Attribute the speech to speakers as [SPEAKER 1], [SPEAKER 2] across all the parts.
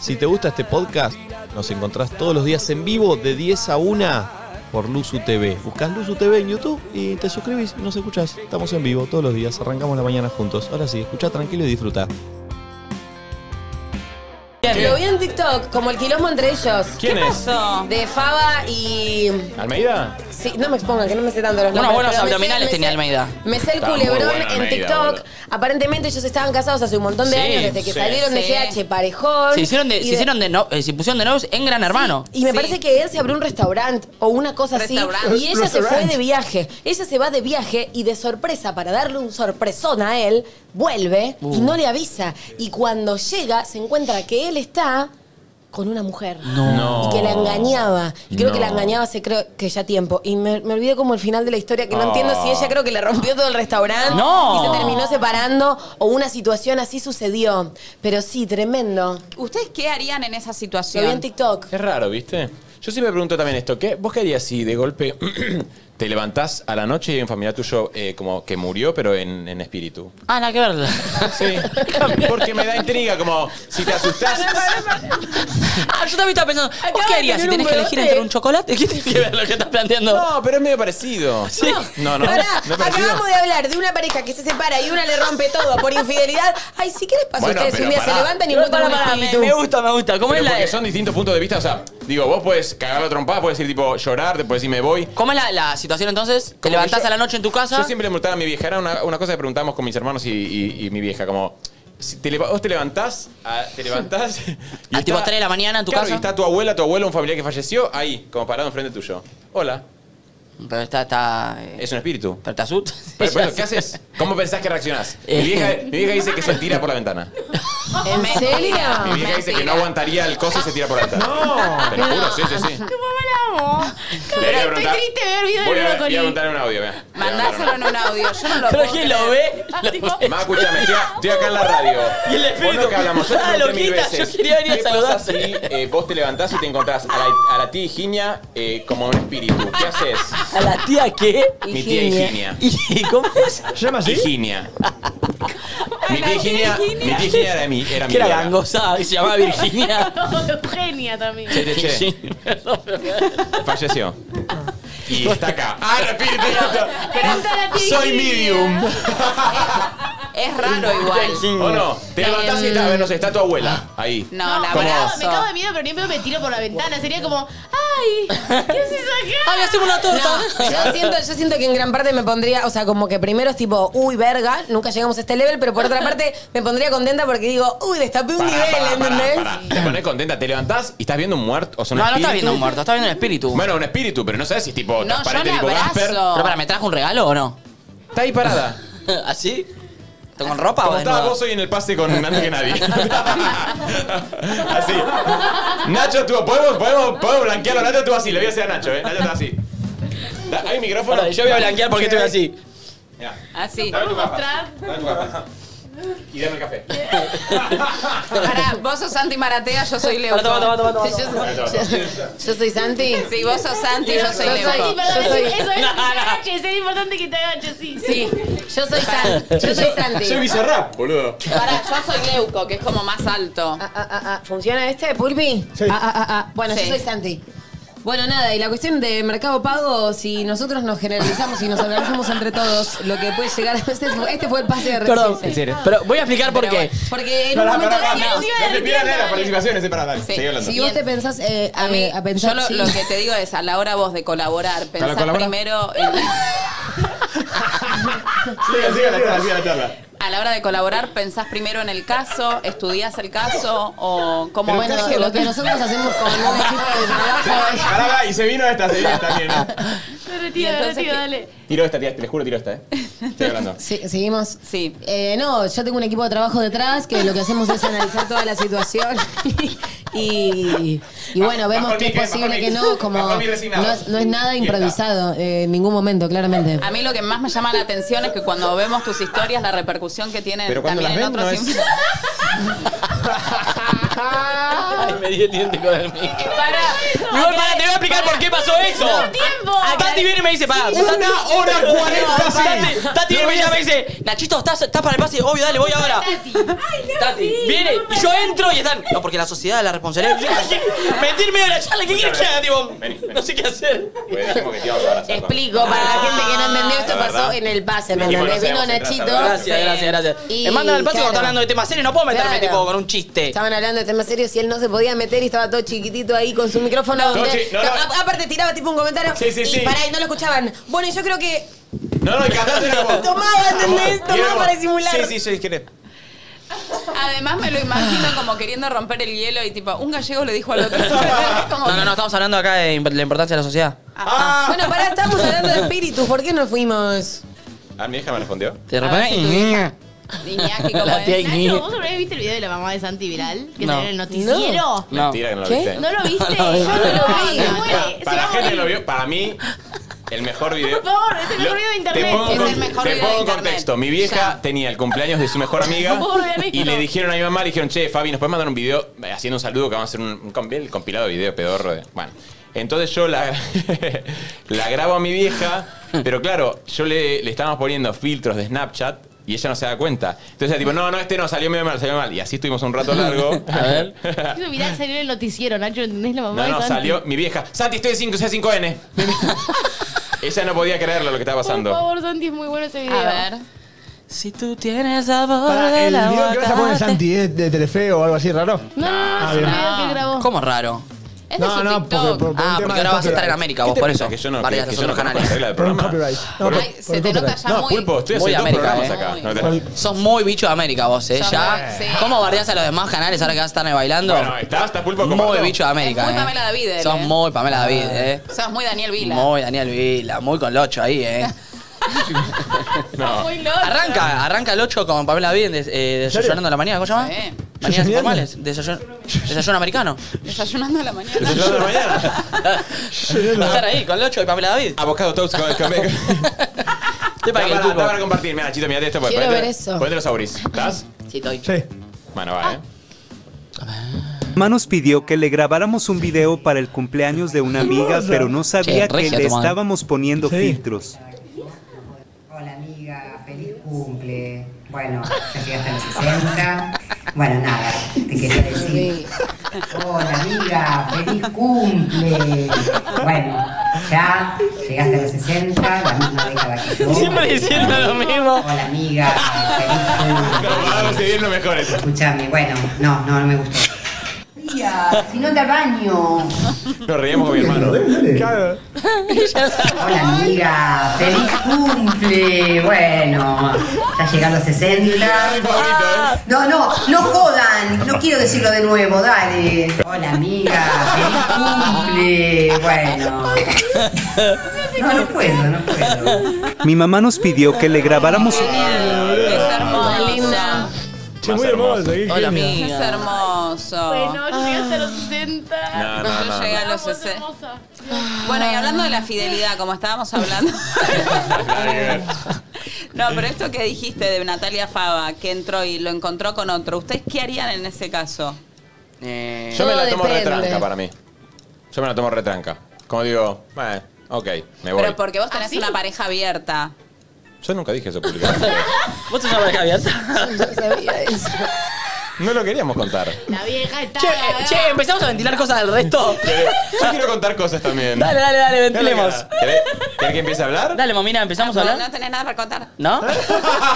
[SPEAKER 1] Si te gusta este podcast, nos encontrás todos los días en vivo de 10 a 1 por Luzu TV. Buscás Luzu TV en YouTube y te suscribís y nos escuchás. Estamos en vivo todos los días, arrancamos la mañana juntos. Ahora sí, escucha tranquilo y disfruta.
[SPEAKER 2] Lo vi en TikTok, como el quilombo entre ellos.
[SPEAKER 3] ¿Quién
[SPEAKER 2] ¿Qué
[SPEAKER 3] es?
[SPEAKER 2] pasó? De Faba y.
[SPEAKER 3] ¿Almeida?
[SPEAKER 2] Sí, no me expongan, que no me sé tanto los
[SPEAKER 3] Unos
[SPEAKER 2] nombres.
[SPEAKER 3] buenos
[SPEAKER 2] pero me sé-
[SPEAKER 3] abdominales
[SPEAKER 2] me
[SPEAKER 3] tenía
[SPEAKER 2] sé-
[SPEAKER 3] Almeida.
[SPEAKER 2] Me sé el
[SPEAKER 3] Está muy
[SPEAKER 2] culebrón
[SPEAKER 3] buena
[SPEAKER 2] en
[SPEAKER 3] Almeida,
[SPEAKER 2] TikTok.
[SPEAKER 3] boludo.
[SPEAKER 2] Aparentemente ellos estaban casados hace un montón de
[SPEAKER 3] Sí,
[SPEAKER 2] años, desde que
[SPEAKER 3] sí,
[SPEAKER 2] salieron de
[SPEAKER 3] sí.
[SPEAKER 2] GH Parejón.
[SPEAKER 3] Se hicieron de,
[SPEAKER 2] y
[SPEAKER 3] se hicieron de no- eh, se pusieron de novios en Gran Hermano.
[SPEAKER 2] Y me parece que él se abrió un restaurante o una cosa así.
[SPEAKER 4] Restaurante.
[SPEAKER 2] Y ella se fue
[SPEAKER 4] Restaurante.
[SPEAKER 2] de viaje. Ella se va de viaje y de sorpresa, para darle un sorpresón a él, vuelve y
[SPEAKER 3] Uh.
[SPEAKER 2] no le avisa. Y cuando llega, se encuentra que él está con una mujer.
[SPEAKER 3] No.
[SPEAKER 2] Y que la engañaba. Y creo que
[SPEAKER 3] No.
[SPEAKER 2] la engañaba hace creo que ya tiempo. Y me, me olvidé como el final de la historia, que no
[SPEAKER 3] Ah.
[SPEAKER 2] entiendo si ella creo que le rompió todo el restaurante.
[SPEAKER 3] No.
[SPEAKER 2] Y se terminó separando o una situación así sucedió. Pero sí, tremendo.
[SPEAKER 4] ¿Ustedes qué harían en
[SPEAKER 2] Lo
[SPEAKER 4] esa
[SPEAKER 2] vi en
[SPEAKER 4] situación?
[SPEAKER 2] TikTok.
[SPEAKER 5] Es raro, ¿viste? Yo siempre me pregunto también esto. ¿qué, ¿Vos qué harías si de golpe te levantás a la noche y hay un familiar tuyo eh, como que murió, pero en, en espíritu?
[SPEAKER 3] Ah, nada que verla.
[SPEAKER 5] Sí. Porque me da intriga, como si te asustás.
[SPEAKER 3] Ah, yo también estaba pensando, ¿vos qué
[SPEAKER 2] de
[SPEAKER 3] harías si
[SPEAKER 2] tener
[SPEAKER 3] tenés
[SPEAKER 2] un
[SPEAKER 3] que elegir
[SPEAKER 2] bebote.
[SPEAKER 3] entre un chocolate? ¿Qué tiene que ver lo que estás planteando?
[SPEAKER 5] No, pero es medio parecido. Sí. No, no.
[SPEAKER 2] Pará,
[SPEAKER 5] ¿No es parecido?
[SPEAKER 2] acabamos de hablar de una pareja que se separa y una le rompe todo por infidelidad. Ay, si quieres pasar
[SPEAKER 5] Bueno,
[SPEAKER 2] ustedes
[SPEAKER 5] pero
[SPEAKER 2] un día,
[SPEAKER 5] pará.
[SPEAKER 2] se levantan y
[SPEAKER 3] Pero
[SPEAKER 2] encuentran
[SPEAKER 3] para,
[SPEAKER 2] un
[SPEAKER 3] para, me,
[SPEAKER 2] espíritu.
[SPEAKER 3] me gusta, me gusta. ¿Cómo
[SPEAKER 5] Pero
[SPEAKER 3] es la,
[SPEAKER 5] porque son distintos puntos de vista. O sea, digo, vos puedes cagar la trompada, puedes decir tipo llorar, te puedes decir me voy.
[SPEAKER 3] ¿cómo es la, la situación entonces? ¿Te
[SPEAKER 5] Como
[SPEAKER 3] levantás
[SPEAKER 5] que yo-
[SPEAKER 3] a la noche en tu casa?
[SPEAKER 5] Yo siempre le preguntaba a mi vieja, era una, una cosa que preguntamos con mis hermanos y, y- y mi vieja, como, si te, leva- vos te levantás, a- Ah, te levantás... y
[SPEAKER 3] A tipo 3 de la mañana en tu
[SPEAKER 5] Claro,
[SPEAKER 3] casa.
[SPEAKER 5] y está tu abuela, tu abuelo, un familiar que falleció, ahí, como parado enfrente tuyo. Hola,
[SPEAKER 3] Pero está, está... eh,
[SPEAKER 5] es un espíritu.
[SPEAKER 3] Pero te asustas.
[SPEAKER 5] Pero, bueno, ¿qué haces? ¿Cómo pensás que reaccionás? Mi
[SPEAKER 3] Eh.
[SPEAKER 5] vieja, mi vieja dice que se tira por la ventana.
[SPEAKER 2] ¿En serio?
[SPEAKER 3] Ah,
[SPEAKER 5] Mi vieja dice que no aguantaría el coso y se tira por la ventana. No. Te lo juro, sí, sí, sí. Le voy a preguntar- voy a- Voy a montar un audio, vea. Voy a
[SPEAKER 4] Mandáselo
[SPEAKER 5] mandar un
[SPEAKER 4] en un audio. Yo no lo
[SPEAKER 3] Pero
[SPEAKER 4] puedo
[SPEAKER 3] que
[SPEAKER 4] creer.
[SPEAKER 3] lo ve. lo ve.
[SPEAKER 5] audio. Más escúchame, estoy, estoy acá en la radio.
[SPEAKER 3] Y el espíritu.
[SPEAKER 5] Vos no que hablamos, yo te
[SPEAKER 3] Ah,
[SPEAKER 5] pregunté mil
[SPEAKER 3] loquita,
[SPEAKER 5] veces.
[SPEAKER 3] yo quería venir a
[SPEAKER 5] ¿Qué
[SPEAKER 3] saludarte.
[SPEAKER 5] pasa si eh, vos te levantás y te encontrás a la, a la tía Higinia eh, como un espíritu? ¿Qué haces?
[SPEAKER 3] ¿A la tía qué?
[SPEAKER 5] Mi tía Higinia.
[SPEAKER 3] ¿Y cómo es?
[SPEAKER 6] ¿Se llama así?
[SPEAKER 5] Higinia. Mi tía Higinia, mi tía Higinia era mi era mi
[SPEAKER 3] Que era
[SPEAKER 5] ídola.
[SPEAKER 3] gangosa, que se llamaba Virginia.
[SPEAKER 7] Eugenia también.
[SPEAKER 5] Che, che, che, falleció. Y está acá. ¡Ah, el espíritu! Soy medium.
[SPEAKER 4] Es raro igual.
[SPEAKER 5] ¿O no? Te levantás y está, a ver, no sé, está tu abuela ahí.
[SPEAKER 4] No, la
[SPEAKER 5] ¿Cómo?
[SPEAKER 7] pará,
[SPEAKER 4] abrazo.
[SPEAKER 7] me cago de miedo, pero ni en pedo me tiro por la ventana. Sería como, ¡ay! ¿Qué haces acá?
[SPEAKER 3] ¡Ay, hacemos una torta!
[SPEAKER 2] Yo siento, yo siento que en gran parte me pondría, o sea, como que primero es tipo, uy, verga, nunca llegamos a este level, pero por otra parte me pondría contenta porque digo, uy, destapé un
[SPEAKER 5] Pará,
[SPEAKER 2] nivel,
[SPEAKER 5] pará, pará,
[SPEAKER 2] ¿entendés?
[SPEAKER 5] pará. Ah, Te pones contenta, te levantás y estás viendo un muerto. O sea, un
[SPEAKER 3] No, no está
[SPEAKER 5] espíritu.
[SPEAKER 3] viendo un muerto, está viendo un espíritu.
[SPEAKER 5] Bueno, un espíritu, pero no sabes si es tipo
[SPEAKER 4] No, yo
[SPEAKER 5] transparente,
[SPEAKER 4] la
[SPEAKER 5] tipo Gasper.
[SPEAKER 4] abrazo.
[SPEAKER 3] Pero para, ¿me trajo un regalo o no?
[SPEAKER 5] Está ahí parada.
[SPEAKER 3] ¿Así? ¿Está con ropa o
[SPEAKER 5] Como estabas
[SPEAKER 3] desnuda?
[SPEAKER 5] vos hoy en el pase con antes que nadie. así. Nacho, tú, podemos, podemos, podemos blanquearlo. Nacho, tú así, le voy a hacer a Nacho, ¿eh? Nacho está así. Da- Hay un micrófono.
[SPEAKER 3] Pará, Yo voy a blanquear porque estoy así.
[SPEAKER 5] Mirá.
[SPEAKER 4] Así.
[SPEAKER 5] Dame tu
[SPEAKER 7] ¿Puedo
[SPEAKER 5] capa.
[SPEAKER 7] mostrar?
[SPEAKER 5] Dame tu capa. Y dame el café.
[SPEAKER 4] Pará, vos sos Santi Maratea, yo soy Leuco.
[SPEAKER 3] Pará, toma, toma, toma, toma.
[SPEAKER 2] Yo, yo soy Santi.
[SPEAKER 4] Sí, vos sos Santi, yo soy
[SPEAKER 2] Yo
[SPEAKER 7] Sí, perdón,
[SPEAKER 4] Leuco.
[SPEAKER 2] Yo
[SPEAKER 7] eso,
[SPEAKER 2] soy-
[SPEAKER 7] es- eso es que te
[SPEAKER 3] No, no.
[SPEAKER 7] agaches, es importante que te agaches, sí.
[SPEAKER 2] Sí, yo soy Santi. Ah, Yo soy
[SPEAKER 5] Soy
[SPEAKER 2] Santi.
[SPEAKER 5] Bizarrap, boludo.
[SPEAKER 4] Pará, yo soy Leuco, que es como más alto.
[SPEAKER 2] Ah, ah, ah, ah. ¿Funciona este, Pulpi?
[SPEAKER 6] Sí.
[SPEAKER 2] Ah, ah, ah, ah. Bueno,
[SPEAKER 4] Sí.
[SPEAKER 2] yo soy Santi. Bueno, nada, y la cuestión de mercado pago, si nosotros nos generalizamos y nos organizamos entre todos, lo que puede llegar a veces, este fue el pase de
[SPEAKER 3] Perdón,
[SPEAKER 2] Recife.
[SPEAKER 3] pero voy a explicar por
[SPEAKER 4] Pero
[SPEAKER 3] qué.
[SPEAKER 4] bueno.
[SPEAKER 2] Porque en
[SPEAKER 6] Pará,
[SPEAKER 2] un momento,
[SPEAKER 6] pará,
[SPEAKER 2] si-
[SPEAKER 6] pará.
[SPEAKER 7] sí,
[SPEAKER 5] No te pierdas
[SPEAKER 7] dale.
[SPEAKER 5] las participaciones, eh, pará, dale.
[SPEAKER 4] Sí.
[SPEAKER 5] Seguí hablando.
[SPEAKER 2] si
[SPEAKER 4] Sí.
[SPEAKER 2] vos
[SPEAKER 4] Bien.
[SPEAKER 2] te pensás eh,
[SPEAKER 4] A mí,
[SPEAKER 2] a pensar,
[SPEAKER 4] yo lo,
[SPEAKER 2] sí.
[SPEAKER 4] lo que te digo es, a la hora vos de colaborar, pensás
[SPEAKER 5] colabora?
[SPEAKER 4] primero en...
[SPEAKER 5] Sigan, sigan la charla, sigan la charla.
[SPEAKER 4] A la hora de colaborar, pensás primero en el caso, estudias el caso o cómo
[SPEAKER 2] bueno,
[SPEAKER 4] es que
[SPEAKER 2] lo
[SPEAKER 4] vos
[SPEAKER 2] que
[SPEAKER 4] te-
[SPEAKER 2] nosotros hacemos con un equipo de trabajo es-
[SPEAKER 5] Pará, pará, y se vino esta, se vino esta también. ¿eh?
[SPEAKER 7] Me retiro,
[SPEAKER 4] Y
[SPEAKER 7] me
[SPEAKER 4] entonces,
[SPEAKER 7] retiro,
[SPEAKER 4] ¿qué?
[SPEAKER 7] dale.
[SPEAKER 5] Tiro esta, tía, te les juro, tiro esta, eh. Estoy hablando.
[SPEAKER 2] Sí, seguimos.
[SPEAKER 4] Sí.
[SPEAKER 2] Eh, no, yo tengo un equipo de trabajo detrás que lo que hacemos es analizar toda la situación y, y bueno,
[SPEAKER 5] Bajo
[SPEAKER 2] vemos
[SPEAKER 5] el
[SPEAKER 2] que es
[SPEAKER 5] micro, bajo
[SPEAKER 2] posible
[SPEAKER 5] el
[SPEAKER 2] que
[SPEAKER 5] micro,
[SPEAKER 2] no, como
[SPEAKER 5] bajo el micro resignado.
[SPEAKER 2] no es, no es nada
[SPEAKER 5] Quieta.
[SPEAKER 2] improvisado eh, en ningún momento, claramente.
[SPEAKER 4] A mí lo que más me llama la atención es que cuando vemos tus historias, la repercusión que tienen
[SPEAKER 5] Pero cuando
[SPEAKER 4] también en
[SPEAKER 5] las ven,
[SPEAKER 4] otros
[SPEAKER 5] no es-
[SPEAKER 4] influ-
[SPEAKER 8] Ay, me di el diente con el micro.
[SPEAKER 4] Para.
[SPEAKER 8] Igual, pará, te voy a explicar por qué pasó eso.
[SPEAKER 7] tiempo.
[SPEAKER 8] Tati viene y me dice, pará. Tati,
[SPEAKER 6] Una hora cuarenta
[SPEAKER 8] Tati,
[SPEAKER 6] sí.
[SPEAKER 8] Tati viene y me llama y dice, Nachito, ¿estás, estás para el pase? Obvio, dale, voy ahora.
[SPEAKER 7] Tati.
[SPEAKER 8] Tati, viene y yo entro y están. No, porque la sociedad, la responsabilidad. Yo dije, metí en medio de la charla, ¿qué quieres que haga? Tipo,
[SPEAKER 5] Vení, vení.
[SPEAKER 8] no sé qué hacer. Ah,
[SPEAKER 5] Porque dijimos que te íbamos a abrazar.
[SPEAKER 2] Explico, para la gente que no entendió, esto
[SPEAKER 5] La verdad.
[SPEAKER 2] pasó en el pase, ¿me
[SPEAKER 5] Dijimos,
[SPEAKER 2] entendés?
[SPEAKER 5] no
[SPEAKER 2] Vino
[SPEAKER 5] sabemos
[SPEAKER 2] Nachito.
[SPEAKER 5] entrar, la verdad.
[SPEAKER 8] Gracias, gracias, gracias.
[SPEAKER 2] Y,
[SPEAKER 8] Me mandan al paso cuando
[SPEAKER 2] claro.
[SPEAKER 8] está hablando de temas serios, no puedo meterme
[SPEAKER 2] Claro.
[SPEAKER 8] tipo con un chiste.
[SPEAKER 2] Estaban hablando de temas serios y él no se podía meter y estaba todo chiquitito ahí con su micrófono. donde-
[SPEAKER 5] sí, no, no.
[SPEAKER 2] A- Aparte tiraba tipo un comentario
[SPEAKER 5] Sí, sí,
[SPEAKER 2] y
[SPEAKER 5] sí.
[SPEAKER 2] pará, y no lo escuchaban. Bueno, y yo creo que
[SPEAKER 5] No, no, el cantante era como.
[SPEAKER 2] tomaba, ¿entendés?
[SPEAKER 5] Y era
[SPEAKER 2] Tomaba
[SPEAKER 5] como,
[SPEAKER 2] para simular.
[SPEAKER 6] Sí, sí, sí, querés.
[SPEAKER 4] Además me lo imagino como queriendo romper el hielo y tipo, un gallego le dijo al otro. Como-
[SPEAKER 8] No, no, no, estamos hablando acá de imp- la importancia de la sociedad.
[SPEAKER 6] Ah,
[SPEAKER 2] Bueno, pará, estábamos hablando de espíritus, ¿por qué no fuimos?
[SPEAKER 5] Ah, mi hija me respondió.
[SPEAKER 8] De repente.
[SPEAKER 4] Iñaki, como
[SPEAKER 8] La tía
[SPEAKER 4] es.
[SPEAKER 8] Iñaki.
[SPEAKER 7] Nacho, ¿vos alguna vez viste el video de la mamá de Santi Viral? Que
[SPEAKER 8] No.
[SPEAKER 7] salió en el noticiero.
[SPEAKER 8] No.
[SPEAKER 5] Mentira que no lo
[SPEAKER 2] ¿Qué?
[SPEAKER 5] viste.
[SPEAKER 7] ¿No lo viste?
[SPEAKER 8] No, no,
[SPEAKER 7] Yo no lo vi. Se
[SPEAKER 5] Pa-
[SPEAKER 7] muere.
[SPEAKER 5] para la
[SPEAKER 7] se va a
[SPEAKER 5] gente que lo
[SPEAKER 7] morir.
[SPEAKER 5] vio, para mí, el mejor video.
[SPEAKER 7] Por favor, es el mejor video de internet.
[SPEAKER 5] Te pongo,
[SPEAKER 7] Es
[SPEAKER 5] con-
[SPEAKER 7] el
[SPEAKER 4] mejor
[SPEAKER 5] te
[SPEAKER 4] video de
[SPEAKER 5] pongo en
[SPEAKER 4] internet.
[SPEAKER 5] contexto. Mi vieja
[SPEAKER 4] Ya.
[SPEAKER 5] tenía el cumpleaños de su mejor amiga
[SPEAKER 7] No puedo creer
[SPEAKER 5] y
[SPEAKER 7] esto.
[SPEAKER 5] le dijeron a mi mamá, le dijeron, che, Fabi, ¿nos puedes mandar un video eh, haciendo un saludo que vamos a hacer un, un compi- el compilado de video pedorro? de-". Bueno, entonces yo la, la grabo a mi vieja, pero claro, yo le, le estábamos poniendo filtros de Snapchat y ella no se da cuenta. Entonces ella tipo, no, no, este no, salió medio mal, salió mal. Y así estuvimos un rato largo.
[SPEAKER 8] A ver.
[SPEAKER 7] Eso Viral salió en el noticiero, Nacho. ¿Entendés la mamá
[SPEAKER 5] No,
[SPEAKER 7] de
[SPEAKER 5] no,
[SPEAKER 7] Santi?
[SPEAKER 5] salió mi vieja. Santi, estoy de 5, C5N. Ella no podía creerlo lo que estaba
[SPEAKER 7] Por
[SPEAKER 5] pasando.
[SPEAKER 7] favor, Santi, es muy bueno ese video.
[SPEAKER 4] A ver.
[SPEAKER 8] Si tú tienes sabor
[SPEAKER 6] para el
[SPEAKER 8] del
[SPEAKER 6] video que vas a poner
[SPEAKER 8] aguacate.
[SPEAKER 6] Santi ¿es de Telefe o algo así raro.
[SPEAKER 7] No, no, no, es un
[SPEAKER 6] Ah,
[SPEAKER 7] video que grabó.
[SPEAKER 8] ¿Cómo raro?
[SPEAKER 9] Este
[SPEAKER 4] Es de
[SPEAKER 6] No,
[SPEAKER 4] su
[SPEAKER 6] no,
[SPEAKER 4] TikTok.
[SPEAKER 6] porque, por- por un
[SPEAKER 8] Ah,
[SPEAKER 6] tema
[SPEAKER 8] porque
[SPEAKER 6] de
[SPEAKER 8] ahora vas a estar en
[SPEAKER 6] copyright.
[SPEAKER 8] América vos, por eso.
[SPEAKER 5] Que yo no,
[SPEAKER 8] Varias
[SPEAKER 5] que-
[SPEAKER 8] de
[SPEAKER 5] que
[SPEAKER 8] los
[SPEAKER 5] yo no
[SPEAKER 8] otros
[SPEAKER 5] conozco la
[SPEAKER 8] canales.
[SPEAKER 5] regla del
[SPEAKER 6] Por un
[SPEAKER 5] programa.
[SPEAKER 6] copyright. No,
[SPEAKER 5] Por-
[SPEAKER 6] por-
[SPEAKER 4] Ay,
[SPEAKER 6] por
[SPEAKER 4] se
[SPEAKER 6] un
[SPEAKER 4] te nota
[SPEAKER 6] copyright.
[SPEAKER 4] ya
[SPEAKER 5] No,
[SPEAKER 4] muy.
[SPEAKER 5] Pulpo, estoy
[SPEAKER 8] Muy
[SPEAKER 5] haciendo dos programas
[SPEAKER 8] América, eh.
[SPEAKER 5] acá. No te-
[SPEAKER 4] Muy.
[SPEAKER 8] Sos muy bicho de América vos, eh.
[SPEAKER 4] Sos
[SPEAKER 8] Ya.
[SPEAKER 4] muy, sí.
[SPEAKER 8] ¿Cómo bardeás a los demás canales ahora que vas a estar ahí bailando?
[SPEAKER 5] Bueno, está, está Pulpo como.
[SPEAKER 8] Muy bicho de América.
[SPEAKER 4] Es muy
[SPEAKER 8] eh.
[SPEAKER 4] Pamela David, él,
[SPEAKER 8] Sos
[SPEAKER 4] eh.
[SPEAKER 8] muy Pamela David, eh.
[SPEAKER 4] Sos muy Daniel Vila.
[SPEAKER 8] Muy Daniel Vila, muy con Locho ahí, eh.
[SPEAKER 5] No.
[SPEAKER 4] Muy loco.
[SPEAKER 8] Arranca, arranca el 8 con Pamela David des- eh, desayunando en la mañana, ¿cómo se llama?
[SPEAKER 4] Sí.
[SPEAKER 8] Mañanas
[SPEAKER 6] ¿Desayunando?
[SPEAKER 8] informales, desayuno, desayuno americano.
[SPEAKER 4] Desayunando a la mañana.
[SPEAKER 5] ¿Desde las de la mañana?
[SPEAKER 8] Va a estar ahí con Locho y Pamela David.
[SPEAKER 5] Abocado toast con con bacon.
[SPEAKER 8] Te
[SPEAKER 5] Está
[SPEAKER 8] pagué el
[SPEAKER 5] para, está para
[SPEAKER 8] tupo.
[SPEAKER 5] compartir. Mira, chito, mira esto. pues,
[SPEAKER 2] Quiero
[SPEAKER 5] ponete-
[SPEAKER 2] ver eso.
[SPEAKER 5] Ponete los auris. ¿Estás?
[SPEAKER 8] Sí, estoy. Ah.
[SPEAKER 6] Sí.
[SPEAKER 5] Bueno, vale. ¿eh?
[SPEAKER 10] Manos pidió que le grabáramos un video para el cumpleaños de una amiga, pero no sabía
[SPEAKER 8] Che,
[SPEAKER 10] que
[SPEAKER 8] regia
[SPEAKER 10] le
[SPEAKER 8] tu madre.
[SPEAKER 10] estábamos poniendo
[SPEAKER 6] Sí.
[SPEAKER 10] filtros.
[SPEAKER 11] Hola amiga, feliz cumple. Bueno, ya llegaste a los 60. Bueno, nada, te quería decir. Hola amiga, feliz cumple. Bueno, ya llegaste a los 60, la misma década que yo.
[SPEAKER 8] Siempre diciendo lo mismo.
[SPEAKER 11] Hola amiga,
[SPEAKER 5] Pero vamos a
[SPEAKER 11] feliz cumple.
[SPEAKER 5] decidir lo mejores.
[SPEAKER 11] Escúchame, bueno, no, no, no me gustó. Tía, si no te baño.
[SPEAKER 5] Nos reíamos con mi hermano.
[SPEAKER 6] Claro.
[SPEAKER 11] Hola amiga, feliz cumple. Bueno, ya llegaron los 60.
[SPEAKER 5] Mi favorito, ¿eh?
[SPEAKER 11] No, no, no jodan. No quiero decirlo de nuevo, dale. Hola, amiga. Feliz cumple. Bueno. No, no puedo, no puedo.
[SPEAKER 10] Mi mamá nos pidió que le grabáramos
[SPEAKER 4] Es hermosa.
[SPEAKER 6] Che,
[SPEAKER 5] Más
[SPEAKER 6] muy hermoso. qué
[SPEAKER 8] Hola,
[SPEAKER 6] genio.
[SPEAKER 8] amiga.
[SPEAKER 4] Es hermoso.
[SPEAKER 7] Bueno, yo llegué hasta los 60.
[SPEAKER 5] No, no,
[SPEAKER 4] Yo
[SPEAKER 5] no.
[SPEAKER 4] llegué a los
[SPEAKER 7] Vamos,
[SPEAKER 4] 60.
[SPEAKER 7] hermosa.
[SPEAKER 4] Bueno, y hablando de la fidelidad, como estábamos hablando.
[SPEAKER 5] Nada que ver.
[SPEAKER 4] No, pero esto que dijiste de Natalia Fava, que entró y lo encontró con otro, ¿ustedes qué harían en ese caso?
[SPEAKER 8] Eh,
[SPEAKER 5] Yo me la tomo
[SPEAKER 2] Todo depende.
[SPEAKER 5] retranca para mí. Yo me la tomo retranca. Como digo, bueno, ok, me voy.
[SPEAKER 4] Pero porque vos tenés
[SPEAKER 7] ¿Así?
[SPEAKER 4] una pareja abierta.
[SPEAKER 5] Yo nunca dije eso públicamente.
[SPEAKER 8] ¿Vos te llamas pareja abierta?
[SPEAKER 2] No sabía eso.
[SPEAKER 5] no lo queríamos contar.
[SPEAKER 7] La vieja está.
[SPEAKER 8] Che, eh, che, empezamos a ventilar cosas del resto.
[SPEAKER 5] Yo quiero contar cosas también.
[SPEAKER 8] Dale, dale, dale,
[SPEAKER 5] Mirá la
[SPEAKER 8] ventilemos.
[SPEAKER 5] cara. ¿Querés, querés que empiece a hablar?
[SPEAKER 8] Dale, momina, empezamos a
[SPEAKER 4] No,
[SPEAKER 8] hablar.
[SPEAKER 4] no tenés nada para contar.
[SPEAKER 8] ¿No?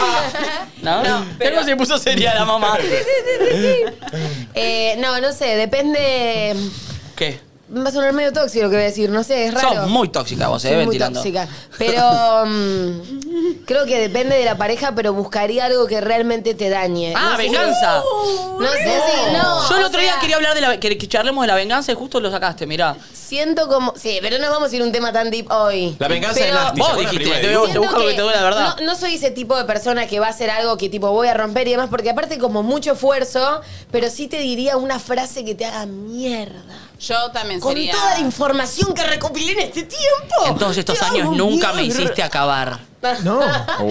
[SPEAKER 8] ¿No?
[SPEAKER 4] No, pero-
[SPEAKER 8] Algo se puso seria la mamá.
[SPEAKER 2] Eh, no, no sé, depende.
[SPEAKER 8] ¿Qué?
[SPEAKER 2] Va a sonar medio tóxico lo que voy a decir, no sé, es raro.
[SPEAKER 8] Sos muy tóxica vos, eh,
[SPEAKER 2] Soy muy
[SPEAKER 8] ventilando.
[SPEAKER 2] tóxica. Pero mm, creo que depende de la pareja, pero buscaría algo que realmente te dañe.
[SPEAKER 8] Ah,
[SPEAKER 2] no sé si-
[SPEAKER 8] venganza.
[SPEAKER 2] no sé si. No,
[SPEAKER 8] Yo el
[SPEAKER 2] o
[SPEAKER 8] otro día
[SPEAKER 2] sea,
[SPEAKER 8] quería hablar de la que, que charlemos de la venganza y justo lo sacaste, mirá.
[SPEAKER 2] Siento como. Sí, pero no vamos a ir a un tema tan deep hoy.
[SPEAKER 5] La venganza
[SPEAKER 2] Pero-
[SPEAKER 5] de Nasty.
[SPEAKER 8] Vos
[SPEAKER 5] ¿se acuerdan
[SPEAKER 8] dijiste,
[SPEAKER 5] la
[SPEAKER 8] te
[SPEAKER 5] prima de
[SPEAKER 8] veo-
[SPEAKER 5] Dibu?
[SPEAKER 8] te busco lo que te duele, la verdad.
[SPEAKER 2] No, no soy ese tipo de persona que va a hacer algo que tipo voy a romper y demás, porque aparte como mucho esfuerzo, pero sí te diría una frase que te haga mierda.
[SPEAKER 4] Yo también
[SPEAKER 2] Con
[SPEAKER 4] sería.
[SPEAKER 2] toda la información que recopilé en este tiempo.
[SPEAKER 8] En todos estos
[SPEAKER 2] te hago
[SPEAKER 8] años nunca me
[SPEAKER 2] mierda.
[SPEAKER 8] hiciste acabar.
[SPEAKER 6] No.
[SPEAKER 8] Oh.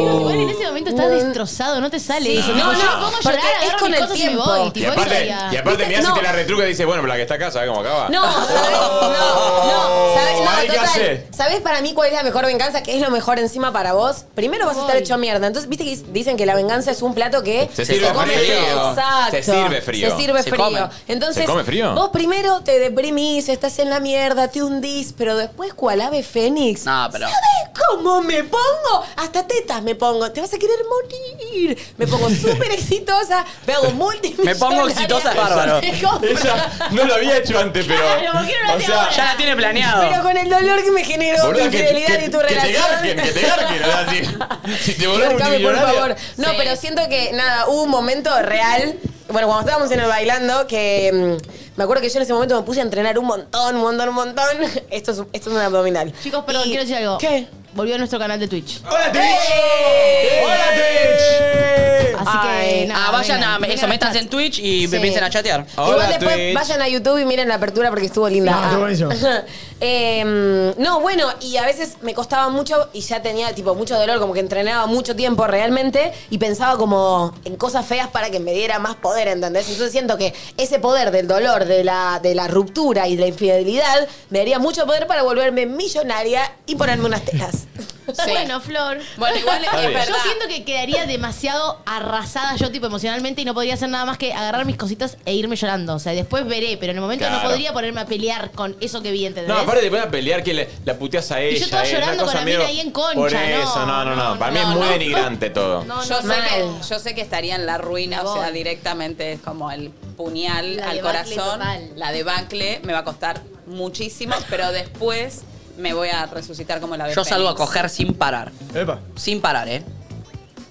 [SPEAKER 7] Chicos, igual en ese momento estás destrozado, no te sale eso. Tipo,
[SPEAKER 2] No,
[SPEAKER 7] yo
[SPEAKER 2] no,
[SPEAKER 7] me pongo a
[SPEAKER 2] porque
[SPEAKER 7] llorar,
[SPEAKER 2] es
[SPEAKER 7] agarro
[SPEAKER 2] con
[SPEAKER 7] mis
[SPEAKER 2] el
[SPEAKER 7] cosas y me
[SPEAKER 2] tiempo.
[SPEAKER 7] voy.
[SPEAKER 5] Y
[SPEAKER 7] Tipo, eso
[SPEAKER 5] aparte,
[SPEAKER 7] sería-
[SPEAKER 5] y aparte mirá si
[SPEAKER 2] No.
[SPEAKER 5] te la retruca y dice, bueno, pero la que está acá, ¿sabes cómo acaba?
[SPEAKER 2] No, ¿sabes? No, no, ¿sabes? No,
[SPEAKER 5] Ay, ¿qué
[SPEAKER 2] total.
[SPEAKER 5] hace?
[SPEAKER 2] ¿Sabes para mí cuál es la mejor venganza? ¿Qué es lo mejor encima para vos? Primero vas a estar
[SPEAKER 7] Voy.
[SPEAKER 2] hecho mierda. Entonces, viste que dicen que la venganza es un plato que
[SPEAKER 5] Se sirve frío.
[SPEAKER 2] Exacto.
[SPEAKER 5] Se sirve frío.
[SPEAKER 2] Se sirve
[SPEAKER 3] Se
[SPEAKER 2] frío.
[SPEAKER 3] come.
[SPEAKER 2] Entonces,
[SPEAKER 5] ¿Se come frío?
[SPEAKER 2] vos primero te deprimís, estás en la mierda, te hundís, pero después, cual ave fénix?
[SPEAKER 3] No, pero-
[SPEAKER 2] ¿Sabes cómo me pongo? Hasta tetas me pongo. Te vas a querer morir. Me pongo súper exitosa, me hago multimillonaria.
[SPEAKER 3] exitosa, es bárbaro.
[SPEAKER 2] Me compro-
[SPEAKER 5] Ella no lo había hecho antes, pero.
[SPEAKER 7] Claro, ¿por qué no lo
[SPEAKER 5] o
[SPEAKER 7] hace
[SPEAKER 5] sea,
[SPEAKER 7] ahora?
[SPEAKER 3] Ya la
[SPEAKER 2] Pero
[SPEAKER 3] tiene planeado.
[SPEAKER 2] con el dolor que me generó tu
[SPEAKER 5] boluda, que,
[SPEAKER 2] infidelidad
[SPEAKER 5] que-
[SPEAKER 2] y tu
[SPEAKER 5] que te
[SPEAKER 2] relación.
[SPEAKER 5] garquen, que te garquen, o sea, si- si, te volvés
[SPEAKER 2] Marcame, por
[SPEAKER 5] multimillonaria-
[SPEAKER 2] favor. No,
[SPEAKER 7] Sí.
[SPEAKER 2] pero siento que, nada, hubo un momento real. Bueno, cuando estábamos en el bailando, que mm, me acuerdo que yo en ese momento me puse a entrenar un montón, un montón, un montón. Esto es, esto es un abdominal.
[SPEAKER 7] Chicos, perdón, quiero decir algo.
[SPEAKER 2] ¿Qué?
[SPEAKER 7] Volvió a nuestro canal de Twitch.
[SPEAKER 5] ¡Hola,
[SPEAKER 2] ¡Eh!
[SPEAKER 5] Twitch!
[SPEAKER 6] Eh.
[SPEAKER 5] ¡Hola, Twitch!
[SPEAKER 7] Así que
[SPEAKER 2] Ay,
[SPEAKER 7] nada.
[SPEAKER 3] Ah, vayan
[SPEAKER 7] vengan,
[SPEAKER 3] a
[SPEAKER 7] vengan
[SPEAKER 3] eso, métanse
[SPEAKER 7] chat.
[SPEAKER 3] en Twitch y
[SPEAKER 7] Sí.
[SPEAKER 3] empiecen a chatear.
[SPEAKER 2] Igual
[SPEAKER 5] Hola,
[SPEAKER 2] después
[SPEAKER 5] Twitch.
[SPEAKER 2] vayan a YouTube y miren la apertura porque estuvo linda.
[SPEAKER 6] No, estuvo buenísimo.
[SPEAKER 2] Eh, no, bueno, y a veces me costaba mucho y ya tenía tipo mucho dolor, como que entrenaba mucho tiempo realmente y pensaba como en cosas feas para que me diera más poder, ¿entendés? Entonces siento que ese poder del dolor, de la, de la ruptura y de la infidelidad me daría mucho poder para volverme millonaria y ponerme unas telas.
[SPEAKER 4] Sí.
[SPEAKER 7] Bueno, Flor.
[SPEAKER 4] Bueno, igual es
[SPEAKER 5] bien.
[SPEAKER 4] verdad.
[SPEAKER 7] Yo siento que quedaría demasiado arrasada yo, tipo, emocionalmente y no podría hacer nada más que agarrar mis cositas e irme llorando. O sea, después veré, pero en el momento no
[SPEAKER 5] Claro.
[SPEAKER 7] podría ponerme a pelear con eso que vi, ¿entendés?
[SPEAKER 5] No, aparte te ponen a pelear que le- la puteas a ella.
[SPEAKER 7] yo estaba
[SPEAKER 5] eh, una
[SPEAKER 7] llorando
[SPEAKER 5] cosa
[SPEAKER 7] con la
[SPEAKER 5] medio-
[SPEAKER 7] mina ahí en concha,
[SPEAKER 5] Por
[SPEAKER 7] no,
[SPEAKER 5] eso, no, no, no.
[SPEAKER 7] no,
[SPEAKER 5] Para mí
[SPEAKER 7] no,
[SPEAKER 5] es muy
[SPEAKER 7] no.
[SPEAKER 5] denigrante todo.
[SPEAKER 7] No, no,
[SPEAKER 4] Yo sé,
[SPEAKER 7] no.
[SPEAKER 4] que, yo sé que estaría en la ruina,
[SPEAKER 7] Me
[SPEAKER 4] o sea,
[SPEAKER 7] voy.
[SPEAKER 4] directamente es como el puñal
[SPEAKER 7] La
[SPEAKER 4] al
[SPEAKER 7] debacle
[SPEAKER 4] corazón.
[SPEAKER 7] total.
[SPEAKER 4] La debacle me va a costar muchísimo, pero después me voy a resucitar como la de
[SPEAKER 3] Yo salgo a
[SPEAKER 4] Fénix.
[SPEAKER 3] coger sin parar.
[SPEAKER 6] Epa.
[SPEAKER 3] Sin parar, ¿eh?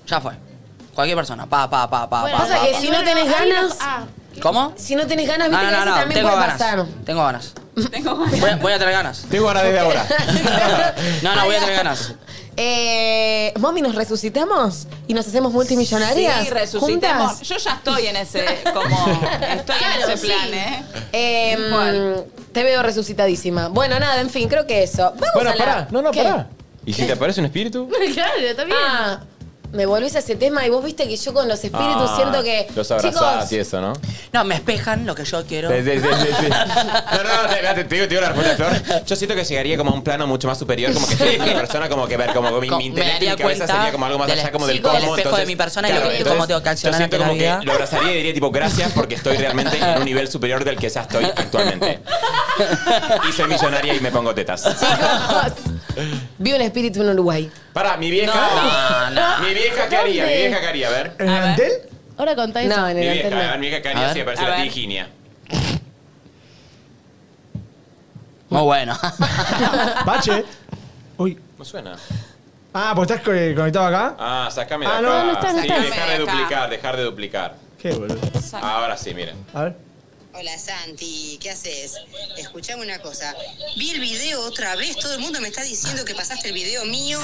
[SPEAKER 3] Ya fue. Cualquier persona. Pa, pa, pa, pa,
[SPEAKER 7] Bueno,
[SPEAKER 3] pa,
[SPEAKER 2] Pasa
[SPEAKER 3] pa,
[SPEAKER 2] que
[SPEAKER 3] pa.
[SPEAKER 2] si no
[SPEAKER 7] bueno,
[SPEAKER 2] tenés
[SPEAKER 7] hay una-
[SPEAKER 2] ganas-
[SPEAKER 7] ah,
[SPEAKER 3] ¿Cómo?
[SPEAKER 2] Si no tenés ganas,
[SPEAKER 3] No,
[SPEAKER 2] viste
[SPEAKER 3] no,
[SPEAKER 2] que a
[SPEAKER 3] no,
[SPEAKER 2] veces
[SPEAKER 3] no.
[SPEAKER 2] también
[SPEAKER 3] Tengo
[SPEAKER 2] puede
[SPEAKER 3] ganas.
[SPEAKER 2] pasar.
[SPEAKER 3] Tengo ganas.
[SPEAKER 4] Tengo
[SPEAKER 3] Voy a, voy a tener ganas.
[SPEAKER 5] Tengo ganas desde ahora.
[SPEAKER 3] No, no, voy a tener ganas.
[SPEAKER 2] Eh, mami, ¿nos resucitamos? ¿Y nos hacemos multimillonarias?
[SPEAKER 4] Sí, resucitemos.
[SPEAKER 2] juntas?
[SPEAKER 4] Yo ya estoy en ese, como, estoy en
[SPEAKER 7] Claro,
[SPEAKER 4] ese plan,
[SPEAKER 7] sí.
[SPEAKER 4] ¿eh?
[SPEAKER 2] Eh,
[SPEAKER 4] ¿Cuál?
[SPEAKER 2] te veo resucitadísima. Bueno, nada, en fin, creo que eso. Vamos
[SPEAKER 5] Bueno,
[SPEAKER 2] a la...
[SPEAKER 5] pará. No, no,
[SPEAKER 2] ¿Qué?
[SPEAKER 5] pará. ¿Y si te aparece un espíritu?
[SPEAKER 7] Claro, está bien.
[SPEAKER 2] Ah, me volvés a ese tema y vos viste que yo con los espíritus
[SPEAKER 5] Ah,
[SPEAKER 2] siento que.
[SPEAKER 5] Los abrazás y eso, ¿no?
[SPEAKER 3] No, me espejan lo que yo quiero.
[SPEAKER 5] Sí, sí, sí, sí, sí. No, no, no, te, te- te digo, te digo la respuesta, Flor. Yo siento que llegaría como a un plano mucho más superior, como que estoy con una persona, como que ver, como mi,
[SPEAKER 3] Co-
[SPEAKER 5] mi intelecto y
[SPEAKER 3] me
[SPEAKER 5] mi
[SPEAKER 3] daría
[SPEAKER 5] cabeza
[SPEAKER 3] cuenta
[SPEAKER 5] sería como algo más
[SPEAKER 3] del
[SPEAKER 5] allá como del
[SPEAKER 3] espejo-
[SPEAKER 5] cómo.
[SPEAKER 3] del espejo de mi persona y lo que- cómo tengo que accionar
[SPEAKER 5] Yo siento
[SPEAKER 3] ante la
[SPEAKER 5] como
[SPEAKER 3] vida.
[SPEAKER 5] que lo abrazaría y diría, tipo, gracias porque estoy realmente en un nivel superior del que ya estoy actualmente. Y soy millonaria y me pongo tetas.
[SPEAKER 2] Vi un espíritu en Uruguay.
[SPEAKER 5] Para, mi vieja.
[SPEAKER 3] No, no.
[SPEAKER 5] Mi vieieja qué haría, mi
[SPEAKER 7] ¿Dónde?
[SPEAKER 5] vieja qué haría, a ver.
[SPEAKER 6] ¿En el
[SPEAKER 4] ver.
[SPEAKER 6] mantel?
[SPEAKER 7] Ahora contá eso.
[SPEAKER 2] No, en
[SPEAKER 5] Mi
[SPEAKER 2] el
[SPEAKER 5] vieja, a ver,
[SPEAKER 2] anterior.
[SPEAKER 5] mi vieja qué
[SPEAKER 3] A
[SPEAKER 5] haría
[SPEAKER 3] ver.
[SPEAKER 5] si
[SPEAKER 4] A
[SPEAKER 5] aparece la
[SPEAKER 4] ver.
[SPEAKER 5] tía Virginia.
[SPEAKER 3] Muy bueno.
[SPEAKER 6] Pache. Uy.
[SPEAKER 5] ¿No suena?
[SPEAKER 6] Ah, pues estás co- conectado acá.
[SPEAKER 5] Ah, sacame de
[SPEAKER 6] Ah,
[SPEAKER 5] acá.
[SPEAKER 6] no, no
[SPEAKER 7] estás, no
[SPEAKER 5] sí,
[SPEAKER 7] estás.
[SPEAKER 5] dejar de
[SPEAKER 4] Sacame de acá.
[SPEAKER 5] duplicar, dejar de duplicar.
[SPEAKER 6] Qué boludo.
[SPEAKER 5] Ahora sí, miren.
[SPEAKER 6] A ver.
[SPEAKER 11] Hola Santi, ¿qué haces? Escuchame una cosa. Vi el video otra vez, todo el mundo me está diciendo que pasaste el video mío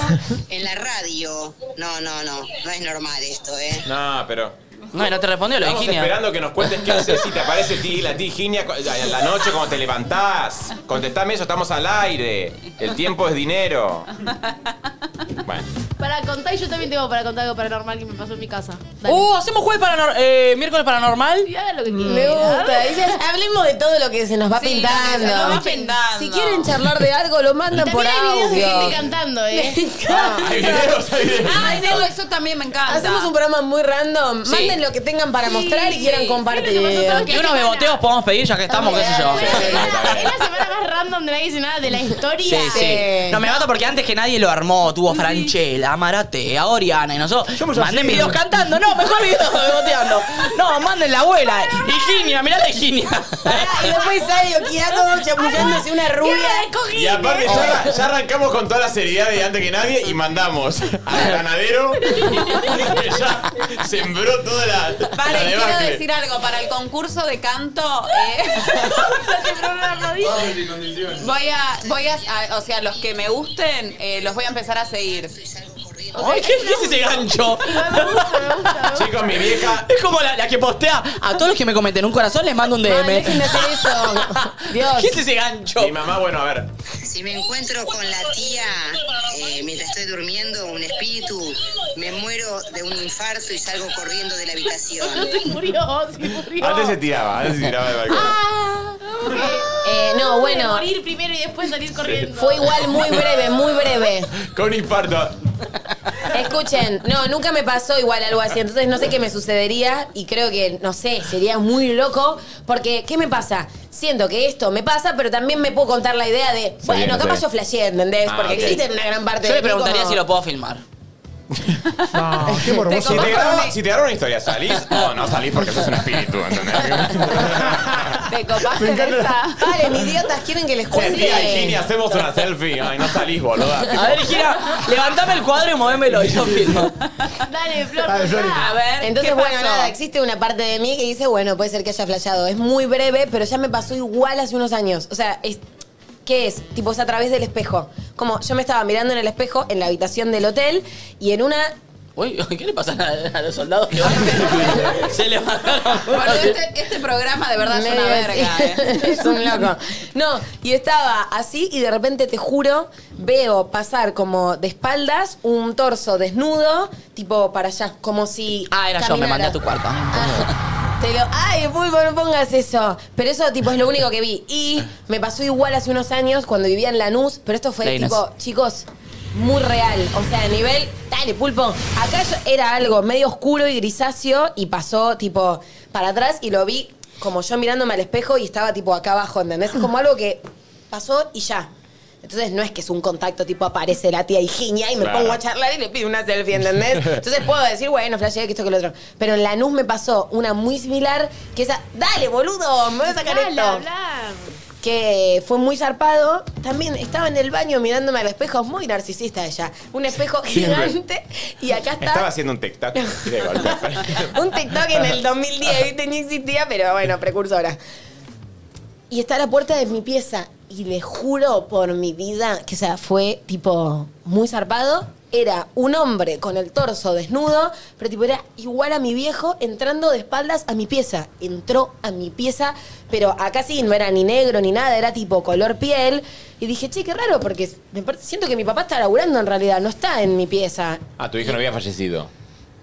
[SPEAKER 11] en la radio. No, no, no, no es normal esto, ¿eh?
[SPEAKER 5] No, pero.
[SPEAKER 3] No, y no te respondió lo de
[SPEAKER 5] Estamos
[SPEAKER 3] Virginia.
[SPEAKER 5] esperando que nos cuentes qué haces si te aparece ti- la tía Virginia cu- a la noche cuando te levantás. Contestame eso, estamos al aire. El tiempo es dinero. Bueno,
[SPEAKER 7] Para contar, y yo también tengo para contar algo paranormal que me pasó en mi casa. Dale.
[SPEAKER 3] Uh, hacemos jueves paranormal. Eh, miércoles paranormal.
[SPEAKER 7] Y hagan lo que quieran.
[SPEAKER 2] Me gusta. Dice, hablemos de todo lo que se nos va
[SPEAKER 4] Sí, lo que se
[SPEAKER 2] pintando.
[SPEAKER 4] nos va pintando.
[SPEAKER 2] Si quieren charlar de algo, lo mandan por
[SPEAKER 7] También hay videos de gente
[SPEAKER 2] audio.
[SPEAKER 7] cantando, ¿eh?
[SPEAKER 5] hay videos, hay videos.
[SPEAKER 4] Ah, eso, eso también me encanta.
[SPEAKER 2] Hacemos un programa muy random.
[SPEAKER 3] Sí.
[SPEAKER 2] Manden lo que tengan para mostrar y quieran
[SPEAKER 4] sí.
[SPEAKER 2] compartir.
[SPEAKER 7] Creo que pasó todo
[SPEAKER 3] Y unos beboteos podemos pedir ya que estamos, qué sé yo.
[SPEAKER 7] Fue la semana- Es la semana más random de la dice nada de la
[SPEAKER 3] Sí,
[SPEAKER 7] historia.
[SPEAKER 3] sí. No, me mato porque antes que nadie lo armó, tuvo a Franchella, a Marate, a Oriana y nosotros.
[SPEAKER 6] Somos
[SPEAKER 3] manden
[SPEAKER 6] así.
[SPEAKER 3] videos cantando, no, mejor videos beboteando. No, manden la abuela. Higinia, mirá la Higinia.
[SPEAKER 2] Pará, y después sale Okiato chamullándose una rubia.
[SPEAKER 5] Y aparte ya, ya arrancamos con toda la seriedad de antes que nadie y mandamos al ganadero que ya sembró toda la,
[SPEAKER 4] Vale,
[SPEAKER 5] la
[SPEAKER 4] quiero
[SPEAKER 5] debacle.
[SPEAKER 4] decir algo. Para el concurso de canto, eh,
[SPEAKER 9] Este
[SPEAKER 4] voy a, voy a, a- o sea, los que me gusten, eh, los voy a empezar a seguir.
[SPEAKER 3] Ay, ¿qué, qué es ese gancho?
[SPEAKER 5] Chicos, mi vieja
[SPEAKER 3] Es como la, la que postea a todos los que me comenten un corazón les mando un DM.
[SPEAKER 2] Ay, dejen de hacer eso. Dios.
[SPEAKER 3] ¿Qué es ese gancho?
[SPEAKER 5] Mi mamá, bueno, a ver,
[SPEAKER 11] Si me encuentro con la tía eh, mientras estoy durmiendo, un espíritu, me muero de un infarto y salgo corriendo de la habitación.
[SPEAKER 7] Se murió, se murió.
[SPEAKER 5] Antes se tiraba, antes se tiraba del balcón.
[SPEAKER 7] Ah,
[SPEAKER 2] Eh, no, bueno,
[SPEAKER 7] Morir primero y después salir corriendo.
[SPEAKER 2] fue igual muy breve, muy breve.
[SPEAKER 5] Con infarto.
[SPEAKER 2] Escuchen, no, nunca me pasó igual algo así, entonces no sé qué me sucedería y creo que, no sé, sería muy loco, porque ¿qué me pasa? Siento que esto me pasa, pero también me puedo contar la idea de, bueno,
[SPEAKER 5] bien,
[SPEAKER 2] capaz
[SPEAKER 5] sí.
[SPEAKER 2] yo flasheé, ¿entendés?
[SPEAKER 5] Ah,
[SPEAKER 2] porque
[SPEAKER 5] ok.
[SPEAKER 2] existe en una gran parte
[SPEAKER 3] Yo
[SPEAKER 2] de
[SPEAKER 3] le
[SPEAKER 2] mí
[SPEAKER 3] preguntaría
[SPEAKER 2] como-
[SPEAKER 3] si lo puedo filmar.
[SPEAKER 6] No, qué morboso.
[SPEAKER 5] Si ¿eh? te, graba, si te graba una historia, ¿salís? No, no salís porque sos un espíritu, ¿entendés?
[SPEAKER 4] Te copaste
[SPEAKER 6] Me encanta.
[SPEAKER 4] de esa.
[SPEAKER 2] Vale, mis idiotas, ¿quieren que les
[SPEAKER 5] Sentía, Virginia,
[SPEAKER 2] cuente?
[SPEAKER 5] hacemos una selfie. Ay, no salís, boluda.
[SPEAKER 3] A ver, gira, levantame el cuadro y movémelo y yo filmo.
[SPEAKER 7] Dale, Flor.
[SPEAKER 6] Dale, Flor.
[SPEAKER 4] A ver,
[SPEAKER 2] Entonces,
[SPEAKER 4] ¿qué
[SPEAKER 2] bueno,
[SPEAKER 4] pasó?
[SPEAKER 2] nada, existe una parte de mí que dice, bueno, puede ser que haya flasheado. Es muy breve, pero ya me pasó igual hace unos años. O sea, es, ¿qué es? Tipo, es a través del espejo. Como yo me estaba mirando en el espejo en la habitación del hotel y en una
[SPEAKER 3] Uy, ¿qué le pasa a, a los soldados que van? Se levantaron.
[SPEAKER 4] Boludo, este, este programa de verdad es una
[SPEAKER 2] Medio
[SPEAKER 4] verga,
[SPEAKER 2] así.
[SPEAKER 4] eh.
[SPEAKER 2] es un loco. No, y estaba así y de repente, te juro, veo pasar como de espaldas un torso desnudo, tipo para allá, como si.
[SPEAKER 3] Ah, era yo, me
[SPEAKER 2] caminara.
[SPEAKER 3] mandé a tu cuarto.
[SPEAKER 2] Ah, te lo, ay, pulpo, no pongas eso. Pero eso, tipo, es lo único que vi. Y me pasó igual hace unos años cuando vivía en Lanús, pero esto fue,
[SPEAKER 3] Leinas.
[SPEAKER 2] tipo, chicos, muy real. O sea, a nivel, dale, pulpo. Acá yo- era algo medio oscuro y grisáceo y pasó, tipo, para atrás y lo vi como yo mirándome al espejo y estaba, tipo, acá abajo, ¿entendés? Es como algo que pasó y ya. Entonces no es que es un contacto tipo aparece la tía Higinia y me
[SPEAKER 5] Claro.
[SPEAKER 2] pongo a charlar y le pido una selfie, ¿entendés? Entonces puedo decir, bueno, flashé que esto que lo otro. Pero en Lanús me pasó una muy similar que esa, dale boludo, oh, me voy a sacar esto. Que fue muy zarpado. También estaba en el baño mirándome al espejo, muy narcisista ella. Un espejo
[SPEAKER 5] Siempre.
[SPEAKER 2] gigante y acá está.
[SPEAKER 5] Estaba haciendo un tic-tac. de golpe.
[SPEAKER 2] Un TikTok en el 2010, ¿viste? No existía, pero bueno, precursora. Y está a la puerta de mi pieza. Y le juro por mi vida que, o sea, fue tipo muy zarpado. Era un hombre con el torso desnudo, pero tipo era igual a mi viejo entrando de espaldas a mi pieza. Entró a mi pieza, pero acá sí no era ni negro ni nada, era tipo color piel. Y dije, che, qué raro, porque me parece- siento que mi papá está laburando en realidad, no está en mi pieza.
[SPEAKER 5] Ah, tu hijo no había fallecido.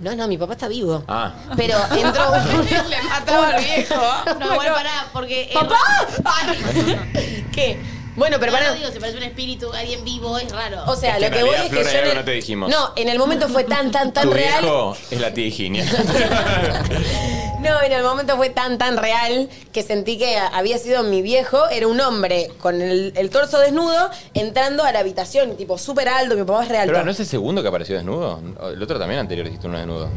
[SPEAKER 2] No, no, mi papá está vivo.
[SPEAKER 5] Ah.
[SPEAKER 2] Pero entró un...
[SPEAKER 4] Le mataba al viejo.
[SPEAKER 7] No, bueno, pará, porque.
[SPEAKER 2] ¡Papá! ¿Qué? Bueno, pero
[SPEAKER 7] Pero
[SPEAKER 2] para...
[SPEAKER 7] No, digo, se parece un espíritu, alguien vivo, es raro.
[SPEAKER 2] O sea,
[SPEAKER 5] Es que
[SPEAKER 2] lo
[SPEAKER 5] en
[SPEAKER 2] que voy
[SPEAKER 5] realidad,
[SPEAKER 2] es que
[SPEAKER 5] Flor,
[SPEAKER 2] yo...
[SPEAKER 5] hay
[SPEAKER 2] en
[SPEAKER 5] algo
[SPEAKER 2] el-
[SPEAKER 5] que no te dijimos.
[SPEAKER 2] No, en el momento fue tan, tan, tan
[SPEAKER 5] Tu
[SPEAKER 2] real...
[SPEAKER 5] viejo es la tía Higinia.
[SPEAKER 2] No, en el momento fue tan, tan real que sentí que había sido mi viejo. Era un hombre con el, el torso desnudo entrando a la habitación, tipo súper alto, mi papá es real.
[SPEAKER 5] Pero no es el segundo que apareció desnudo. El otro también anterior hiciste uno desnudo.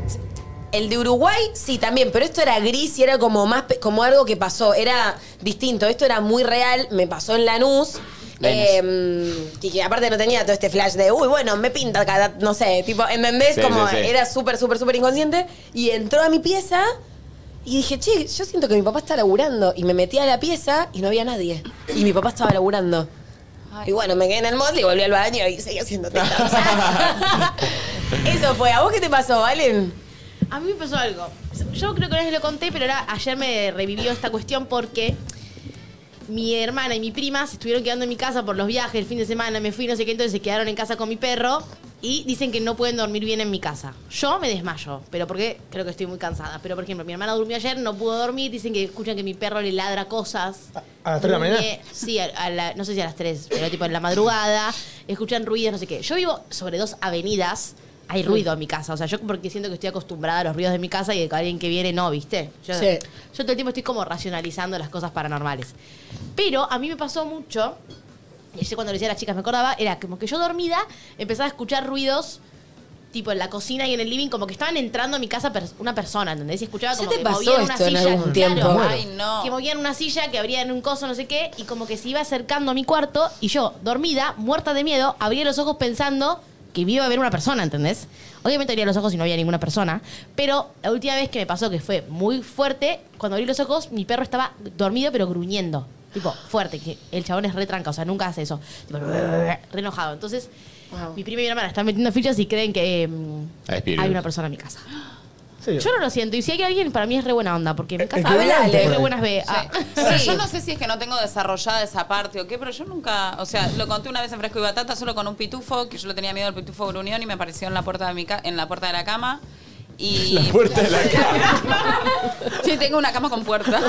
[SPEAKER 2] El de Uruguay, sí, también, pero esto era gris y era como más pe- como algo que pasó, era distinto, esto era muy real, me pasó en Lanús.
[SPEAKER 3] Lanús.
[SPEAKER 2] eh, y que aparte no tenía todo este flash de, uy, bueno, me pinta cada, no sé, tipo, ¿entendés?
[SPEAKER 5] Sí,
[SPEAKER 2] como
[SPEAKER 5] sí, sí.
[SPEAKER 2] era súper, súper, súper inconsciente. Y entró a mi pieza y dije, che, yo siento que mi papá está laburando. Y me metí a la pieza y no había nadie. Y mi papá estaba laburando. Y bueno, me quedé en el mod y volví al baño y seguí haciendo tetas. Eso fue. ¿A vos qué te pasó, Valen?
[SPEAKER 7] A mí me pasó algo. Yo creo que una vez lo conté, pero ahora ayer me revivió esta cuestión porque mi hermana y mi prima se estuvieron quedando en mi casa por los viajes, el fin de semana, me fui, no sé qué, entonces se quedaron en casa con mi perro y dicen que no pueden dormir bien en mi casa. Yo me desmayo, pero porque creo que estoy muy cansada. Pero por ejemplo, mi hermana durmió ayer, no pudo dormir, dicen que escuchan que mi perro le ladra cosas.
[SPEAKER 6] ¿A las tres de la mañana?
[SPEAKER 7] Gruñe, Sí, a, a la- no sé si a las 3, pero tipo en la madrugada, escuchan ruidos, no sé qué. Yo vivo sobre dos avenidas, hay ruido en mi casa. O sea, yo porque siento que estoy acostumbrada a los ruidos de mi casa y de que alguien que viene no, ¿viste? Yo,
[SPEAKER 2] Sí.
[SPEAKER 7] yo todo el tiempo estoy como racionalizando las cosas paranormales. Pero a mí me pasó mucho, y ayer cuando le decía a las chicas me acordaba, era como que yo dormida empezaba a escuchar ruidos. Tipo en la cocina y en el living, como que estaban entrando a mi casa pers- una persona, ¿entendés? Y escuchaba
[SPEAKER 2] ¿Ya
[SPEAKER 7] como
[SPEAKER 2] te
[SPEAKER 7] que
[SPEAKER 2] pasó
[SPEAKER 7] movían una
[SPEAKER 2] esto en
[SPEAKER 7] silla. claro,
[SPEAKER 2] algún tiempo?
[SPEAKER 4] Ay, no.
[SPEAKER 7] que movían una silla, que abrían un coso, no sé qué, y como que se iba acercando a mi cuarto, y yo, dormida, muerta de miedo, abría los ojos pensando que me iba a ver una persona, ¿entendés? Obviamente abría los ojos y no había ninguna persona, pero la última vez que me pasó, que fue muy fuerte, cuando abrí los ojos, mi perro estaba dormido, pero gruñendo. Tipo, fuerte, que el chabón es retranca, o sea, nunca hace eso. Tipo, re enojado. Entonces, mi prima y mi hermana están metiendo fichas y creen que em,
[SPEAKER 5] Hay espíritus.
[SPEAKER 7] hay una persona en mi casa.
[SPEAKER 6] Sí.
[SPEAKER 7] Yo no lo siento. Y si hay alguien, para mí es re buena onda, porque en mi casa
[SPEAKER 6] Hablale.
[SPEAKER 7] hay re buenas B. Ah.
[SPEAKER 4] Pero yo no sé si es que no tengo desarrollada esa parte o qué, pero yo nunca, o sea, lo conté una vez en Fresco y Batata solo con un pitufo, que yo le tenía miedo al pitufo gruñón y me apareció en la puerta de mi ca- en la puerta de la cama. Y
[SPEAKER 5] La puerta de la cama.
[SPEAKER 4] sí, tengo una cama con puerta.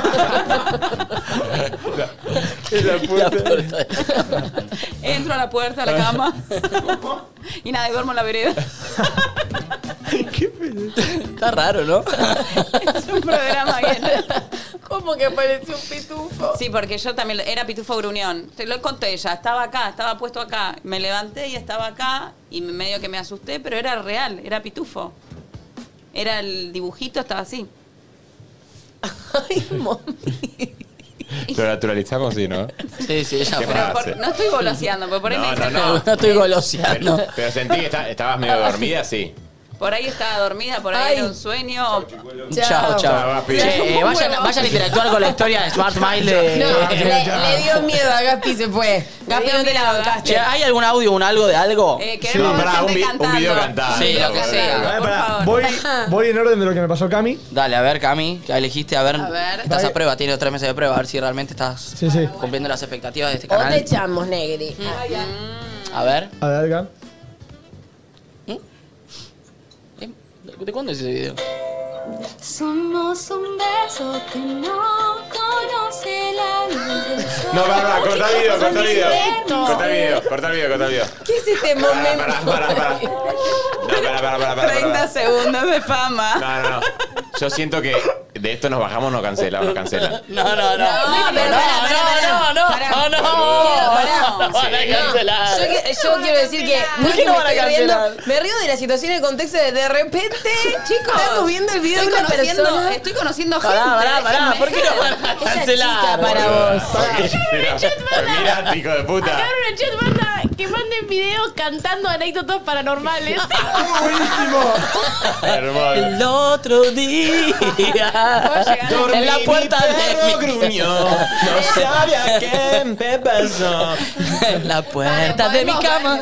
[SPEAKER 5] Es la puerta.
[SPEAKER 4] Entro a la puerta de la cama y nada, y duermo en la vereda.
[SPEAKER 8] Está raro, ¿no?
[SPEAKER 4] Es un programa bien.
[SPEAKER 2] ¿Cómo que apareció un pitufo?
[SPEAKER 4] Sí, porque yo también era pitufo gruñón. Te lo conté ella, estaba acá, estaba puesto acá. Me levanté y estaba acá y medio que me asusté, pero era real, era pitufo. Era el dibujito, estaba así.
[SPEAKER 2] Ay, mami.
[SPEAKER 5] Lo naturalizamos, sí, ¿no?
[SPEAKER 8] Sí, sí, ella
[SPEAKER 5] Qué
[SPEAKER 8] fue.
[SPEAKER 4] Pero
[SPEAKER 5] Ah,
[SPEAKER 4] por-
[SPEAKER 5] sí.
[SPEAKER 4] no estoy goloseando, porque por ahí
[SPEAKER 5] No,
[SPEAKER 4] me
[SPEAKER 5] no,
[SPEAKER 4] dicen,
[SPEAKER 5] no.
[SPEAKER 4] no.
[SPEAKER 8] No estoy goloseando.
[SPEAKER 5] Pero, pero sentí que está- estabas medio dormida, sí.
[SPEAKER 4] Por ahí estaba dormida, por ahí
[SPEAKER 2] Ay.
[SPEAKER 4] era un sueño.
[SPEAKER 5] Chao,
[SPEAKER 8] Chao, chao.
[SPEAKER 5] papi.
[SPEAKER 8] Che, eh, vayan, vayan a interactuar con la historia de Smart Mind de.
[SPEAKER 2] No, le,
[SPEAKER 8] Eh,
[SPEAKER 2] le dio miedo a Gaspi se fue. Gaspi
[SPEAKER 4] dio
[SPEAKER 2] no te la
[SPEAKER 4] miedo,
[SPEAKER 2] bancaste.
[SPEAKER 8] Ah. Che, ¿hay algún audio, un algo de algo?
[SPEAKER 4] Eh, queremos
[SPEAKER 5] Sí,
[SPEAKER 4] ver
[SPEAKER 5] pará,
[SPEAKER 4] gente
[SPEAKER 5] un vi- un
[SPEAKER 4] cantando.
[SPEAKER 5] video cantando,
[SPEAKER 4] Sí, lo que
[SPEAKER 5] boludo.
[SPEAKER 4] sea.
[SPEAKER 6] Ah,
[SPEAKER 4] Por
[SPEAKER 6] pará,
[SPEAKER 4] favor.
[SPEAKER 6] voy, voy en orden de lo que me pasó Cami.
[SPEAKER 8] Dale, a ver, Cami, que elegiste, a ver,
[SPEAKER 4] A ver.
[SPEAKER 8] estás a
[SPEAKER 6] Dale.
[SPEAKER 8] prueba, tienes tres meses de prueba, a ver si realmente estás
[SPEAKER 6] Sí, sí.
[SPEAKER 8] cumpliendo las expectativas de este
[SPEAKER 2] O te
[SPEAKER 8] canal.
[SPEAKER 2] echamos, Negri. Ah.
[SPEAKER 8] A ver. ¿Mm?
[SPEAKER 6] A ver, Alga.
[SPEAKER 8] ¿eh? ¿De cuándo es ese video?
[SPEAKER 9] Somos un beso que no conoce la luz del sol.
[SPEAKER 5] No, pará, pará, corta el video, corta el video. Corta el video, corta el video, corta el video.
[SPEAKER 2] ¿Qué es este
[SPEAKER 5] Pará,
[SPEAKER 2] momento?
[SPEAKER 5] pará, pará, pará. No, pará, pará, pará, pará,
[SPEAKER 4] 30
[SPEAKER 5] pará.
[SPEAKER 4] segundos de fama.
[SPEAKER 5] No, no, no. Yo siento que de esto nos bajamos, nos cancela, nos cancela.
[SPEAKER 8] No, no,
[SPEAKER 2] No,
[SPEAKER 8] no.
[SPEAKER 2] pero
[SPEAKER 8] no,
[SPEAKER 2] pará, pará,
[SPEAKER 8] no,
[SPEAKER 2] pará.
[SPEAKER 8] no,
[SPEAKER 2] Pará.
[SPEAKER 8] no, no,
[SPEAKER 4] Quiero,
[SPEAKER 8] no, van a cancelar.
[SPEAKER 2] Yo, que- yo quiero decir que no es que
[SPEAKER 8] qué no
[SPEAKER 2] me
[SPEAKER 8] van a
[SPEAKER 2] estoy riendo,
[SPEAKER 8] cancelar?
[SPEAKER 2] me río de la situación en el contexto de de repente, chicos, estamos viendo el video de
[SPEAKER 4] Estoy
[SPEAKER 2] una
[SPEAKER 4] conociendo,
[SPEAKER 2] persona.
[SPEAKER 4] estoy conociendo gente.
[SPEAKER 8] Pará, pará, pará,
[SPEAKER 4] déjenme
[SPEAKER 8] ¿por qué no
[SPEAKER 4] ser.
[SPEAKER 8] van a
[SPEAKER 2] Esa chica
[SPEAKER 8] cancelar?
[SPEAKER 2] para vos.
[SPEAKER 5] Mira, mira, hijo de puta.
[SPEAKER 7] Acá abre una chat banda que manden videos cantando anécdotas paranormales.
[SPEAKER 5] Hermoso.
[SPEAKER 8] El otro día. En la puerta
[SPEAKER 5] Dormí, mi
[SPEAKER 8] de
[SPEAKER 5] perro
[SPEAKER 8] mi
[SPEAKER 5] gruñó. No sabía qué me pasó.
[SPEAKER 8] En la puerta de mi cama.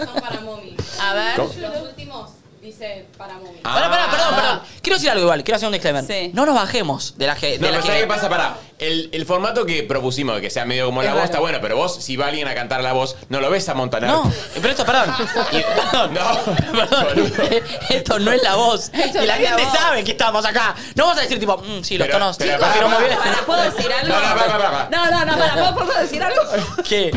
[SPEAKER 4] A ver.
[SPEAKER 8] Ah. Pará, pará, perdón, perdón. Quiero decir algo igual, quiero hacer un disclaimer.
[SPEAKER 4] Sí.
[SPEAKER 8] No nos bajemos de la ge-
[SPEAKER 5] No,
[SPEAKER 8] Eh, de
[SPEAKER 5] pero
[SPEAKER 8] la
[SPEAKER 5] ¿sabes qué
[SPEAKER 8] ge-
[SPEAKER 5] pasa? Pará. El, el formato que propusimos, de que sea medio como la voz, está bueno, pero vos, si va alguien a cantar la voz, no lo ves a Montaner. Eh,
[SPEAKER 8] No, pero esto, perdón.
[SPEAKER 5] Y-
[SPEAKER 8] Perdón.
[SPEAKER 5] No.
[SPEAKER 8] Perdón,
[SPEAKER 5] Boludo.
[SPEAKER 8] esto no es la voz.
[SPEAKER 4] Esto
[SPEAKER 8] y
[SPEAKER 4] no
[SPEAKER 8] la
[SPEAKER 4] es la
[SPEAKER 8] gente
[SPEAKER 4] voz.
[SPEAKER 8] sabe que estamos acá. No vamos a decir tipo, mm, sí, los
[SPEAKER 5] Pero-
[SPEAKER 8] tonos.
[SPEAKER 5] pero
[SPEAKER 8] chicos,
[SPEAKER 5] pará,
[SPEAKER 8] pero muy
[SPEAKER 5] pará,
[SPEAKER 8] bien.
[SPEAKER 4] Para, ¿puedo decir algo?
[SPEAKER 5] No, no, pará, pará, pará.
[SPEAKER 4] No, no, no, para, ¿puedo, puedo decir algo?
[SPEAKER 8] ¿Qué?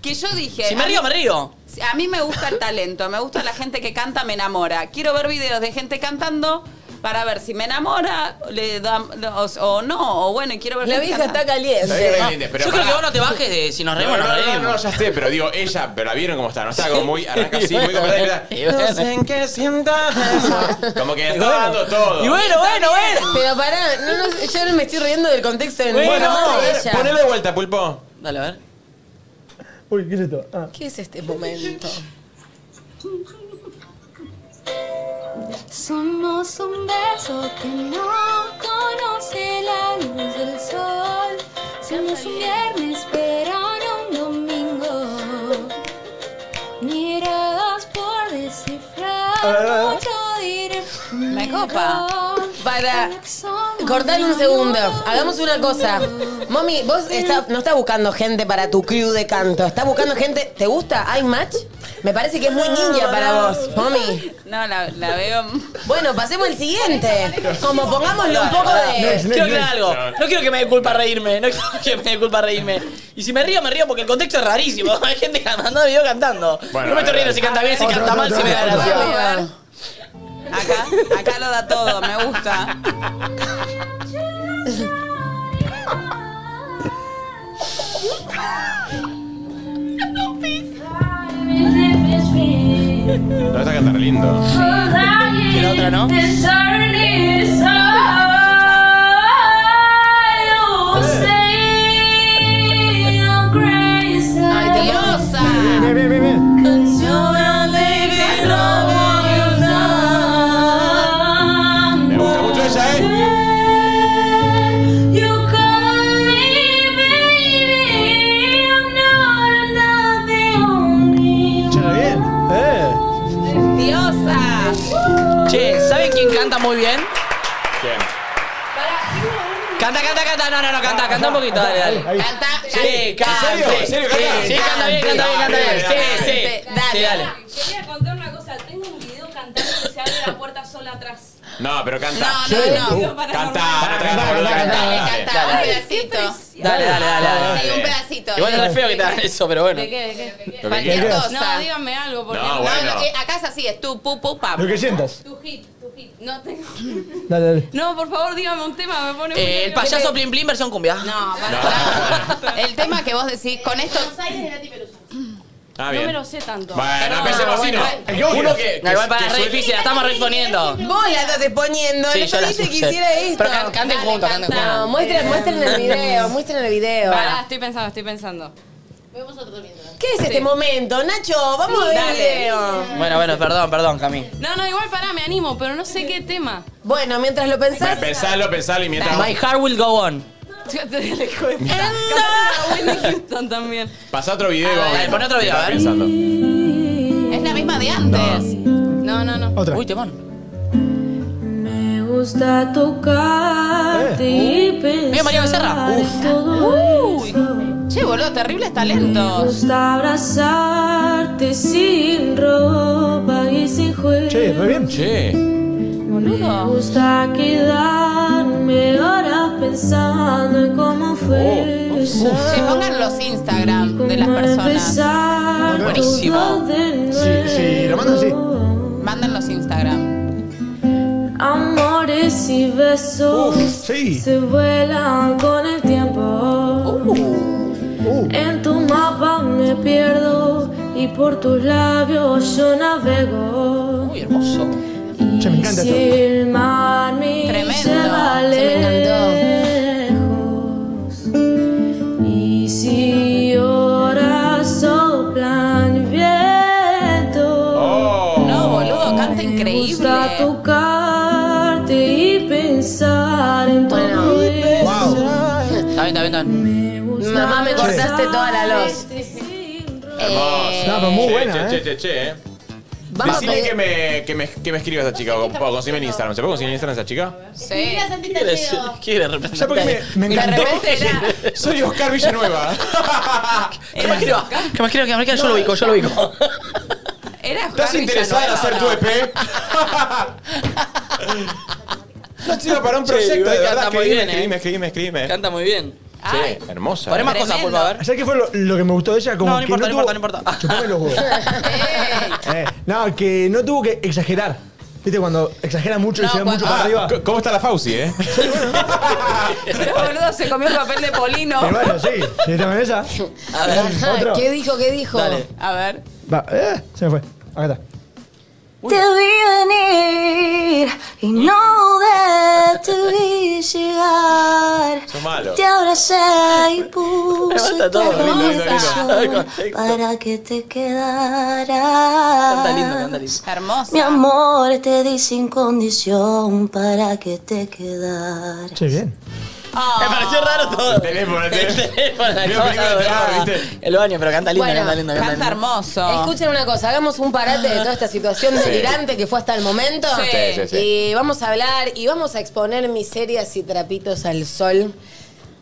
[SPEAKER 4] Que yo dije.
[SPEAKER 8] Si me
[SPEAKER 4] a mí-
[SPEAKER 8] río, me río.
[SPEAKER 4] A mí me gusta el talento, me gusta la gente que canta, me enamora. Quiero ver videos de gente cantando para ver si me enamora le da- o, o no, o bueno, y quiero ver
[SPEAKER 2] La
[SPEAKER 4] gente
[SPEAKER 2] vieja está
[SPEAKER 4] cantando.
[SPEAKER 5] ¿Sabés qué
[SPEAKER 2] caliente.
[SPEAKER 5] me entiendes? Pero
[SPEAKER 8] Yo creo que
[SPEAKER 5] pará.
[SPEAKER 8] vos no te bajes de si nos
[SPEAKER 5] No,
[SPEAKER 8] reímos,
[SPEAKER 5] no,
[SPEAKER 8] nos
[SPEAKER 5] no,
[SPEAKER 8] reímos.
[SPEAKER 5] no, no, ya sé, pero digo, ella, pero la vieron cómo está, no está como muy, arranca así, muy como
[SPEAKER 8] Y bueno.
[SPEAKER 5] No sé en qué sienta eso. Como que está dando todo.
[SPEAKER 8] Y bueno, bueno, bueno.
[SPEAKER 2] Pero pará, no, no, yo no me estoy riendo del contexto en el
[SPEAKER 5] Bueno,
[SPEAKER 2] momento de
[SPEAKER 5] ponele-
[SPEAKER 2] ella.
[SPEAKER 5] ponele de vuelta, pulpo.
[SPEAKER 8] Dale, a ver.
[SPEAKER 6] Uy, ¿qué es esto? Ah.
[SPEAKER 2] ¿Qué es este momento?
[SPEAKER 9] Somos un beso que no conoce la luz del sol. Somos un viernes, pero no un domingo. Miradas por descifrar, mucho diré.
[SPEAKER 4] Me copa.
[SPEAKER 2] Para cortar un segundo, hagamos una cosa. Mami, vos está- no estás buscando gente para tu crew de canto, estás buscando gente. ¿Te gusta? ¿Hay match? Me parece que es muy ninja para vos, mami.
[SPEAKER 4] No, la, la veo.
[SPEAKER 2] Bueno, pasemos al siguiente. Como pongámosle un poco de.
[SPEAKER 8] Quiero aclarar algo. No quiero que me dé culpa reírme. No quiero que me dé culpa reírme. Y si me río, me río porque el contexto es rarísimo. Hay gente mandando video cantando.
[SPEAKER 5] Bueno,
[SPEAKER 8] no me estoy
[SPEAKER 5] dale,
[SPEAKER 8] riendo si canta bien, si
[SPEAKER 6] Otro,
[SPEAKER 8] canta mal,
[SPEAKER 6] otro,
[SPEAKER 8] si me da
[SPEAKER 6] otro.
[SPEAKER 8] gracia.
[SPEAKER 4] A ver. Acá, acá lo da todo, me gusta.
[SPEAKER 5] No está cantando lindo.
[SPEAKER 9] Que
[SPEAKER 8] la otra, ¿no?
[SPEAKER 9] Ay,
[SPEAKER 4] ¡Diosa!
[SPEAKER 6] Bien, bien, bien, bien.
[SPEAKER 5] Me gusta mucho ella, ¿eh?
[SPEAKER 9] You call me baby, I'm not, not the only one.
[SPEAKER 6] Che, bien. Eh.
[SPEAKER 4] ¡Diosa!
[SPEAKER 8] Che, ¿saben quién canta muy bien?
[SPEAKER 3] Canta, canta, canta. No, no, no, canta, canta un poquito. Dale, dale.
[SPEAKER 2] Canta,
[SPEAKER 3] Sí, canta.
[SPEAKER 5] ¿En serio? ¿En serio? Canta.
[SPEAKER 3] Sí, canta bien, canta bien, canta bien. Sí, sí. Sí, dale.
[SPEAKER 12] Quería contar una cosa. Tengo un video cantando que se abre la puerta sola atrás.
[SPEAKER 5] No, pero canta.
[SPEAKER 12] No, no, no.
[SPEAKER 5] Uh, Canta, no te hagas boludo, canta. Dale.
[SPEAKER 12] Dale.
[SPEAKER 4] un pedacito.
[SPEAKER 3] Dale, dale, dale, dale.
[SPEAKER 4] Sí, un pedacito.
[SPEAKER 3] Igual es re feo que te hagan eso, pero bueno.
[SPEAKER 5] Lo que
[SPEAKER 4] Cualquier
[SPEAKER 5] quieras.
[SPEAKER 4] cosa.
[SPEAKER 12] No, díganme algo. Porque
[SPEAKER 5] No,
[SPEAKER 12] no,
[SPEAKER 5] bueno.
[SPEAKER 4] eh, acá es así, es tu pu, pu, pa.
[SPEAKER 6] Lo que sientas.
[SPEAKER 12] Tu hit, tu hit. No tengo.
[SPEAKER 6] Dale, dale.
[SPEAKER 12] No, por favor, dígame un tema. Me pone muy
[SPEAKER 3] Eh, El
[SPEAKER 12] nerviosa.
[SPEAKER 3] payaso Plim Plim versión cumbia.
[SPEAKER 4] No,
[SPEAKER 5] No.
[SPEAKER 4] para. El tema que vos decís, con esto.
[SPEAKER 7] Buenos Aires de Nati Peluso.
[SPEAKER 5] Ah,
[SPEAKER 12] No me
[SPEAKER 5] bien.
[SPEAKER 12] lo sé tanto.
[SPEAKER 5] Bueno, empecemos así, ¿no?
[SPEAKER 3] bueno.
[SPEAKER 5] Uno que.
[SPEAKER 3] No, igual para
[SPEAKER 5] que
[SPEAKER 3] re
[SPEAKER 5] suelte-
[SPEAKER 3] difícil, la estamos respondiendo.
[SPEAKER 2] Vos la estás exponiendo.
[SPEAKER 3] Sí,
[SPEAKER 2] Sí,
[SPEAKER 3] yo
[SPEAKER 2] yo
[SPEAKER 3] la
[SPEAKER 2] dice que
[SPEAKER 3] supuse.
[SPEAKER 2] hiciera esto.
[SPEAKER 3] Pero can- canten
[SPEAKER 4] Dale,
[SPEAKER 3] juntos, canten
[SPEAKER 4] canta.
[SPEAKER 2] No,
[SPEAKER 3] juntos.
[SPEAKER 2] muestren, muestren el video, muestren el video.
[SPEAKER 12] Pará, estoy pensando, estoy pensando.
[SPEAKER 7] Vemos otro mientras.
[SPEAKER 2] ¿Qué es este momento, Nacho? Vamos a ver el
[SPEAKER 4] Dale.
[SPEAKER 2] video.
[SPEAKER 3] Bueno, bueno, perdón, perdón, Cami.
[SPEAKER 12] No, no, igual pará, me animo, pero no sé qué tema.
[SPEAKER 2] Bueno, mientras lo pensás.
[SPEAKER 5] Pensalo, pensalo y mientras.
[SPEAKER 3] My heart will go on.
[SPEAKER 12] Cantaba Whitney Houston también.
[SPEAKER 5] Pasa otro video y vamos.
[SPEAKER 3] Dale,
[SPEAKER 5] viendo.
[SPEAKER 3] pon otro video,
[SPEAKER 5] Estaba
[SPEAKER 3] a ver.
[SPEAKER 5] pensando.
[SPEAKER 4] Es la misma de antes.
[SPEAKER 12] No, no, no.
[SPEAKER 6] Otra.
[SPEAKER 3] Uy, temón.
[SPEAKER 9] Me gusta tocarte y pensar
[SPEAKER 3] Mira, María Becerra.
[SPEAKER 9] en
[SPEAKER 3] Uf.
[SPEAKER 9] todo
[SPEAKER 4] Uy.
[SPEAKER 9] eso.
[SPEAKER 4] Che, boludo, terribles
[SPEAKER 9] Me
[SPEAKER 4] talentos.
[SPEAKER 9] gusta abrazarte sin ropa y sin juego.
[SPEAKER 6] Che, re bien.
[SPEAKER 5] Che.
[SPEAKER 9] Me gusta quedarme horas pensando en cómo fue.
[SPEAKER 4] Oh, Che, pongan los Instagram de las personas.
[SPEAKER 9] personas.
[SPEAKER 3] Buenísimo.
[SPEAKER 6] Sí, sí, lo mandan así.
[SPEAKER 4] Manden los Instagram.
[SPEAKER 9] Amores y besos
[SPEAKER 6] Uf, sí. Uh,
[SPEAKER 9] se vuelan con el tiempo. En tu mapa me pierdo y por tus labios yo navego.
[SPEAKER 3] Uy, hermoso.
[SPEAKER 6] Che, me encanta
[SPEAKER 9] y si
[SPEAKER 6] esto.
[SPEAKER 9] el mar me
[SPEAKER 4] Tremendo,
[SPEAKER 9] lleva
[SPEAKER 2] se
[SPEAKER 9] lejos y si ahora soplan vientos.
[SPEAKER 5] Oh.
[SPEAKER 4] No, boludo, canta increíble.
[SPEAKER 9] Gusta tocarte y pensar en tu
[SPEAKER 2] Bueno.
[SPEAKER 3] Está bien, está bien, está bien.
[SPEAKER 2] Mamá, me cortaste toda la luz.
[SPEAKER 5] Hermoso.
[SPEAKER 6] No, pero muy
[SPEAKER 5] Che,
[SPEAKER 6] buena,
[SPEAKER 5] Che,
[SPEAKER 6] eh.
[SPEAKER 5] che, che, che. eh.
[SPEAKER 2] Vamos a
[SPEAKER 5] Decime
[SPEAKER 2] pedir-
[SPEAKER 5] que me, que me, que me escribas a chica. O conseguime en Instagram. ¿Se puede conseguir en Instagram esa chica?
[SPEAKER 4] Sí.
[SPEAKER 7] Mira, Santi
[SPEAKER 3] ¿Quiere,
[SPEAKER 7] Talledo.
[SPEAKER 3] quiere
[SPEAKER 6] Ya porque me,
[SPEAKER 3] representar?
[SPEAKER 6] me
[SPEAKER 4] De
[SPEAKER 6] encantó.
[SPEAKER 4] repente era.
[SPEAKER 5] Soy Oscar Villanueva.
[SPEAKER 3] ¿Qué más quiero? ¿Qué más quiero? ¿Qué más quiero? Yo lo ubico, yo lo ubico.
[SPEAKER 4] Era Juan
[SPEAKER 5] ¿Estás interesada en
[SPEAKER 4] Villanueva,
[SPEAKER 5] hacer
[SPEAKER 4] ¿no?
[SPEAKER 5] tu E EP? No sirve para un
[SPEAKER 3] Che,
[SPEAKER 5] proyecto de
[SPEAKER 3] igual
[SPEAKER 5] verdad.
[SPEAKER 3] canta muy
[SPEAKER 5] Escribime,
[SPEAKER 3] bien,
[SPEAKER 5] escribime,
[SPEAKER 3] eh.
[SPEAKER 5] escribime, escribime.
[SPEAKER 3] Canta muy bien.
[SPEAKER 4] Ay,
[SPEAKER 5] Che, hermosa. eh.
[SPEAKER 3] Poné más cosas,
[SPEAKER 4] Tremendo.
[SPEAKER 3] Pulpa, a ver.
[SPEAKER 6] ¿Sabes qué fue lo, lo que me gustó de ella? Como
[SPEAKER 3] No, no
[SPEAKER 6] que
[SPEAKER 3] importa, no importa,
[SPEAKER 6] tuvo-
[SPEAKER 3] no importa.
[SPEAKER 6] Chupame los huevos. Eh, no, que no tuvo que exagerar. ¿Viste cuando exagera mucho y
[SPEAKER 4] No,
[SPEAKER 6] se va
[SPEAKER 4] cuando-
[SPEAKER 6] mucho para
[SPEAKER 5] Ah,
[SPEAKER 6] arriba?
[SPEAKER 5] c- ¿Cómo está la Fauci, eh?
[SPEAKER 4] Pero boludo se comió el papel de Polino.
[SPEAKER 6] Pero Eh, bueno, sí. ¿De esta manera?
[SPEAKER 3] A ver.
[SPEAKER 2] Ajá,
[SPEAKER 6] Otro.
[SPEAKER 2] ¿Qué dijo? ¿Qué dijo?
[SPEAKER 3] Dale.
[SPEAKER 4] A ver.
[SPEAKER 6] Va, eh, se me fue. Acá está.
[SPEAKER 9] Te vi venir y no de te vi llegar.
[SPEAKER 5] Sos malo.
[SPEAKER 9] Te abracé y puse
[SPEAKER 3] Levanta todo,
[SPEAKER 9] tu
[SPEAKER 3] lindo,
[SPEAKER 5] lindo, lindo.
[SPEAKER 9] corazón
[SPEAKER 3] Correcto.
[SPEAKER 9] para que te quedaras.
[SPEAKER 3] Canta lindo, canta lindo.
[SPEAKER 9] Mi
[SPEAKER 4] Hermosa.
[SPEAKER 9] amor, te di sin condición para que te quedaras.
[SPEAKER 6] Che, bien.
[SPEAKER 2] Ah.
[SPEAKER 3] Me pareció raro todo.
[SPEAKER 5] El teléfono, el teléfono.
[SPEAKER 3] El teléfono, la
[SPEAKER 5] Vio
[SPEAKER 3] cosa,
[SPEAKER 5] película de
[SPEAKER 3] ¿verdad?
[SPEAKER 5] terror, Ah, ¿viste?
[SPEAKER 3] El baño, pero canta lindo,
[SPEAKER 2] Bueno,
[SPEAKER 3] canta lindo, canta
[SPEAKER 4] Canta
[SPEAKER 3] lindo.
[SPEAKER 4] hermoso.
[SPEAKER 2] Escuchen una cosa, hagamos un parate de toda esta situación
[SPEAKER 5] Sí.
[SPEAKER 2] delirante que fue hasta el momento.
[SPEAKER 5] Sí, sí, sí.
[SPEAKER 2] Y vamos a hablar y vamos a exponer miserias y trapitos al sol.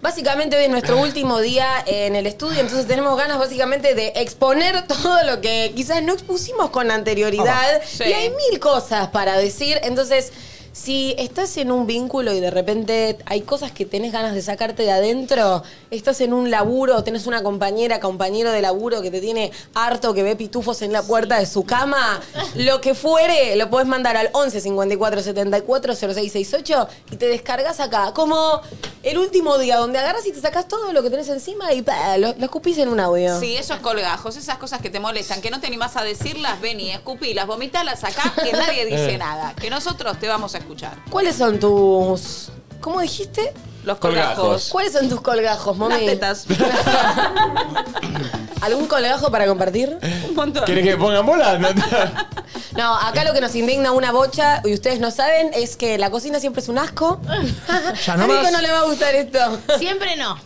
[SPEAKER 2] Básicamente hoy es nuestro último día en el estudio, entonces tenemos ganas básicamente de exponer todo lo que quizás no expusimos con
[SPEAKER 5] Ah,
[SPEAKER 2] anterioridad.
[SPEAKER 4] Sí.
[SPEAKER 2] Y hay mil cosas para decir, entonces... Si estás en un vínculo y de repente hay cosas que tenés ganas de sacarte de adentro, estás en un laburo, tenés una compañera, compañero de laburo que te tiene harto, que ve pitufos en la puerta de su cama, lo que fuere, lo podés mandar al 11 54 74 0668 y te descargas acá. Como el último día donde agarras y te sacas todo lo que tenés encima y pa, lo, lo escupís en un audio.
[SPEAKER 4] Sí, esos colgajos, esas cosas que te molestan, que no te animás a decirlas, ven y escupilas, vomitalas acá, que nadie
[SPEAKER 3] Eh.
[SPEAKER 4] dice nada, que nosotros te vamos a escuchar.
[SPEAKER 2] ¿Cuáles son tus. ¿Cómo dijiste?
[SPEAKER 4] Los
[SPEAKER 5] Colgajos.
[SPEAKER 4] colgajos.
[SPEAKER 2] ¿Cuáles son tus colgajos,
[SPEAKER 4] Las
[SPEAKER 2] mami?
[SPEAKER 4] tetas.
[SPEAKER 2] ¿Algún colgajo para compartir?
[SPEAKER 4] Un montón.
[SPEAKER 5] ¿Quieres que me pongan bola? No, no.
[SPEAKER 2] No, acá lo que nos indigna una bocha, y ustedes no saben, es que la cocina siempre es un asco.
[SPEAKER 6] Ya
[SPEAKER 2] a
[SPEAKER 6] no
[SPEAKER 2] Nico
[SPEAKER 6] más.
[SPEAKER 2] no le va a gustar esto.
[SPEAKER 7] Siempre no.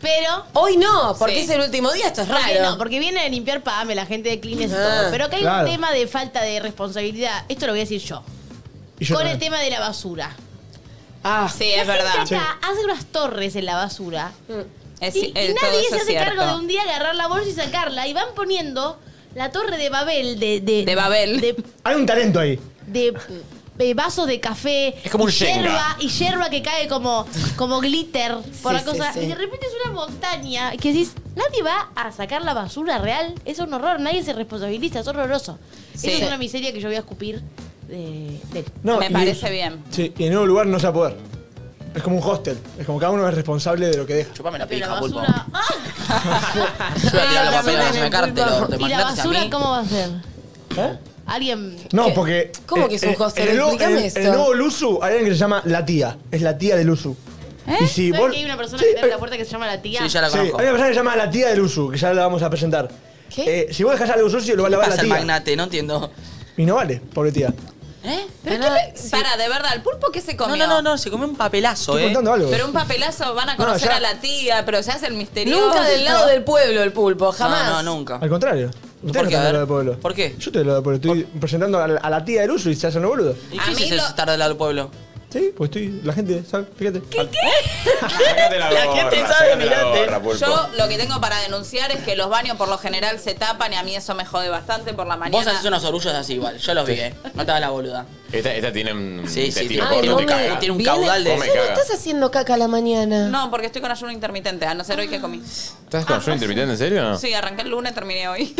[SPEAKER 7] Pero.
[SPEAKER 2] Hoy no, porque
[SPEAKER 4] Sí.
[SPEAKER 2] es el último día, esto es
[SPEAKER 7] ¿por qué
[SPEAKER 2] raro.
[SPEAKER 7] no? Porque viene a limpiar Pame, la gente de Clines y
[SPEAKER 2] Ah,
[SPEAKER 7] todo. Pero acá hay
[SPEAKER 6] claro.
[SPEAKER 7] un tema de falta de responsabilidad. Esto lo voy a decir yo.
[SPEAKER 6] Y yo
[SPEAKER 7] con
[SPEAKER 6] también.
[SPEAKER 7] el tema de la basura.
[SPEAKER 4] Ah, sí, es
[SPEAKER 7] la gente
[SPEAKER 4] verdad.
[SPEAKER 7] acá hace unas torres en la basura.
[SPEAKER 2] Mm.
[SPEAKER 4] Es-
[SPEAKER 7] y, y
[SPEAKER 4] eh, todo
[SPEAKER 7] nadie
[SPEAKER 4] eso
[SPEAKER 7] se
[SPEAKER 4] es
[SPEAKER 7] hace cargo
[SPEAKER 4] cierto.
[SPEAKER 7] de un día agarrar la bolsa y sacarla. Y van poniendo la torre de Babel de. De,
[SPEAKER 4] De Babel.
[SPEAKER 7] De,
[SPEAKER 6] Hay un talento ahí.
[SPEAKER 7] de- de vasos de café.
[SPEAKER 6] Es como un
[SPEAKER 7] y hierba,
[SPEAKER 6] Jenga.
[SPEAKER 7] y hierba que cae como, como glitter por la
[SPEAKER 2] Sí,
[SPEAKER 7] cosa.
[SPEAKER 2] sí, sí.
[SPEAKER 7] Y de repente es una montaña que decís, nadie va a sacar la basura real. Es un horror, nadie se responsabiliza, es horroroso.
[SPEAKER 4] Sí.
[SPEAKER 7] Eso es una miseria que yo voy a escupir de, de él.
[SPEAKER 6] No,
[SPEAKER 4] Me
[SPEAKER 6] y-
[SPEAKER 4] parece bien.
[SPEAKER 6] Sí, y en nuevo lugar no se va a poder. Es como un hostel. Es como cada uno es responsable de lo que deja.
[SPEAKER 3] Chupame la
[SPEAKER 7] pija,
[SPEAKER 3] pulpo.
[SPEAKER 6] Yo
[SPEAKER 3] voy a tirar los papeles a sacártelo, ¿te
[SPEAKER 7] ¿Y la
[SPEAKER 3] imaginas a mí?
[SPEAKER 7] basura cómo va a ser?
[SPEAKER 6] ¿Eh?
[SPEAKER 7] Alguien.
[SPEAKER 6] No, porque. eh,
[SPEAKER 7] ¿Cómo que es un hostel?
[SPEAKER 6] En el, nuevo-
[SPEAKER 7] Explícame
[SPEAKER 6] en-
[SPEAKER 7] esto.
[SPEAKER 6] en el nuevo Luzu hay alguien que se llama La Tía. Es la tía de Luzu.
[SPEAKER 7] ¿Eh?
[SPEAKER 6] Y si
[SPEAKER 7] ¿Sabes
[SPEAKER 6] vos-
[SPEAKER 7] que hay una persona
[SPEAKER 6] Sí,
[SPEAKER 7] que te abre
[SPEAKER 6] eh,
[SPEAKER 7] la puerta que se llama la tía?
[SPEAKER 6] Sí, hay una persona que se llama La Tía de Luzu, que ya la vamos a presentar. Eh, si vos dejas algo sucio, lo va a
[SPEAKER 3] ¿Qué
[SPEAKER 6] lavar la
[SPEAKER 3] pasa el
[SPEAKER 6] tía.
[SPEAKER 3] magnate? No entiendo.
[SPEAKER 6] Y no vale, pobre tía.
[SPEAKER 4] ¿Eh? ¿Pero qué le- Para, de verdad, ¿el pulpo qué se
[SPEAKER 3] No,
[SPEAKER 4] comió?
[SPEAKER 3] no, no, no, se comió un papelazo, eh.
[SPEAKER 6] Estoy contando algo.
[SPEAKER 4] Pero un papelazo van a
[SPEAKER 3] No,
[SPEAKER 4] conocer
[SPEAKER 3] ya-
[SPEAKER 4] a la tía, pero se hace el misterioso.
[SPEAKER 2] Nunca del lado del pueblo el pulpo, jamás.
[SPEAKER 3] No, no, nunca.
[SPEAKER 6] Al contrario. Ustedes no
[SPEAKER 3] qué? A
[SPEAKER 6] están
[SPEAKER 3] ver,
[SPEAKER 6] del pueblo. ¿Por
[SPEAKER 3] qué?
[SPEAKER 6] Yo te lo del pueblo. Estoy presentando a la, a la tía de Luzu y se hacen los boludos.
[SPEAKER 3] ¿Y qué es eso estar del lado del pueblo?
[SPEAKER 6] Sí, pues estoy. La gente, ¿sabes? Fíjate.
[SPEAKER 5] la La gente gorra, sabe, sácate la mirate. gorra, pulpo.
[SPEAKER 4] Yo lo que tengo para denunciar es que los baños por lo general se tapan y a mí eso me jode bastante por la
[SPEAKER 3] Vos
[SPEAKER 4] mañana.
[SPEAKER 3] haces unos orullos así igual, yo los vi, eh. No te hagas la boluda.
[SPEAKER 5] Esta, esta tiene un
[SPEAKER 3] Sí, sí,
[SPEAKER 5] intestino
[SPEAKER 3] tiene- tiene
[SPEAKER 5] corto, te
[SPEAKER 3] un-
[SPEAKER 5] caga.
[SPEAKER 3] tiene un caudal de-
[SPEAKER 5] Vos me
[SPEAKER 2] ¿Por qué no
[SPEAKER 5] cagas.
[SPEAKER 2] estás haciendo caca a la mañana?
[SPEAKER 4] No, porque estoy con ayuno intermitente, a no ser hoy que comí.
[SPEAKER 5] ¿Estás
[SPEAKER 7] ah,
[SPEAKER 5] con ayuno intermitente, en serio?
[SPEAKER 4] Sí, arranqué el lunes, terminé hoy.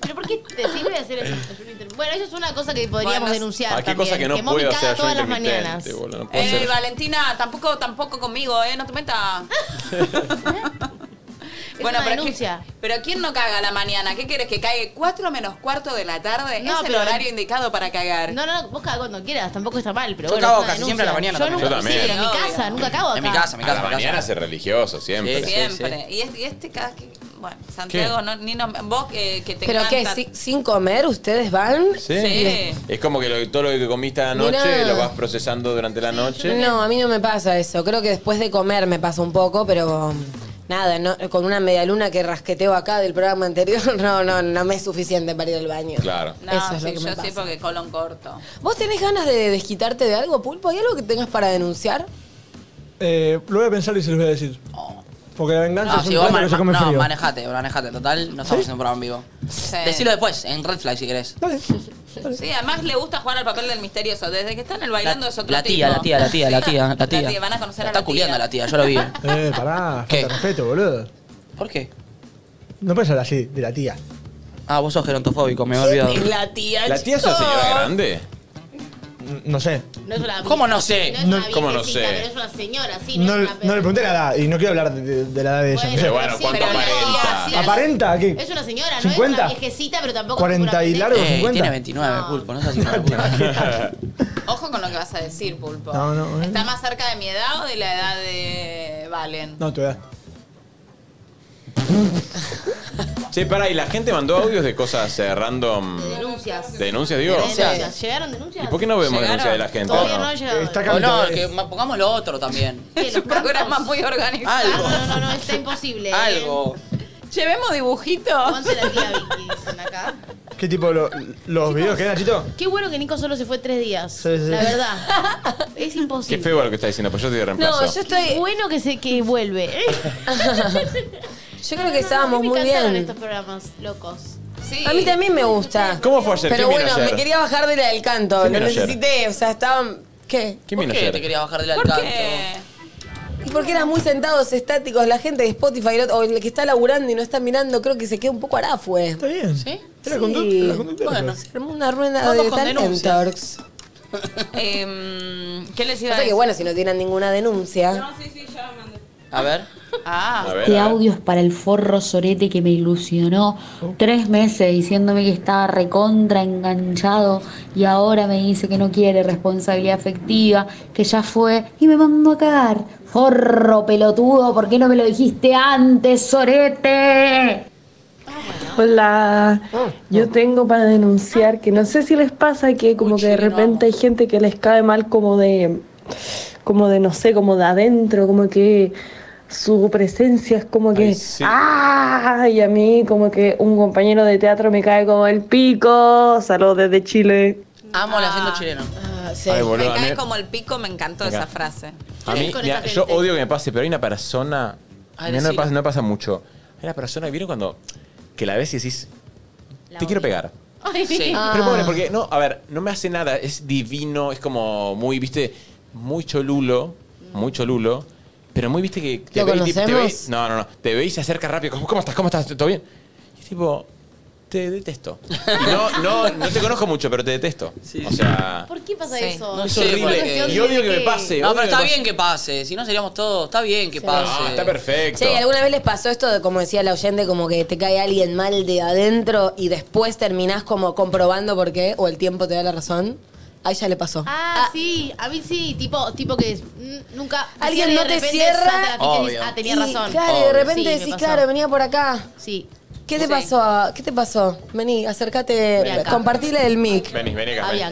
[SPEAKER 7] ¿Pero por qué te sirve hacer eso? Es un inter- Bueno, eso es una cosa que podríamos
[SPEAKER 4] Bueno,
[SPEAKER 7] denunciar.
[SPEAKER 5] Ah, qué
[SPEAKER 7] también,
[SPEAKER 5] cosa que no
[SPEAKER 7] Momi
[SPEAKER 5] puedo
[SPEAKER 7] caga
[SPEAKER 5] hacer ayuno
[SPEAKER 7] todas las mañanas. Eh,
[SPEAKER 5] intermitente, boludo. No puedo
[SPEAKER 4] Ey,
[SPEAKER 5] hacer.
[SPEAKER 4] Valentina, tampoco, tampoco conmigo, ¿eh? No te metas.
[SPEAKER 7] Es una
[SPEAKER 4] pero,
[SPEAKER 7] denuncia.
[SPEAKER 4] ¿qui- pero ¿quién no caga a la mañana? ¿Qué quieres? ¿Que caiga 4 menos cuarto de la tarde?
[SPEAKER 7] No,
[SPEAKER 4] es el
[SPEAKER 7] pero-
[SPEAKER 4] horario indicado para cagar.
[SPEAKER 7] No, no, no, vos cagas cuando quieras, tampoco está mal, pero
[SPEAKER 3] Yo
[SPEAKER 7] bueno.
[SPEAKER 3] cago
[SPEAKER 7] es una
[SPEAKER 3] casi siempre a la mañana
[SPEAKER 7] Yo
[SPEAKER 3] también.
[SPEAKER 7] nunca,
[SPEAKER 5] Yo también.
[SPEAKER 7] sí, en mi
[SPEAKER 4] No,
[SPEAKER 7] casa,
[SPEAKER 4] digamos.
[SPEAKER 7] nunca cago acá.
[SPEAKER 3] En mi casa, en mi
[SPEAKER 5] A
[SPEAKER 3] casa.
[SPEAKER 5] la
[SPEAKER 3] en mi
[SPEAKER 5] mañana
[SPEAKER 3] casa.
[SPEAKER 5] ser religioso, siempre.
[SPEAKER 3] Sí,
[SPEAKER 4] Siempre. Y, este, y este cada que- Bueno, Santiago, no, ni nom- vos eh, que te
[SPEAKER 2] ¿Pero qué?
[SPEAKER 4] encanta.
[SPEAKER 2] si- ¿Sin comer ustedes van?
[SPEAKER 5] Sí. Es como que lo- todo lo que comiste anoche
[SPEAKER 2] Mirá.
[SPEAKER 5] lo vas procesando durante la noche.
[SPEAKER 2] No, a mí no me pasa eso. Creo que después de comer me pasa un poco, pero um, nada, no- con una medialuna que rasqueteo acá del programa anterior, no, no, no me es suficiente para ir al baño.
[SPEAKER 5] Claro.
[SPEAKER 4] No,
[SPEAKER 2] Eso es
[SPEAKER 4] sí,
[SPEAKER 2] lo que
[SPEAKER 4] yo
[SPEAKER 2] me
[SPEAKER 4] sí
[SPEAKER 2] pasa.
[SPEAKER 4] porque colon corto.
[SPEAKER 2] ¿Vos tenés ganas de desquitarte de algo, Pulpo? ¿Hay algo que tengas para denunciar?
[SPEAKER 6] Eh, lo voy a pensar y se los voy a decir. Porque la venganza
[SPEAKER 3] Oh. No,
[SPEAKER 6] es
[SPEAKER 3] si
[SPEAKER 6] un
[SPEAKER 3] vos
[SPEAKER 6] plato que
[SPEAKER 3] man-
[SPEAKER 6] se come
[SPEAKER 3] no,
[SPEAKER 6] frío.
[SPEAKER 3] manejate, manejate. Total, no estamos haciendo un programa en vivo.
[SPEAKER 4] Sí.
[SPEAKER 3] Decilo después, en Red Flag si querés.
[SPEAKER 4] Sí, además le gusta jugar al papel del misterioso. Desde que están en el bailando es otro
[SPEAKER 3] La tía,
[SPEAKER 4] tipo.
[SPEAKER 3] la tía, la tía, la tía, la tía.
[SPEAKER 4] van a conocer a
[SPEAKER 3] Está
[SPEAKER 4] la
[SPEAKER 3] culiando
[SPEAKER 4] tía.
[SPEAKER 3] la tía, yo lo vi. eh.
[SPEAKER 6] Eh, pará, falta
[SPEAKER 3] ¿Qué?
[SPEAKER 6] de respeto, boludo.
[SPEAKER 3] ¿Por qué?
[SPEAKER 6] No puedes hablar así de la tía.
[SPEAKER 3] Ah, vos sos gerontofóbico, me había olvidado.
[SPEAKER 4] La tía.
[SPEAKER 5] ¿La tía es una señora
[SPEAKER 4] chico.
[SPEAKER 5] grande?
[SPEAKER 6] N- No sé.
[SPEAKER 7] No es una
[SPEAKER 3] ¿Cómo no sé?
[SPEAKER 7] No es una
[SPEAKER 5] No- ¿cómo no
[SPEAKER 7] viejecita,
[SPEAKER 5] sé?
[SPEAKER 7] Pero es una señora, sí.
[SPEAKER 6] No,
[SPEAKER 7] es
[SPEAKER 6] no
[SPEAKER 7] una
[SPEAKER 6] le pregunté la edad y no quiero hablar de, de- de la edad de ella.
[SPEAKER 7] Bueno,
[SPEAKER 6] no sé.
[SPEAKER 5] Pero bueno,
[SPEAKER 7] sí,
[SPEAKER 5] ¿cuánto
[SPEAKER 7] pero no,
[SPEAKER 5] aparenta?
[SPEAKER 7] sí,
[SPEAKER 6] ¿Aparenta? ¿Qué?
[SPEAKER 7] Es una señora, no
[SPEAKER 6] 50.
[SPEAKER 7] es una viejecita, pero tampoco. es
[SPEAKER 6] 40 y
[SPEAKER 7] una-
[SPEAKER 6] largo,
[SPEAKER 3] Eh,
[SPEAKER 6] 50.
[SPEAKER 3] tiene 29, pulpo, no seas hijo de puta.
[SPEAKER 4] Ojo con lo que vas a decir, Pulpo.
[SPEAKER 6] No, no, eh.
[SPEAKER 4] ¿Está más cerca de mi edad o de la edad de Valen?
[SPEAKER 6] No, tu edad.
[SPEAKER 5] Che, pará, y la gente mandó audios de cosas eh, random.
[SPEAKER 7] Denuncias.
[SPEAKER 5] Denuncias, digo.
[SPEAKER 7] Denuncias. ¿Llegaron denuncias?
[SPEAKER 5] ¿Y por qué no vemos
[SPEAKER 4] Llegaron.
[SPEAKER 5] denuncias de la gente?
[SPEAKER 7] Todavía no,
[SPEAKER 5] No.
[SPEAKER 7] ha llegado.
[SPEAKER 6] Está
[SPEAKER 3] O no,
[SPEAKER 6] cantando.
[SPEAKER 3] que ma- pongamos lo otro también.
[SPEAKER 7] ¿Qué,
[SPEAKER 4] Es
[SPEAKER 7] los
[SPEAKER 4] un programa
[SPEAKER 7] blancos?
[SPEAKER 4] muy organizado. Ah,
[SPEAKER 3] Algo,
[SPEAKER 7] No, no, no, está imposible.
[SPEAKER 3] algo.
[SPEAKER 4] Llevemos dibujitos.
[SPEAKER 7] Once la tía Vicky, dicen acá.
[SPEAKER 6] ¿Qué tipo lo- los videos que hay, Nachito?
[SPEAKER 7] Qué bueno que Nico solo se fue tres días.
[SPEAKER 6] Sí, sí.
[SPEAKER 7] La verdad. Es
[SPEAKER 5] Qué
[SPEAKER 7] imposible.
[SPEAKER 5] feo lo que está diciendo, pues yo te doy reemplazo.
[SPEAKER 2] No, yo
[SPEAKER 7] Qué
[SPEAKER 2] estoy.
[SPEAKER 7] bueno que se que vuelve.
[SPEAKER 2] Yo creo que estábamos muy
[SPEAKER 7] encantaron
[SPEAKER 2] bien.
[SPEAKER 7] estos programas locos.
[SPEAKER 4] Sí.
[SPEAKER 2] A mí también me gusta.
[SPEAKER 5] ¿Cómo fue ayer?
[SPEAKER 2] Pero
[SPEAKER 5] ¿Quién
[SPEAKER 2] bueno,
[SPEAKER 5] vino ayer?
[SPEAKER 2] me quería bajar de la del canto.
[SPEAKER 5] ¿Quién
[SPEAKER 2] Lo
[SPEAKER 5] vino ayer?
[SPEAKER 2] necesité, o sea, estaban. ¿Qué?
[SPEAKER 5] ¿Quién
[SPEAKER 3] ¿Por
[SPEAKER 5] vino
[SPEAKER 3] qué te
[SPEAKER 5] ayer?
[SPEAKER 3] querías bajar del
[SPEAKER 4] ¿Por
[SPEAKER 3] alcanto?
[SPEAKER 4] qué?
[SPEAKER 2] Y porque eran muy sentados, estáticos, la gente de Spotify lo- o el que está laburando y no está mirando, creo que se queda un poco arafue.
[SPEAKER 6] Está bien.
[SPEAKER 3] ¿Sí?
[SPEAKER 6] Era
[SPEAKER 2] Sí.
[SPEAKER 6] conducta, era conducta.
[SPEAKER 3] Bueno.
[SPEAKER 2] Se armó una rueda
[SPEAKER 3] Vamos
[SPEAKER 2] Ah, de
[SPEAKER 3] con
[SPEAKER 2] talentos.
[SPEAKER 3] denuncias.
[SPEAKER 2] Pasa
[SPEAKER 4] Em, ¿Qué les iba a
[SPEAKER 2] que
[SPEAKER 4] decir?
[SPEAKER 2] bueno, si no tienen ninguna denuncia.
[SPEAKER 12] No, sí, sí, ya lo mandé.
[SPEAKER 3] A ver.
[SPEAKER 4] Ah,
[SPEAKER 5] A ver,
[SPEAKER 13] Este
[SPEAKER 3] eh.
[SPEAKER 5] a ver.
[SPEAKER 13] audio es para el forro sorete que me ilusionó
[SPEAKER 3] Oh.
[SPEAKER 13] tres meses diciéndome que estaba recontra enganchado y ahora me dice que no quiere responsabilidad afectiva, que ya fue y me mandó a cagar. Forro pelotudo, ¿por qué no me lo dijiste antes, sorete?
[SPEAKER 10] Hola,
[SPEAKER 5] Ah.
[SPEAKER 10] yo tengo para denunciar que no sé si les pasa que como que de repente hay gente que les cae mal como de, como de no sé, como de adentro, como que su presencia es como que...
[SPEAKER 5] Ay, sí.
[SPEAKER 10] ¡Ah! Y a mí como que un compañero de teatro me cae como el pico. Saludos desde Chile.
[SPEAKER 3] Amo el acento chileno.
[SPEAKER 2] Ah, sí.
[SPEAKER 5] Ay, boludo,
[SPEAKER 4] me
[SPEAKER 5] a
[SPEAKER 4] cae
[SPEAKER 5] mí-
[SPEAKER 4] como el pico, me encantó
[SPEAKER 5] Acá.
[SPEAKER 4] esa frase.
[SPEAKER 5] A mí, mira, yo odio que me pase, pero hay una persona.
[SPEAKER 4] Ay,
[SPEAKER 5] mira, no, me
[SPEAKER 4] decilo.
[SPEAKER 5] pasa, no me pasa mucho. Hay una persona que viene cuando. que la ves y decís. te quiero pegar.
[SPEAKER 9] Sí.
[SPEAKER 2] Ah.
[SPEAKER 5] Pero pobre, porque no, a ver, no me hace nada, es divino, es como muy, viste, muy cholulo, muy cholulo, pero muy, viste, que te
[SPEAKER 9] ¿Lo
[SPEAKER 5] ve y te- te ve-
[SPEAKER 9] conocemos?
[SPEAKER 5] No, no, no, te ve y se acerca rápido, como, ¿cómo estás? ¿Cómo estás? ¿Todo bien? Y es tipo, te detesto. Y no, no, no te conozco mucho, pero te detesto. O sea,
[SPEAKER 7] ¿Por qué pasa eso?
[SPEAKER 3] No
[SPEAKER 5] es
[SPEAKER 3] sé,
[SPEAKER 5] horrible.
[SPEAKER 3] porque-
[SPEAKER 5] Y odio que me pase.
[SPEAKER 3] No,
[SPEAKER 5] odio
[SPEAKER 3] pero
[SPEAKER 5] que
[SPEAKER 3] está
[SPEAKER 5] me
[SPEAKER 3] bien que pase. Si no seríamos todos. Está bien que pase.
[SPEAKER 5] Ah, está perfecto.
[SPEAKER 2] Che, ¿y ¿alguna vez les pasó esto de, como decía la oyente, como que te cae alguien mal de adentro y después terminás como comprobando por qué o el tiempo te da la razón? A ella le pasó.
[SPEAKER 7] Ah, sí, a mí sí, tipo, tipo que mm, nunca
[SPEAKER 2] Alguien
[SPEAKER 7] cierra y
[SPEAKER 2] no
[SPEAKER 7] de
[SPEAKER 2] te
[SPEAKER 7] repente
[SPEAKER 2] cierra.
[SPEAKER 7] salta la ficha y dices,
[SPEAKER 2] Obvio.
[SPEAKER 7] Ah, tenía
[SPEAKER 2] Y,
[SPEAKER 7] razón.
[SPEAKER 2] claro, de repente decís, claro, venía por acá.
[SPEAKER 7] Sí.
[SPEAKER 2] ¿Qué te pasó? ¿Qué te pasó? Vení, acércate,
[SPEAKER 5] Bianca.
[SPEAKER 2] compartile el mic.
[SPEAKER 5] Vení, vení acá. vení.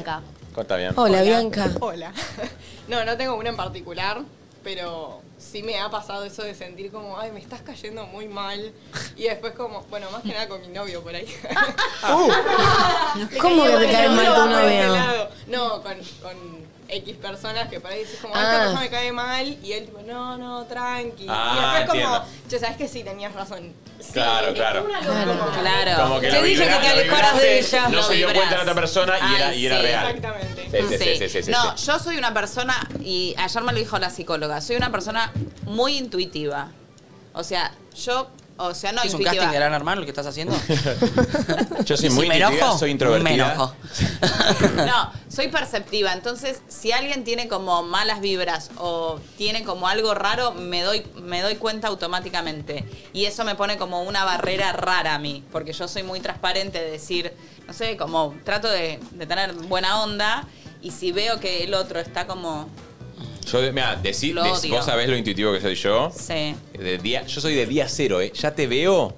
[SPEAKER 5] Está bien.
[SPEAKER 2] Hola, Bianca.
[SPEAKER 14] Hola. No, no tengo una en particular, pero sí me ha pasado eso de sentir como, ay, me estás cayendo muy mal. Y después como, bueno, más que nada con mi novio por ahí. Uh. Le
[SPEAKER 2] ¿Cómo
[SPEAKER 14] caía
[SPEAKER 2] que
[SPEAKER 14] mal,
[SPEAKER 2] te cae
[SPEAKER 14] no,
[SPEAKER 2] mal
[SPEAKER 14] no, por
[SPEAKER 2] tu
[SPEAKER 14] ese
[SPEAKER 2] novio?
[SPEAKER 14] este lado. No, con, con X personas que por ahí dices como, ay,
[SPEAKER 2] Ah.
[SPEAKER 14] esta persona me cae mal. Y él tipo, no, no, tranqui.
[SPEAKER 5] Ah,
[SPEAKER 14] y después como,
[SPEAKER 5] entiendo.
[SPEAKER 14] yo sabes que sí, tenías razón. Sí,
[SPEAKER 5] Claro,
[SPEAKER 14] es
[SPEAKER 5] claro.
[SPEAKER 14] una locura.
[SPEAKER 4] Claro.
[SPEAKER 5] Como que
[SPEAKER 4] Te
[SPEAKER 5] la
[SPEAKER 4] dije
[SPEAKER 5] vibra-
[SPEAKER 4] que te
[SPEAKER 5] la
[SPEAKER 4] alejaras de
[SPEAKER 5] vibraste,
[SPEAKER 4] ella.
[SPEAKER 5] No
[SPEAKER 4] Lo
[SPEAKER 5] se dio
[SPEAKER 4] vibras.
[SPEAKER 5] cuenta la otra persona y era,
[SPEAKER 4] Ay,
[SPEAKER 5] y era
[SPEAKER 4] sí.
[SPEAKER 5] real.
[SPEAKER 14] Ah, Exactamente.
[SPEAKER 5] Sí, sí, sí, sí, sí, sí,
[SPEAKER 4] no,
[SPEAKER 5] sí.
[SPEAKER 4] yo soy una persona, y ayer me lo dijo la psicóloga, soy una persona muy intuitiva. O sea, yo, o sea, no
[SPEAKER 3] ¿Es un
[SPEAKER 4] intuitiva.
[SPEAKER 3] casting de gran hermano lo que estás haciendo?
[SPEAKER 5] Yo soy
[SPEAKER 3] ¿Y si
[SPEAKER 5] muy
[SPEAKER 3] me
[SPEAKER 5] intuitiva,
[SPEAKER 3] enojo?
[SPEAKER 5] soy introvertida.
[SPEAKER 3] Me enojo.
[SPEAKER 4] No, soy perceptiva. Entonces, si alguien tiene como malas vibras o tiene como algo raro, me doy, me doy cuenta automáticamente. Y eso me pone como una barrera rara a mí, porque yo soy muy transparente de decir, no sé, como trato de, de tener buena onda. Y si veo que el otro está como,
[SPEAKER 5] Yo, mira, decí,
[SPEAKER 4] Lo
[SPEAKER 5] decí-
[SPEAKER 4] odio.
[SPEAKER 5] vos sabés lo intuitivo que soy yo.
[SPEAKER 4] sí,
[SPEAKER 5] De día, yo soy de día cero, ¿eh? Ya te veo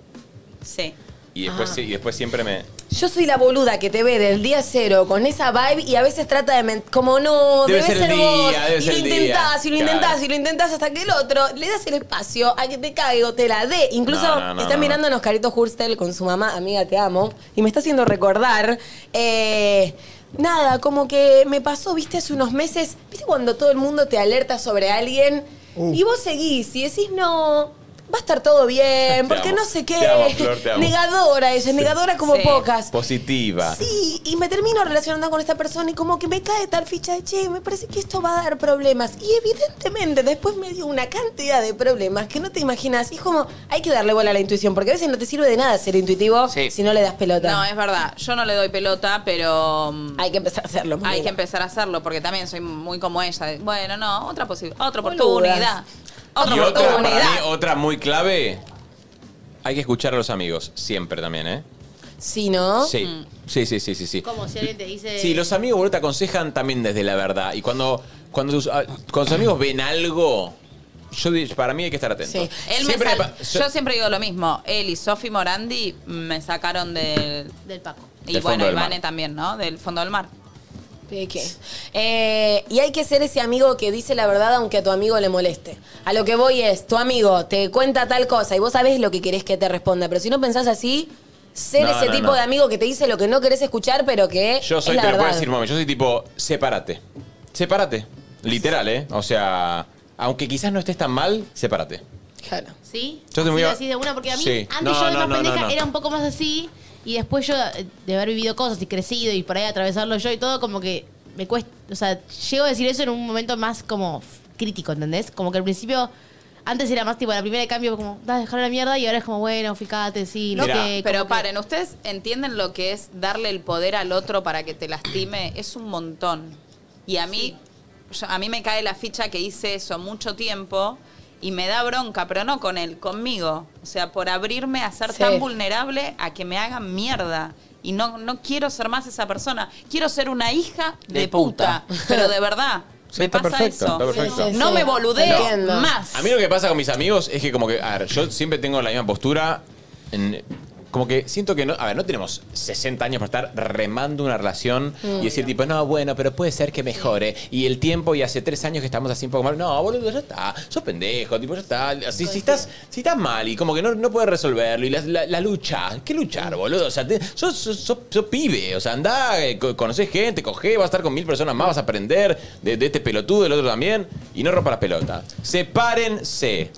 [SPEAKER 4] sí.
[SPEAKER 5] y después,
[SPEAKER 2] Ah.
[SPEAKER 5] sí- y después siempre me...
[SPEAKER 2] Yo soy la boluda que te ve del día cero con esa vibe y a veces trata de men- como no,
[SPEAKER 5] Debe
[SPEAKER 2] debe,
[SPEAKER 5] ser el
[SPEAKER 2] ser,
[SPEAKER 5] día,
[SPEAKER 2] vos.
[SPEAKER 5] debe
[SPEAKER 2] y
[SPEAKER 5] ser
[SPEAKER 2] lo
[SPEAKER 5] el
[SPEAKER 2] intentás,
[SPEAKER 5] día.
[SPEAKER 2] y lo intentás,
[SPEAKER 5] Claro.
[SPEAKER 2] y lo intentás hasta que el otro le das el espacio a que te caiga o te la dé. Incluso
[SPEAKER 5] No, no, no,
[SPEAKER 2] está
[SPEAKER 5] no,
[SPEAKER 2] mirando a Oscarito Hurstel con su mamá, amiga, te amo, y me está haciendo recordar. eh, Nada, como que me pasó, viste, hace unos meses, viste cuando todo el mundo te alerta sobre alguien y vos seguís y decís, no, va a estar todo bien,
[SPEAKER 5] Te
[SPEAKER 2] porque
[SPEAKER 5] amo,
[SPEAKER 2] no sé qué.
[SPEAKER 5] te amo, Flor, te amo.
[SPEAKER 2] Negadora ella, negadora como
[SPEAKER 5] Sí.
[SPEAKER 2] pocas.
[SPEAKER 5] Positiva.
[SPEAKER 2] Sí, y me termino relacionando con esta persona y como que me cae tal ficha de, che, me parece que esto va a dar problemas. Y evidentemente después me dio una cantidad de problemas que no te imaginas. Y es como, hay que darle bola a la intuición, porque a veces no te sirve de nada ser intuitivo si no le das pelota.
[SPEAKER 4] No, es verdad. Yo no le doy pelota, pero. Hay
[SPEAKER 2] que empezar a hacerlo.
[SPEAKER 4] Hay que empezar a hacerlo, porque también soy muy como ella. de, Bueno, no, otra posibilidad. Otra oportunidad. Otra
[SPEAKER 5] y otra, para
[SPEAKER 4] oportunidad.
[SPEAKER 5] mí, otra muy clave, hay que escuchar a los amigos, siempre también, ¿eh?
[SPEAKER 2] Sí, ¿no?
[SPEAKER 5] Sí,
[SPEAKER 4] Mm.
[SPEAKER 5] sí, sí, sí, sí. sí.
[SPEAKER 7] Como si alguien te dice.
[SPEAKER 5] Sí, los amigos, boludo, te aconsejan también desde la verdad. Y cuando, cuando, tus, ah, cuando tus amigos ven algo, yo di- para mí hay que estar atento.
[SPEAKER 4] Sí. Él me
[SPEAKER 5] Siempre me
[SPEAKER 4] sal-
[SPEAKER 5] pa-
[SPEAKER 4] yo, siempre digo lo mismo. Él y Sofi Morandi me sacaron del.
[SPEAKER 7] Del Paco.
[SPEAKER 4] Y
[SPEAKER 5] Del fondo
[SPEAKER 4] bueno,
[SPEAKER 5] del
[SPEAKER 4] Ivane
[SPEAKER 5] mar.
[SPEAKER 4] también, ¿no? Del fondo del mar.
[SPEAKER 2] Peque. Eh, y hay que ser ese amigo que dice la verdad aunque a tu amigo le moleste. A lo que voy es, tu amigo te cuenta tal cosa y vos sabés lo que querés que te responda, pero si no pensás así, ser
[SPEAKER 5] No,
[SPEAKER 2] ese
[SPEAKER 5] no,
[SPEAKER 2] tipo
[SPEAKER 5] no.
[SPEAKER 2] de amigo que te dice lo que no querés escuchar, pero que
[SPEAKER 5] Yo soy,
[SPEAKER 2] es
[SPEAKER 5] te
[SPEAKER 2] la
[SPEAKER 5] lo puedo
[SPEAKER 2] verdad.
[SPEAKER 5] decir, mami, yo soy tipo, sepárate. Sepárate. Literal, ¿eh? O sea, aunque quizás no estés tan mal, sepárate.
[SPEAKER 2] Claro.
[SPEAKER 7] ¿Sí?
[SPEAKER 5] Yo
[SPEAKER 7] Así
[SPEAKER 5] te voy
[SPEAKER 7] lo
[SPEAKER 5] a-
[SPEAKER 7] decís de una, porque a mí,
[SPEAKER 5] Sí.
[SPEAKER 7] antes
[SPEAKER 5] No,
[SPEAKER 7] yo de
[SPEAKER 5] no,
[SPEAKER 7] más
[SPEAKER 5] no, no,
[SPEAKER 7] pendeja
[SPEAKER 5] no.
[SPEAKER 7] era un poco más así. Y después yo, eh, de haber vivido cosas y crecido y por ahí atravesarlo yo y todo, como que me cuesta. O sea, llego a decir eso en un momento más como f- crítico, ¿entendés? Como que al principio. Antes era más tipo la primera de cambio, como, da, dejar la mierda, y ahora es como, bueno, fíjate, sí, no
[SPEAKER 4] Mirá.
[SPEAKER 7] sé.
[SPEAKER 4] Pero
[SPEAKER 7] como que-
[SPEAKER 4] paren, ¿ustedes entienden lo que es darle el poder al otro para que te lastime? Es un montón. Y a mí, yo- a mí me cae la ficha que hice eso mucho tiempo y me da bronca, pero no con él, conmigo. O sea, por abrirme a ser
[SPEAKER 2] Sí.
[SPEAKER 4] tan vulnerable a que me hagan mierda. Y no, no quiero ser más esa persona. Quiero ser una hija de,
[SPEAKER 3] De
[SPEAKER 4] puta.
[SPEAKER 3] puta.
[SPEAKER 4] Pero de verdad.
[SPEAKER 5] Sí,
[SPEAKER 4] me
[SPEAKER 5] está
[SPEAKER 4] pasa eso.
[SPEAKER 5] perfecto, está perfecto. Sí, sí,
[SPEAKER 4] No
[SPEAKER 5] sí.
[SPEAKER 4] me boludees
[SPEAKER 5] Entiendo.
[SPEAKER 4] más.
[SPEAKER 5] A mí lo que pasa con mis amigos es que como que, a ver, yo siempre tengo la misma postura. en- como que siento que no, a ver, no tenemos 60 años para estar remando una relación
[SPEAKER 1] Mm.
[SPEAKER 5] y decir tipo, no, bueno, pero puede ser que mejore. Y el tiempo, y hace tres años que estamos así un poco mal, no, boludo, ya está, sos pendejo, tipo, ya está. Así, si, estás, si estás mal y como que no, no puedes resolverlo, y la, la- la lucha, ¿qué luchar, boludo? O sea, te- sos, sos- sos- sos pibe, o sea, andá, conoces gente, cogé, vas a estar con mil personas más, vas a aprender de, de este pelotudo, del otro también, y no rompa la pelota. Sepárense.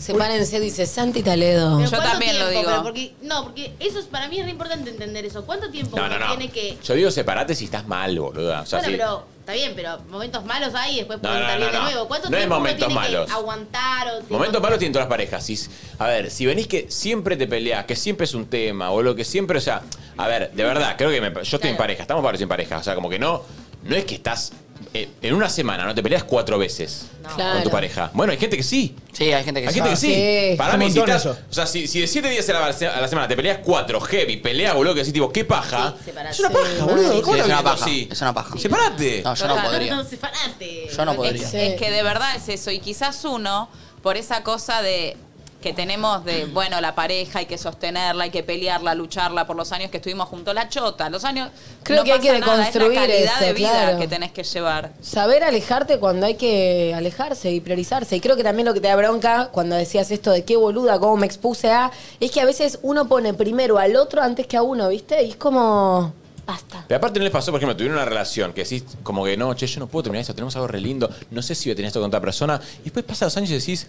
[SPEAKER 2] Sepárense, dice Santi Taledo.
[SPEAKER 7] Pero ¿cuánto tiempo? Pero porque- no, porque eso es, para mí es re importante entender eso. ¿Cuánto tiempo
[SPEAKER 5] No,
[SPEAKER 7] uno
[SPEAKER 5] no, no.
[SPEAKER 7] tiene que...?
[SPEAKER 5] Yo digo separate si estás mal, boluda. O sea,
[SPEAKER 7] bueno,
[SPEAKER 5] sí.
[SPEAKER 7] pero está bien, pero momentos malos hay y después
[SPEAKER 5] No,
[SPEAKER 7] pueden
[SPEAKER 5] no,
[SPEAKER 7] estar
[SPEAKER 5] no,
[SPEAKER 7] bien de
[SPEAKER 5] no.
[SPEAKER 7] nuevo. ¿Cuánto
[SPEAKER 5] No hay
[SPEAKER 7] tiempo uno
[SPEAKER 5] momentos
[SPEAKER 7] tiene
[SPEAKER 5] malos.
[SPEAKER 7] que aguantar o...?
[SPEAKER 5] Momentos malos tienen todas las parejas. Si- a ver, si venís que siempre te peleas, que siempre es un tema, o lo que siempre, o sea, a ver, de verdad, creo que me- yo estoy en pareja, estamos varios en pareja, o sea, como que no, no es que estás eh, en una semana, no te peleas cuatro veces con
[SPEAKER 3] Claro.
[SPEAKER 5] tu pareja. Bueno, hay gente que sí.
[SPEAKER 3] Sí, hay gente que
[SPEAKER 5] Hay
[SPEAKER 3] sí.
[SPEAKER 5] gente que sí. Para mí, si
[SPEAKER 3] Montones.
[SPEAKER 5] estás- o sea, si, si de siete días a la, a la semana te peleas cuatro, heavy, pelea, boludo, que decís tipo, qué paja.
[SPEAKER 7] Es
[SPEAKER 5] una paja, boludo. ¿Cómo
[SPEAKER 3] Sí,
[SPEAKER 5] la
[SPEAKER 3] es una
[SPEAKER 5] viviendo
[SPEAKER 3] paja.
[SPEAKER 5] así?
[SPEAKER 3] Es una paja.
[SPEAKER 5] Separate.
[SPEAKER 3] No, Ah, yo no podría.
[SPEAKER 7] Separate.
[SPEAKER 3] Yo no podría.
[SPEAKER 4] Es, es que de verdad es eso. Y quizás uno, por esa cosa de que tenemos de, bueno, la pareja hay que sostenerla, hay que pelearla, lucharla por los años que estuvimos juntos, la chota, los años...
[SPEAKER 2] Creo
[SPEAKER 4] no
[SPEAKER 2] que hay
[SPEAKER 4] pasa
[SPEAKER 2] que
[SPEAKER 4] nada,
[SPEAKER 2] deconstruir
[SPEAKER 4] es la calidad
[SPEAKER 2] eso,
[SPEAKER 4] de vida
[SPEAKER 2] claro.
[SPEAKER 4] que tenés que llevar.
[SPEAKER 2] Saber alejarte cuando hay que alejarse y priorizarse. Y creo que también lo que te da bronca cuando decías esto de qué boluda, cómo me expuse a, es que a veces uno pone primero al otro antes que a uno, ¿viste? Y es como...
[SPEAKER 5] Pero aparte no les pasó, por ejemplo, tuvieron una relación que decís como que no, che, yo no puedo terminar esto, tenemos algo re lindo, no sé si voy a tener esto con otra persona. Y después pasan los años y decís,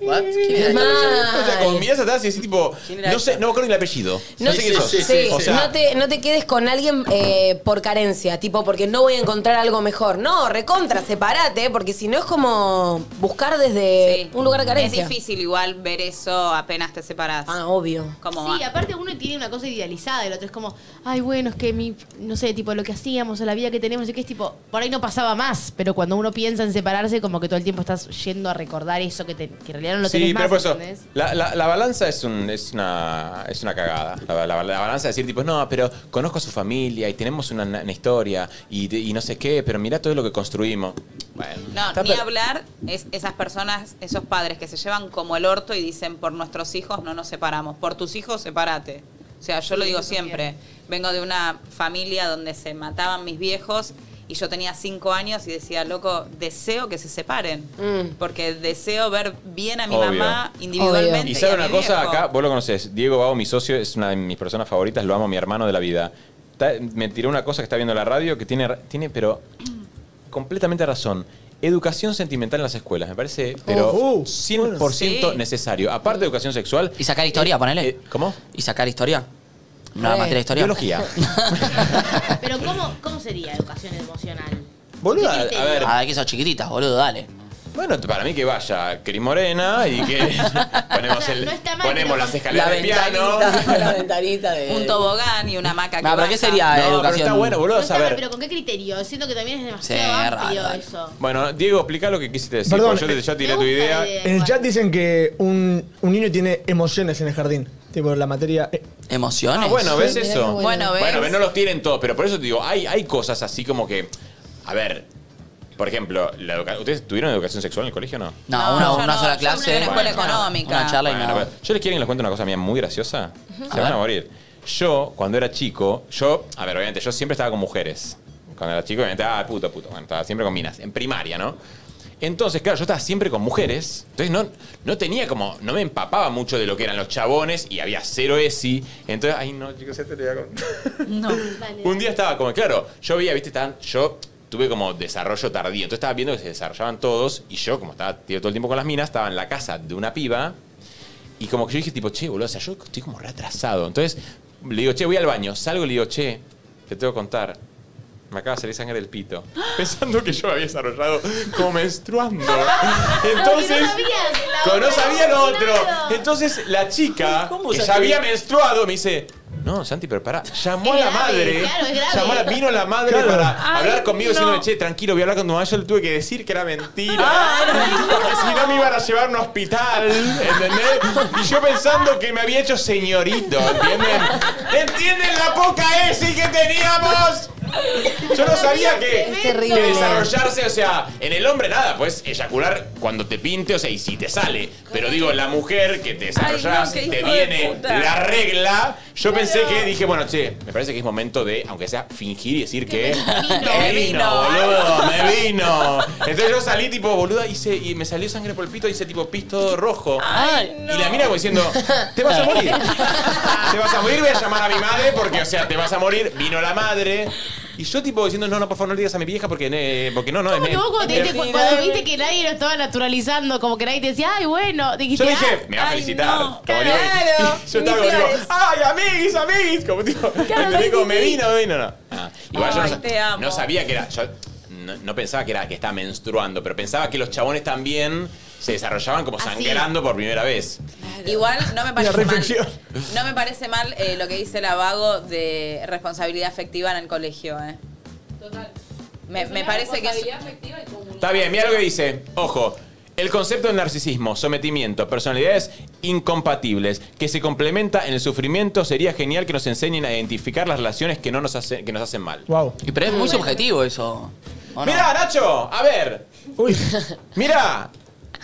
[SPEAKER 3] ¿What? ¿Quién era esta
[SPEAKER 5] "Mal".
[SPEAKER 3] persona?
[SPEAKER 5] o sea, como mirás atrás y decís tipo,
[SPEAKER 3] era
[SPEAKER 5] no sé, no me acuerdo ni el apellido. No,
[SPEAKER 2] No,
[SPEAKER 5] sé quién sos.
[SPEAKER 2] sí,
[SPEAKER 5] o sea,
[SPEAKER 2] no, te, no te quedes con alguien eh, por carencia, tipo, porque no voy a encontrar algo mejor. No, recontra, separate, porque si no es como buscar desde un lugar de carencia.
[SPEAKER 4] Es difícil igual ver eso apenas te separás. Ah,
[SPEAKER 2] obvio.
[SPEAKER 4] Como,
[SPEAKER 7] Sí, aparte uno tiene una cosa idealizada, el otro es como, ay, bueno, es que mi, no sé, tipo lo que hacíamos o la vida que tenemos, es que es tipo, por ahí no pasaba más, pero cuando uno piensa en separarse, como que todo el tiempo estás yendo a recordar eso que, te- que en realidad no lo
[SPEAKER 5] sí,
[SPEAKER 7] tenés
[SPEAKER 5] pero
[SPEAKER 7] más,
[SPEAKER 5] por eso,
[SPEAKER 7] ¿entendés?
[SPEAKER 5] la, la- la balanza es, un- es, una, es una cagada. La, la- la balanza es decir, tipo, no, pero conozco a su familia y tenemos una, una historia y, de- y no sé qué, pero mirá todo lo que construimos. Bueno,
[SPEAKER 4] No,
[SPEAKER 5] está
[SPEAKER 4] ni
[SPEAKER 5] per-
[SPEAKER 4] hablar es esas personas, esos padres que se llevan como el orto y dicen por nuestros hijos no nos separamos, por tus hijos sepárate. O sea, yo lo digo siempre. Vengo de una familia donde se mataban mis viejos y yo tenía cinco años y decía, loco, deseo que se separen.
[SPEAKER 3] Mm.
[SPEAKER 4] Porque deseo ver bien a mi
[SPEAKER 5] Obvio.
[SPEAKER 4] mamá individualmente.
[SPEAKER 5] Y sabe
[SPEAKER 4] a
[SPEAKER 5] una
[SPEAKER 4] mi
[SPEAKER 5] cosa,
[SPEAKER 4] viejo.
[SPEAKER 5] acá vos lo conocés. Diego Vago, mi socio, es una de mis personas favoritas, lo amo, mi hermano de la vida. Ta- me tiró una cosa que está viendo en la radio que tiene, ra- tiene pero completamente razón. Educación sentimental en las escuelas, me parece, pero
[SPEAKER 3] Ojo.
[SPEAKER 5] 100%
[SPEAKER 3] Sí.
[SPEAKER 5] necesario. Aparte de educación sexual. eh,
[SPEAKER 3] Y sacar historia, ponele.
[SPEAKER 5] ¿Cómo?
[SPEAKER 3] ¿Y sacar historia? Una materia de historia.
[SPEAKER 5] Biología.
[SPEAKER 7] Pero ¿cómo, ¿cómo sería educación emocional?
[SPEAKER 5] Boluda, a ver.
[SPEAKER 3] Ah, que sos chiquititas, boludo, dale.
[SPEAKER 5] Bueno, para mí que vaya Cris Morena y que ponemos, el- ponemos las escaleras
[SPEAKER 3] La
[SPEAKER 5] de piano.
[SPEAKER 3] ventanita, la ventanita de...
[SPEAKER 4] Un tobogán y una hamaca.
[SPEAKER 3] No, pero ¿qué sería
[SPEAKER 5] No, pero
[SPEAKER 3] educación?
[SPEAKER 5] está bueno, boludo,
[SPEAKER 7] No está mal,
[SPEAKER 5] saber.
[SPEAKER 7] pero ¿con qué criterio? Siento que también es demasiado
[SPEAKER 5] Sí, es
[SPEAKER 7] amplio
[SPEAKER 3] eh.
[SPEAKER 5] raro,
[SPEAKER 7] eso.
[SPEAKER 5] Bueno, Diego, explica lo que quisiste decir.
[SPEAKER 6] Perdón,
[SPEAKER 5] porque yo te,
[SPEAKER 6] eh,
[SPEAKER 5] ya tiré tu idea.
[SPEAKER 6] En el chat dicen que un, un niño tiene emociones en el jardín. Tipo, la materia. eh,
[SPEAKER 3] ¿Emociones?
[SPEAKER 5] Ah, bueno, ¿ves eso?
[SPEAKER 4] Bueno, ¿ves?
[SPEAKER 5] Bueno, no los tienen todos, pero por eso te digo, hay, hay cosas así como que. A ver, por ejemplo, la educa- ¿ustedes tuvieron educación sexual en el colegio o no?
[SPEAKER 3] No, No, una- yo una no, sola yo clase. estuve en una escuela
[SPEAKER 5] Bueno,
[SPEAKER 3] económica. una charla y nada.
[SPEAKER 5] pero Yo les quiero que les cuente una cosa mía muy graciosa.
[SPEAKER 3] Ujú.
[SPEAKER 5] Se
[SPEAKER 3] A
[SPEAKER 5] van
[SPEAKER 3] ver.
[SPEAKER 5] a morir. Yo, cuando era chico, yo, a ver, obviamente, yo siempre estaba con mujeres. Cuando era chico, obviamente, ah, puto, puto. Bueno, estaba siempre con minas, en primaria, ¿no? Entonces, claro, yo estaba siempre con mujeres. Entonces no, no tenía como. No me empapaba mucho de lo que eran los chabones y había cero ESI. Entonces, ay no, chicos, ya te lo voy a contar.
[SPEAKER 4] No.
[SPEAKER 5] Un día estaba como, claro, yo veía, viste, estaban, yo tuve como desarrollo tardío, entonces estaba viendo que se desarrollaban todos y yo, como estaba tío, todo el tiempo con las minas, estaba en la casa de una piba y como que yo dije, tipo, che, boludo, o sea, yo estoy como retrasado. Entonces le digo, che, voy al baño, salgo y le digo, che, te tengo que contar. Me acaba de salir sangre del pito. Pensando que yo me había desarrollado como menstruando. Entonces, como no sabía lo otro. Entonces la chica,
[SPEAKER 1] ¿Cómo
[SPEAKER 5] que ya
[SPEAKER 1] saqué?
[SPEAKER 5] había menstruado, me dice, no, Santi, pero pará, llamó
[SPEAKER 1] Es
[SPEAKER 5] a la
[SPEAKER 1] grave,
[SPEAKER 5] madre.
[SPEAKER 1] claro, es grave.
[SPEAKER 5] llamó a la- vino la madre
[SPEAKER 1] Claro.
[SPEAKER 5] para
[SPEAKER 1] Ay,
[SPEAKER 5] hablar conmigo
[SPEAKER 1] no. Ah,
[SPEAKER 5] diciéndome, che, tranquilo, voy a hablar con tu mamá. Yo le tuve que decir que era mentira. Porque si no me iban a llevar a un hospital, ¿entendés? Y yo pensando que me había hecho señorito, ¿entienden? ¿Entienden la poca ESI que teníamos? Yo no sabía que,
[SPEAKER 9] Es
[SPEAKER 5] que
[SPEAKER 9] terrible.
[SPEAKER 5] desarrollarse, o sea, en el hombre nada, pues eyacular cuando te pinte, o sea, y si te sale. Pero digo, la mujer que te desarrollás,
[SPEAKER 9] Ay, no, qué
[SPEAKER 5] te
[SPEAKER 9] hijo de
[SPEAKER 5] viene
[SPEAKER 9] puta.
[SPEAKER 5] la regla. Yo pensé que dije, bueno, che, me parece que es momento de, aunque sea fingir y decir que. Me vino, boludo, me vino. Entonces yo salí tipo, boluda, hice, y me salió sangre por el pito, hice tipo pisto rojo. Y la mira como diciendo, te vas a morir. Te vas a morir, voy a llamar a mi madre porque, o sea, te vas a morir. Vino la madre. Y yo tipo diciendo, no, no, por favor, no le digas a mi vieja porque, eh, porque no, no. es
[SPEAKER 7] Porque
[SPEAKER 5] me-
[SPEAKER 7] vos cuando, te
[SPEAKER 5] me-
[SPEAKER 7] diste cu- cuando viste que nadie lo estaba naturalizando, como que nadie te decía, ay, bueno, dijiste,
[SPEAKER 5] Yo le dije,
[SPEAKER 7] "Ah,
[SPEAKER 5] me va a
[SPEAKER 7] ay,
[SPEAKER 5] felicitar.
[SPEAKER 7] no".
[SPEAKER 5] Como digo,
[SPEAKER 7] Claro.
[SPEAKER 5] y yo estaba como, digo,
[SPEAKER 9] Felicidades.
[SPEAKER 7] "Ah".
[SPEAKER 5] ay, amiguis, amiguis. Como digo, entendí como, me vino, me vino. No, Ah, igual yo no
[SPEAKER 9] Ay,
[SPEAKER 5] sa-
[SPEAKER 9] te amo.
[SPEAKER 5] no sabía que era... yo no, no pensaba que era que estaba menstruando, pero pensaba que los chabones también se desarrollaban
[SPEAKER 7] Ah,
[SPEAKER 5] como sangrando por primera vez.
[SPEAKER 4] Igual no me parece mal.
[SPEAKER 5] reflexión.
[SPEAKER 4] No me parece mal eh, lo que dice la vago de responsabilidad afectiva en el colegio, ¿eh?
[SPEAKER 12] Total.
[SPEAKER 4] Me,
[SPEAKER 12] Es
[SPEAKER 4] me
[SPEAKER 12] una
[SPEAKER 4] parece que es.
[SPEAKER 12] responsabilidad afectiva y comunidad.
[SPEAKER 5] Está bien, mira lo que dice. Ojo. El concepto de narcisismo, sometimiento, personalidades incompatibles que se complementa en el sufrimiento sería genial que nos enseñen a identificar las relaciones que no nos hacen que nos hacen mal.
[SPEAKER 6] Wow.
[SPEAKER 5] Y pero es muy subjetivo eso. Mira, Nacho, a ver.
[SPEAKER 6] Uy.
[SPEAKER 5] Mira.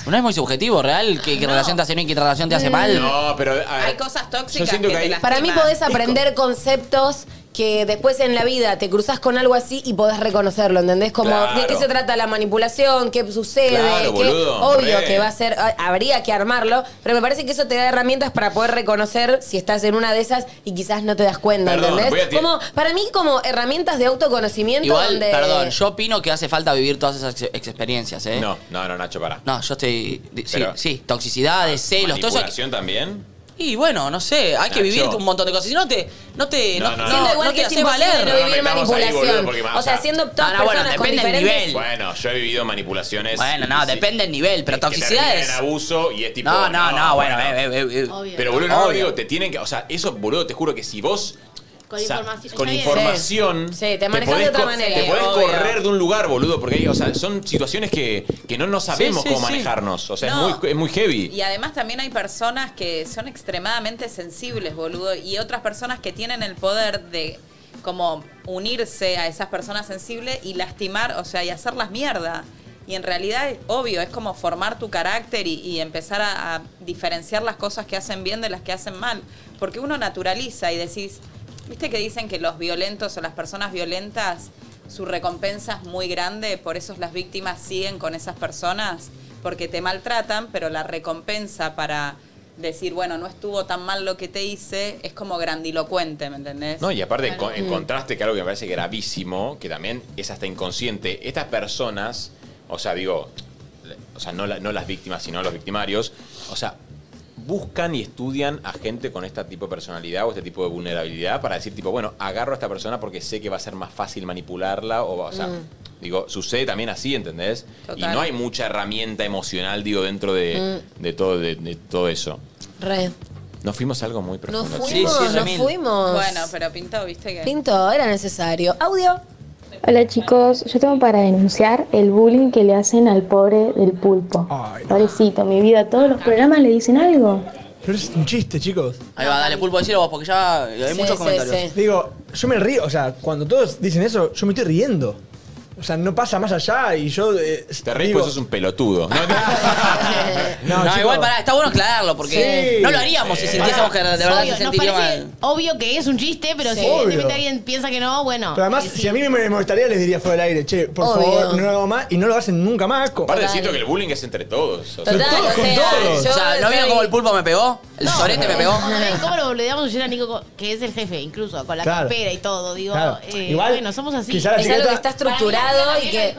[SPEAKER 8] No es muy subjetivo, real, que, que relación te hace bien y que relación te hace mal.
[SPEAKER 5] No, pero
[SPEAKER 4] Hay cosas tóxicas
[SPEAKER 8] siento
[SPEAKER 4] que
[SPEAKER 8] que
[SPEAKER 4] te
[SPEAKER 8] ahí-
[SPEAKER 4] lastiman.
[SPEAKER 2] Para mí podés aprender conceptos que después en la vida te cruzás con algo así y podés reconocerlo, ¿entendés? Como
[SPEAKER 9] Claro.
[SPEAKER 2] de qué se trata la manipulación, qué sucede,
[SPEAKER 9] Claro,
[SPEAKER 2] qué-
[SPEAKER 9] boludo,
[SPEAKER 2] obvio
[SPEAKER 9] re.
[SPEAKER 2] que va a ser, ah, habría que armarlo, pero me parece que eso te da herramientas para poder reconocer si estás en una de esas y quizás no te das cuenta,
[SPEAKER 8] Perdón, voy a
[SPEAKER 2] ¿entendés?
[SPEAKER 8] tirar-
[SPEAKER 2] Como, para mí como herramientas de autoconocimiento
[SPEAKER 8] Igual,
[SPEAKER 2] donde...
[SPEAKER 8] perdón, yo opino que hace falta vivir todas esas ex- experiencias, ¿eh?
[SPEAKER 5] No, no, no, Nacho, para.
[SPEAKER 8] No, yo estoy. di- Sí,
[SPEAKER 5] Pero- Ah,
[SPEAKER 8] sí, toxicidades, celos, todo eso. hay que-
[SPEAKER 5] ¿Manipulación también?
[SPEAKER 8] Y bueno, no sé, hay que
[SPEAKER 5] Nacho.
[SPEAKER 8] vivir un montón de cosas. Si no te. No te.
[SPEAKER 5] No, no,
[SPEAKER 8] No, no,
[SPEAKER 5] no. Siento igual
[SPEAKER 8] no
[SPEAKER 5] que
[SPEAKER 8] te
[SPEAKER 5] es
[SPEAKER 8] hace
[SPEAKER 5] imposible
[SPEAKER 8] valer.
[SPEAKER 5] no vivir metamos ahí, manipulación. boludo, porque más,
[SPEAKER 2] o sea,
[SPEAKER 5] o sea-
[SPEAKER 2] siendo todas
[SPEAKER 4] Ah,
[SPEAKER 8] Ahora, Ah, bueno,
[SPEAKER 2] personas
[SPEAKER 8] depende
[SPEAKER 2] con
[SPEAKER 8] del
[SPEAKER 2] diferentes...
[SPEAKER 8] nivel.
[SPEAKER 5] Bueno, yo he vivido manipulaciones.
[SPEAKER 8] Bueno, no,
[SPEAKER 5] y sí,
[SPEAKER 8] depende del nivel, pero
[SPEAKER 5] que
[SPEAKER 8] toxicidad
[SPEAKER 5] terminan
[SPEAKER 8] es.
[SPEAKER 5] en abuso y es tipo.
[SPEAKER 8] No, no, no, bueno, eh, eh, eh, eh.
[SPEAKER 5] Pero boludo, no,
[SPEAKER 8] Obvio.
[SPEAKER 5] digo, te tienen que. O sea, eso, boludo, te juro que si vos.
[SPEAKER 7] Con
[SPEAKER 5] o sea,
[SPEAKER 7] información.
[SPEAKER 5] Con
[SPEAKER 7] Está bien.
[SPEAKER 5] información.
[SPEAKER 2] Sí, te manejas de
[SPEAKER 5] podés
[SPEAKER 2] otra
[SPEAKER 5] co-
[SPEAKER 2] manera.
[SPEAKER 5] Te
[SPEAKER 2] Sí,
[SPEAKER 5] podés
[SPEAKER 2] obvio.
[SPEAKER 5] correr de un lugar, boludo, porque hay, o sea, son situaciones que, que no, no sabemos
[SPEAKER 8] sí,
[SPEAKER 5] cómo
[SPEAKER 8] sí.
[SPEAKER 5] manejarnos. O sea,
[SPEAKER 4] No.
[SPEAKER 5] es, muy, es muy heavy.
[SPEAKER 4] Y además también hay personas que son extremadamente sensibles, boludo, y otras personas que tienen el poder de como unirse a esas personas sensibles y lastimar, o sea, y hacerlas mierda. Y en realidad, obvio, es como formar tu carácter y, y empezar a, a diferenciar las cosas que hacen bien de las que hacen mal. Porque uno naturaliza y decís, viste que dicen que los violentos o las personas violentas, su recompensa es muy grande, por eso las víctimas siguen con esas personas porque te maltratan, pero la recompensa para decir, bueno, no estuvo tan mal lo que te hice, es como grandilocuente, ¿me entendés?
[SPEAKER 5] No, y aparte, en
[SPEAKER 4] Claro.
[SPEAKER 5] con- en contraste, que algo que me parece gravísimo, que también es hasta inconsciente, estas personas, o sea, digo, le- o sea, no, la- no las víctimas, sino los victimarios, o sea, buscan y estudian a gente con este tipo de personalidad o este tipo de vulnerabilidad para decir, tipo, bueno, agarro a esta persona porque sé que va a ser más fácil manipularla, o, va- o sea,
[SPEAKER 4] Mm.
[SPEAKER 5] digo, sucede también así, ¿entendés?
[SPEAKER 4] Total.
[SPEAKER 5] Y no hay mucha herramienta emocional, digo, dentro de, de todo, de, de todo eso.
[SPEAKER 2] Re.
[SPEAKER 5] Nos fuimos a algo muy profundo.
[SPEAKER 2] fuimos,
[SPEAKER 5] chicos.
[SPEAKER 2] Mm. nos fuimos.
[SPEAKER 4] Bueno, pero pintó, viste que...
[SPEAKER 2] Pinto, era necesario. Audio.
[SPEAKER 15] Hola chicos, yo tengo para denunciar el bullying que le hacen al pobre del pulpo. Pobrecito, mi vida, todos los programas le dicen algo.
[SPEAKER 6] Pero es un chiste, chicos.
[SPEAKER 8] Ahí va, dale pulpo, decirlo vos, porque ya hay
[SPEAKER 6] Sí,
[SPEAKER 8] muchos
[SPEAKER 6] sí,
[SPEAKER 8] comentarios.
[SPEAKER 6] sí. Digo, yo me río, o sea, cuando todos dicen eso, yo me estoy riendo. O sea, no pasa más allá y yo. eh,
[SPEAKER 5] Te reís,
[SPEAKER 6] digo-
[SPEAKER 5] pues sos un pelotudo. No,
[SPEAKER 8] No,
[SPEAKER 6] chicos.
[SPEAKER 8] igual pará, está bueno aclararlo, porque
[SPEAKER 6] Sí.
[SPEAKER 8] no lo haríamos si
[SPEAKER 5] Sí.
[SPEAKER 8] sintiésemos que de verdad
[SPEAKER 7] Obvio,
[SPEAKER 8] se
[SPEAKER 7] nos
[SPEAKER 8] sentiría
[SPEAKER 7] parece
[SPEAKER 8] mal.
[SPEAKER 7] obvio que es un chiste, pero
[SPEAKER 6] Sí.
[SPEAKER 7] si evidentemente
[SPEAKER 6] Obvio.
[SPEAKER 7] alguien piensa que no, bueno.
[SPEAKER 6] Pero además,
[SPEAKER 7] eh, sí.
[SPEAKER 6] si a mí me molestaría, les diría fuera del aire, che, por
[SPEAKER 7] Obvio.
[SPEAKER 6] favor, no lo hago más y no lo hacen nunca más. co-
[SPEAKER 5] Aparte siento que el bullying es entre todos. o sea.
[SPEAKER 6] Total, Todos o con sea, todos. yo
[SPEAKER 8] O sea, ¿no vieron
[SPEAKER 7] soy-
[SPEAKER 8] cómo el pulpo me pegó? El sorete me pegó.
[SPEAKER 7] ¿Cómo lo volvemos a decir a Nico, co- que es el jefe, incluso con la
[SPEAKER 8] Claro.
[SPEAKER 7] campera y todo? Digo,
[SPEAKER 8] Claro.
[SPEAKER 7] eh,
[SPEAKER 8] Igual,
[SPEAKER 7] bueno, somos así.
[SPEAKER 8] quizá la Es algo chiqueta- que está
[SPEAKER 2] estructurado y que-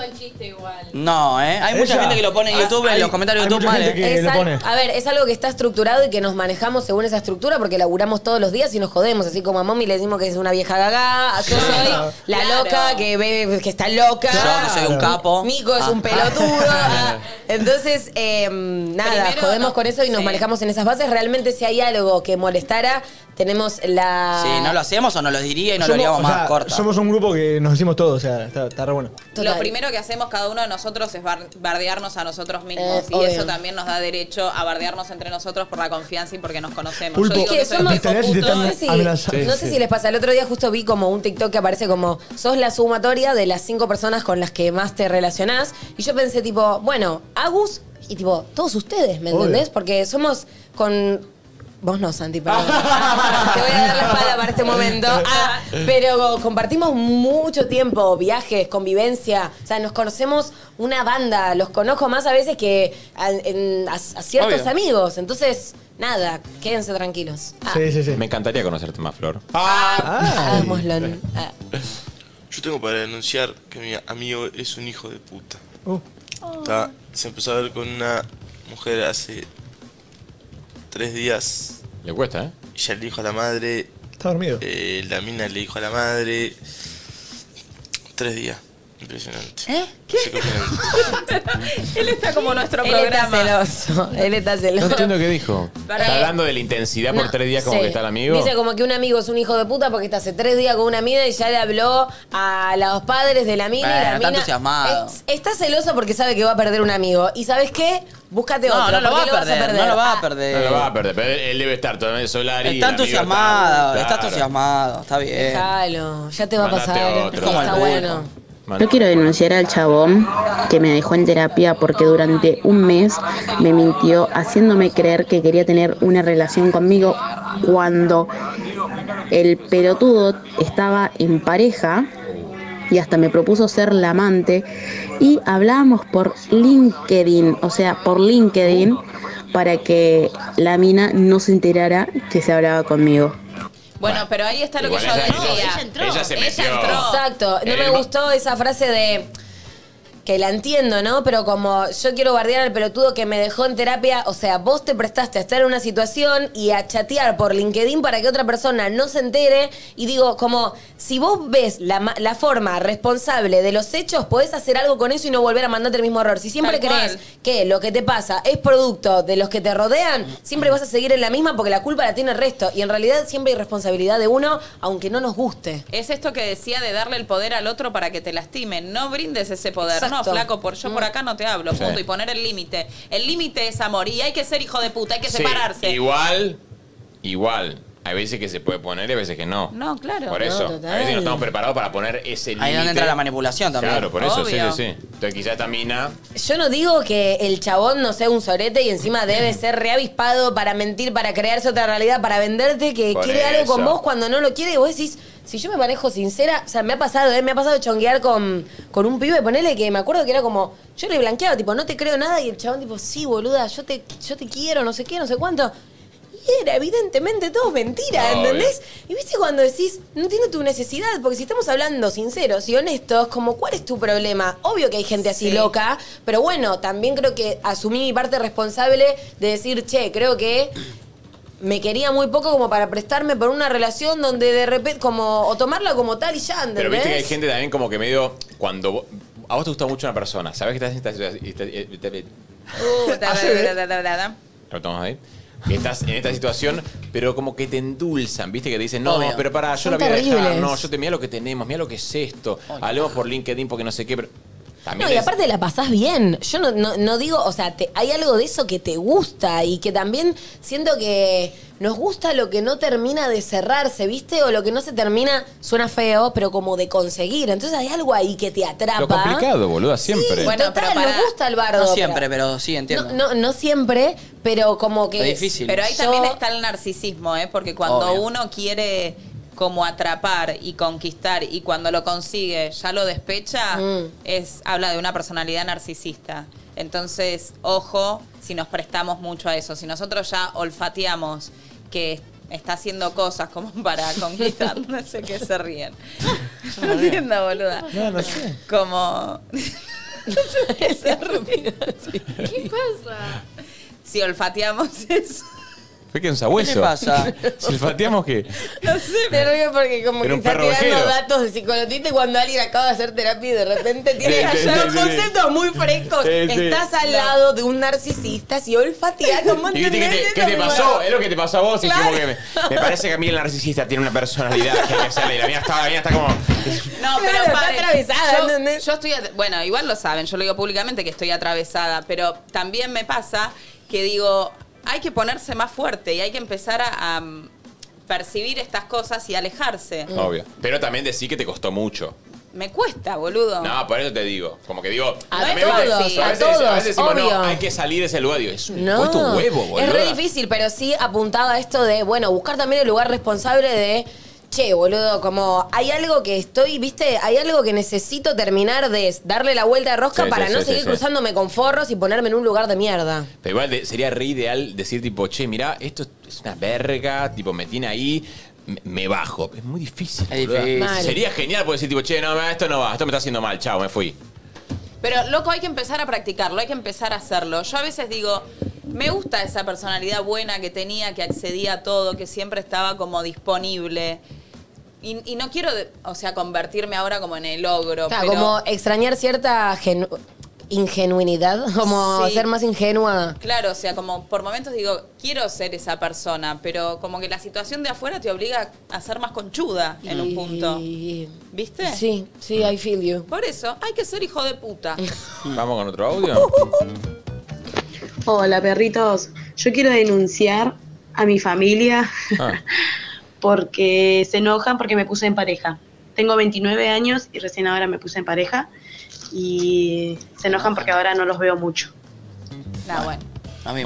[SPEAKER 8] No, ¿eh? Hay mucha
[SPEAKER 6] Ella-
[SPEAKER 8] gente que lo pone en
[SPEAKER 6] Ah,
[SPEAKER 8] YouTube, en
[SPEAKER 6] hay-
[SPEAKER 8] los comentarios de
[SPEAKER 6] hay
[SPEAKER 8] YouTube
[SPEAKER 6] mucha
[SPEAKER 8] mal,
[SPEAKER 6] gente
[SPEAKER 8] ¿eh?
[SPEAKER 6] que lo
[SPEAKER 2] Al-
[SPEAKER 6] pone.
[SPEAKER 2] A ver, es algo que está estructurado y que nos manejamos según esa estructura porque laburamos todos los días y nos jodemos. Así como a Mommy le decimos que es una vieja gaga, yo soy la loca que ve que está loca.
[SPEAKER 8] Yo que soy un capo.
[SPEAKER 2] Nico es
[SPEAKER 8] Ah.
[SPEAKER 2] un pelotudo. Ah. Entonces, eh, nada, jodemos con eso y nos manejamos en esas bases. Realmente si hay algo que molestara, tenemos la...
[SPEAKER 8] Sí, no lo hacemos o no lo diría y no lo
[SPEAKER 6] Somos-
[SPEAKER 8] haríamos
[SPEAKER 6] o
[SPEAKER 8] más
[SPEAKER 6] sea,
[SPEAKER 8] corta.
[SPEAKER 6] Somos un grupo que nos decimos todos, o sea, está, está re bueno.
[SPEAKER 4] Lo primero que hacemos cada uno de nosotros es bar- bardearnos a nosotros mismos
[SPEAKER 2] Eh,
[SPEAKER 4] y
[SPEAKER 2] obvio.
[SPEAKER 4] eso también nos da derecho a bardearnos entre nosotros por la confianza y porque nos conocemos.
[SPEAKER 6] Pulpo,
[SPEAKER 4] Yo digo que
[SPEAKER 6] Es que somos
[SPEAKER 4] soy
[SPEAKER 6] Viste, si te están
[SPEAKER 2] No sé si,
[SPEAKER 6] amenazando.
[SPEAKER 2] no
[SPEAKER 6] Sí,
[SPEAKER 2] sé
[SPEAKER 6] sí.
[SPEAKER 2] si les pasa. El otro día justo vi como un TikTok que aparece como sos la sumatoria de las cinco personas con las que más te relacionás. Y yo pensé tipo, bueno, Agus y tipo, todos ustedes, ¿me
[SPEAKER 16] Obvio.
[SPEAKER 2] entendés? Porque somos con... Vos no, Santi, perdón. Te voy a dar la espalda para este momento. Ah, pero compartimos mucho tiempo, viajes, convivencia. O sea, nos conocemos una banda. Los conozco más a veces que a, en- a- a ciertos
[SPEAKER 5] Obvio.
[SPEAKER 2] amigos. Entonces, nada, quédense tranquilos. Ah.
[SPEAKER 5] Sí, sí, sí. Me encantaría conocerte más, Flor.
[SPEAKER 8] Ah.
[SPEAKER 2] Hagámoslo. Ah.
[SPEAKER 17] Yo tengo para denunciar que mi amigo es un hijo de puta.
[SPEAKER 6] Oh.
[SPEAKER 17] Está- se empezó a ver con una mujer hace tres días.
[SPEAKER 5] Le cuesta, ¿eh?
[SPEAKER 17] Y ya le dijo a la madre.
[SPEAKER 6] Está dormido.
[SPEAKER 17] eh, la mina le dijo a la madre. Tres días. Impresionante.
[SPEAKER 2] ¿Eh?
[SPEAKER 17] No sé qué opinan.
[SPEAKER 4] Él está como nuestro
[SPEAKER 2] Él
[SPEAKER 4] programa.
[SPEAKER 2] está celoso. Él está celoso.
[SPEAKER 5] No entiendo qué dijo.
[SPEAKER 2] Para-
[SPEAKER 5] Está hablando de la intensidad por
[SPEAKER 2] No,
[SPEAKER 5] tres días como
[SPEAKER 2] sí.
[SPEAKER 5] que está el amigo.
[SPEAKER 2] Dice como que un amigo es un hijo de puta porque está hace tres días con una mina y ya le habló a los padres de la mina y
[SPEAKER 8] Bueno,
[SPEAKER 2] la
[SPEAKER 8] está
[SPEAKER 2] mina.
[SPEAKER 8] entusiasmado.
[SPEAKER 2] Es- está celoso porque sabe que va a perder un amigo. ¿Y sabes qué? Búscate
[SPEAKER 8] No,
[SPEAKER 2] otro.
[SPEAKER 8] no lo va
[SPEAKER 2] porque
[SPEAKER 8] a perder, no lo va
[SPEAKER 4] Ah.
[SPEAKER 8] a perder.
[SPEAKER 5] No lo va a perder, pero él, él debe estar totalmente solar y.
[SPEAKER 8] Está entusiasmado, está entusiasmado, está
[SPEAKER 2] Ah,
[SPEAKER 8] bien.
[SPEAKER 2] Déjalo, ya te va a
[SPEAKER 8] Mandate
[SPEAKER 2] pasar.
[SPEAKER 8] otro. Es como el
[SPEAKER 2] Está
[SPEAKER 8] bulbo.
[SPEAKER 2] bueno.
[SPEAKER 15] No quiero denunciar al chabón que me dejó en terapia porque durante un mes me mintió haciéndome creer que quería tener una relación conmigo cuando el pelotudo estaba en pareja y hasta me propuso ser la amante y hablábamos por LinkedIn, o sea, por LinkedIn para que la mina no se enterara que se hablaba conmigo.
[SPEAKER 4] Bueno, pero ahí está lo que
[SPEAKER 5] Igual
[SPEAKER 4] yo
[SPEAKER 5] ella
[SPEAKER 4] decía.
[SPEAKER 5] entró, ella entró. Ella se metió.
[SPEAKER 2] Exacto. No
[SPEAKER 5] Él
[SPEAKER 2] me
[SPEAKER 5] va-
[SPEAKER 2] gustó esa frase de. Que la entiendo, ¿no? Pero como yo quiero bardear al pelotudo que me dejó en terapia, o sea, vos te prestaste a estar en una situación y a chatear por LinkedIn para que otra persona no se entere. Y digo, como, si vos ves la, ma- la forma responsable de los hechos, podés hacer algo con eso y no volver a mandarte el mismo error. Si siempre
[SPEAKER 4] Tal
[SPEAKER 2] crees
[SPEAKER 4] cual.
[SPEAKER 2] que lo que te pasa es producto de los que te rodean, siempre vas a seguir en la misma porque la culpa la tiene el resto. Y en realidad siempre hay responsabilidad de uno, aunque no nos guste.
[SPEAKER 4] Es esto que decía de darle el poder al otro para que te lastimen. No brindes ese poder.
[SPEAKER 2] Exacto.
[SPEAKER 4] No, flaco, por yo por acá no te hablo.
[SPEAKER 5] Sí.
[SPEAKER 4] Punto. Y poner el límite. El límite es amor. Y hay que ser hijo de puta, hay que
[SPEAKER 5] Sí,
[SPEAKER 4] separarse.
[SPEAKER 5] Igual, igual. Hay veces que se puede poner y hay veces que no.
[SPEAKER 4] No, claro.
[SPEAKER 5] Por
[SPEAKER 4] No,
[SPEAKER 5] eso,
[SPEAKER 4] total.
[SPEAKER 5] a veces no estamos preparados para poner ese límite.
[SPEAKER 8] Ahí es donde entra la manipulación también.
[SPEAKER 5] Claro, por eso, sí,
[SPEAKER 8] Obvio.
[SPEAKER 5] sí, sí. Entonces quizás esta mina...
[SPEAKER 2] Yo no digo que el chabón no sea un sorete y encima debe ser reavispado para mentir, para crearse otra realidad, para venderte, que
[SPEAKER 5] Por
[SPEAKER 2] quiere algo con
[SPEAKER 5] eso.
[SPEAKER 2] vos cuando no lo quiere y vos decís, si yo me manejo sincera, o sea, me ha pasado, ¿eh? me ha pasado chonguear con, con un pibe, ponele que me acuerdo que era como, yo le blanqueaba, tipo, no te creo nada y el chabón tipo, sí, boluda, yo te, yo te quiero, no sé qué, no sé cuánto. Y era evidentemente todo mentira,
[SPEAKER 16] Obvio.
[SPEAKER 2] ¿entendés? Y viste cuando decís, no entiendo tu necesidad, porque si estamos hablando sinceros y honestos, como, ¿cuál es tu problema? Obvio que hay gente así loca, pero bueno, también creo que asumí mi parte responsable de decir, che, creo que me quería muy poco como para prestarme por una relación donde de repente, como, o tomarla como tal y ya, ¿entendés?
[SPEAKER 5] Pero viste que hay gente también como que medio... Cuando vo- a vos te gusta mucho una persona, sabes que estás en esta situación... y te- y te- y-
[SPEAKER 4] Uh, ta- ta- ta- ta- ta- ta- ta.
[SPEAKER 5] ¿Lo tomamos ahí? Que estás en esta situación, pero como que te endulzan, ¿viste? Que te dicen, no,
[SPEAKER 8] Obvio.
[SPEAKER 5] pero pará, yo
[SPEAKER 8] Son
[SPEAKER 5] la voy a dejar,
[SPEAKER 8] terribles.
[SPEAKER 5] no, yo te mira lo que tenemos, mira lo que es esto, hablemos por LinkedIn porque no sé qué, pero también
[SPEAKER 2] No, y
[SPEAKER 5] es-
[SPEAKER 2] aparte la pasás bien. Yo no, no- no digo, o sea, te- hay algo de eso que te gusta y que también siento que nos gusta lo que no termina de cerrarse, ¿viste? O lo que no se termina, suena feo, pero como de conseguir. Entonces hay algo ahí que te atrapa.
[SPEAKER 5] Lo complicado, boluda, siempre.
[SPEAKER 2] bueno, total, nos gusta el bardo.
[SPEAKER 8] No
[SPEAKER 2] pero-
[SPEAKER 8] siempre, pero sí, entiendo.
[SPEAKER 2] No, no, no siempre, pero como que...
[SPEAKER 8] Es difícil.
[SPEAKER 4] Pero ahí también está el narcisismo, ¿eh? Porque cuando
[SPEAKER 8] Obvio.
[SPEAKER 4] uno quiere como atrapar y conquistar y cuando lo consigue ya lo despecha,
[SPEAKER 8] Mm.
[SPEAKER 4] es habla de una personalidad narcisista. Entonces, ojo, si nos prestamos mucho a eso, si nosotros ya olfateamos que está haciendo cosas como para conquistar, no sé qué se ríen. No entiendo, boluda.
[SPEAKER 6] No, no sé.
[SPEAKER 4] Como
[SPEAKER 16] ¿Qué pasa?
[SPEAKER 4] si olfateamos eso.
[SPEAKER 5] Fue que un sabueso.
[SPEAKER 8] ¿Qué le pasa?
[SPEAKER 5] Silfateamos que.
[SPEAKER 2] No sé, me río porque como
[SPEAKER 5] Era
[SPEAKER 2] que
[SPEAKER 5] un
[SPEAKER 2] está
[SPEAKER 5] perro
[SPEAKER 2] tirando
[SPEAKER 5] ovejero.
[SPEAKER 2] datos de psicologista y cuando alguien acaba de hacer terapia y de repente
[SPEAKER 5] Sí,
[SPEAKER 2] tiene
[SPEAKER 5] sí, sí,
[SPEAKER 2] unos
[SPEAKER 5] sí, sí.
[SPEAKER 2] conceptos muy frescos.
[SPEAKER 5] Sí, sí.
[SPEAKER 2] Estás al lado de un narcisista, si olfateás, ¿cómo
[SPEAKER 5] ¿Y viste qué
[SPEAKER 2] entendés
[SPEAKER 5] te, qué
[SPEAKER 2] eso?
[SPEAKER 5] te
[SPEAKER 2] Me
[SPEAKER 5] pasó?
[SPEAKER 2] paró.
[SPEAKER 5] Es lo que te pasó a vos. y es como
[SPEAKER 2] Claro.
[SPEAKER 5] que me, me parece que a mí el narcisista tiene una personalidad que me sale. Y la mía está, la mía está como.
[SPEAKER 4] No, pero
[SPEAKER 2] Claro, está
[SPEAKER 4] paren.
[SPEAKER 2] atravesada,
[SPEAKER 4] yo, yo estoy, at- bueno, igual lo saben, yo lo digo públicamente que estoy atravesada, pero también me pasa que digo, hay que ponerse más fuerte y hay que empezar a, a, mm, percibir estas cosas y alejarse.
[SPEAKER 5] Obvio. Pero también decir que te costó mucho.
[SPEAKER 4] Me cuesta, boludo.
[SPEAKER 5] No, por eso te digo. Como que digo.
[SPEAKER 4] A
[SPEAKER 5] también
[SPEAKER 4] todos,
[SPEAKER 5] viste,
[SPEAKER 4] a
[SPEAKER 5] veces- veces
[SPEAKER 2] todos,
[SPEAKER 5] decimos,
[SPEAKER 2] obvio.
[SPEAKER 5] no, hay que salir de ese lugar. Digo, es un,
[SPEAKER 2] No,
[SPEAKER 5] cuesta un huevo, boludo.
[SPEAKER 2] es re difícil, pero sí apuntado a esto de, bueno, buscar también el lugar responsable de, che, boludo, como hay algo que estoy, viste, hay algo que necesito terminar de darle la vuelta de rosca
[SPEAKER 5] Sí,
[SPEAKER 2] para
[SPEAKER 5] sí,
[SPEAKER 2] no
[SPEAKER 5] sí,
[SPEAKER 2] seguir
[SPEAKER 5] sí, sí.
[SPEAKER 2] cruzándome con forros y ponerme en un lugar de mierda.
[SPEAKER 5] Pero igual de- sería re ideal decir, tipo, che, mirá, esto es una verga, tipo, me tiene ahí, me, me bajo. Es muy difícil. boluda.
[SPEAKER 4] difícil. Mal.
[SPEAKER 5] Sería genial poder decir, tipo, che, no, esto no va, esto me está haciendo mal, chao, me fui.
[SPEAKER 4] Pero, loco, hay que empezar a practicarlo, hay que empezar a hacerlo. Yo a veces digo, me gusta esa personalidad buena que tenía, que accedía a todo, que siempre estaba como disponible. Y, y no quiero, de- o sea, convertirme ahora como en el ogro.
[SPEAKER 2] Claro,
[SPEAKER 4] pero-
[SPEAKER 2] como extrañar cierta genu- ingenuidad, como
[SPEAKER 4] Sí.
[SPEAKER 2] ser más ingenua.
[SPEAKER 4] Claro, o sea, como por momentos digo, quiero ser esa persona, pero como que la situación de afuera te obliga a ser más conchuda en un punto. ¿Viste?
[SPEAKER 2] Sí, sí, I feel you.
[SPEAKER 4] Por eso, hay que ser hijo de puta.
[SPEAKER 8] Hmm.
[SPEAKER 5] Vamos con otro audio.
[SPEAKER 18] Hola perritos, yo quiero denunciar a mi familia porque se enojan porque me puse en pareja. Tengo 29 años y recién ahora me puse en pareja y se
[SPEAKER 8] Ah,
[SPEAKER 18] enojan porque ahora no los veo mucho.
[SPEAKER 4] No, bueno.
[SPEAKER 8] A mí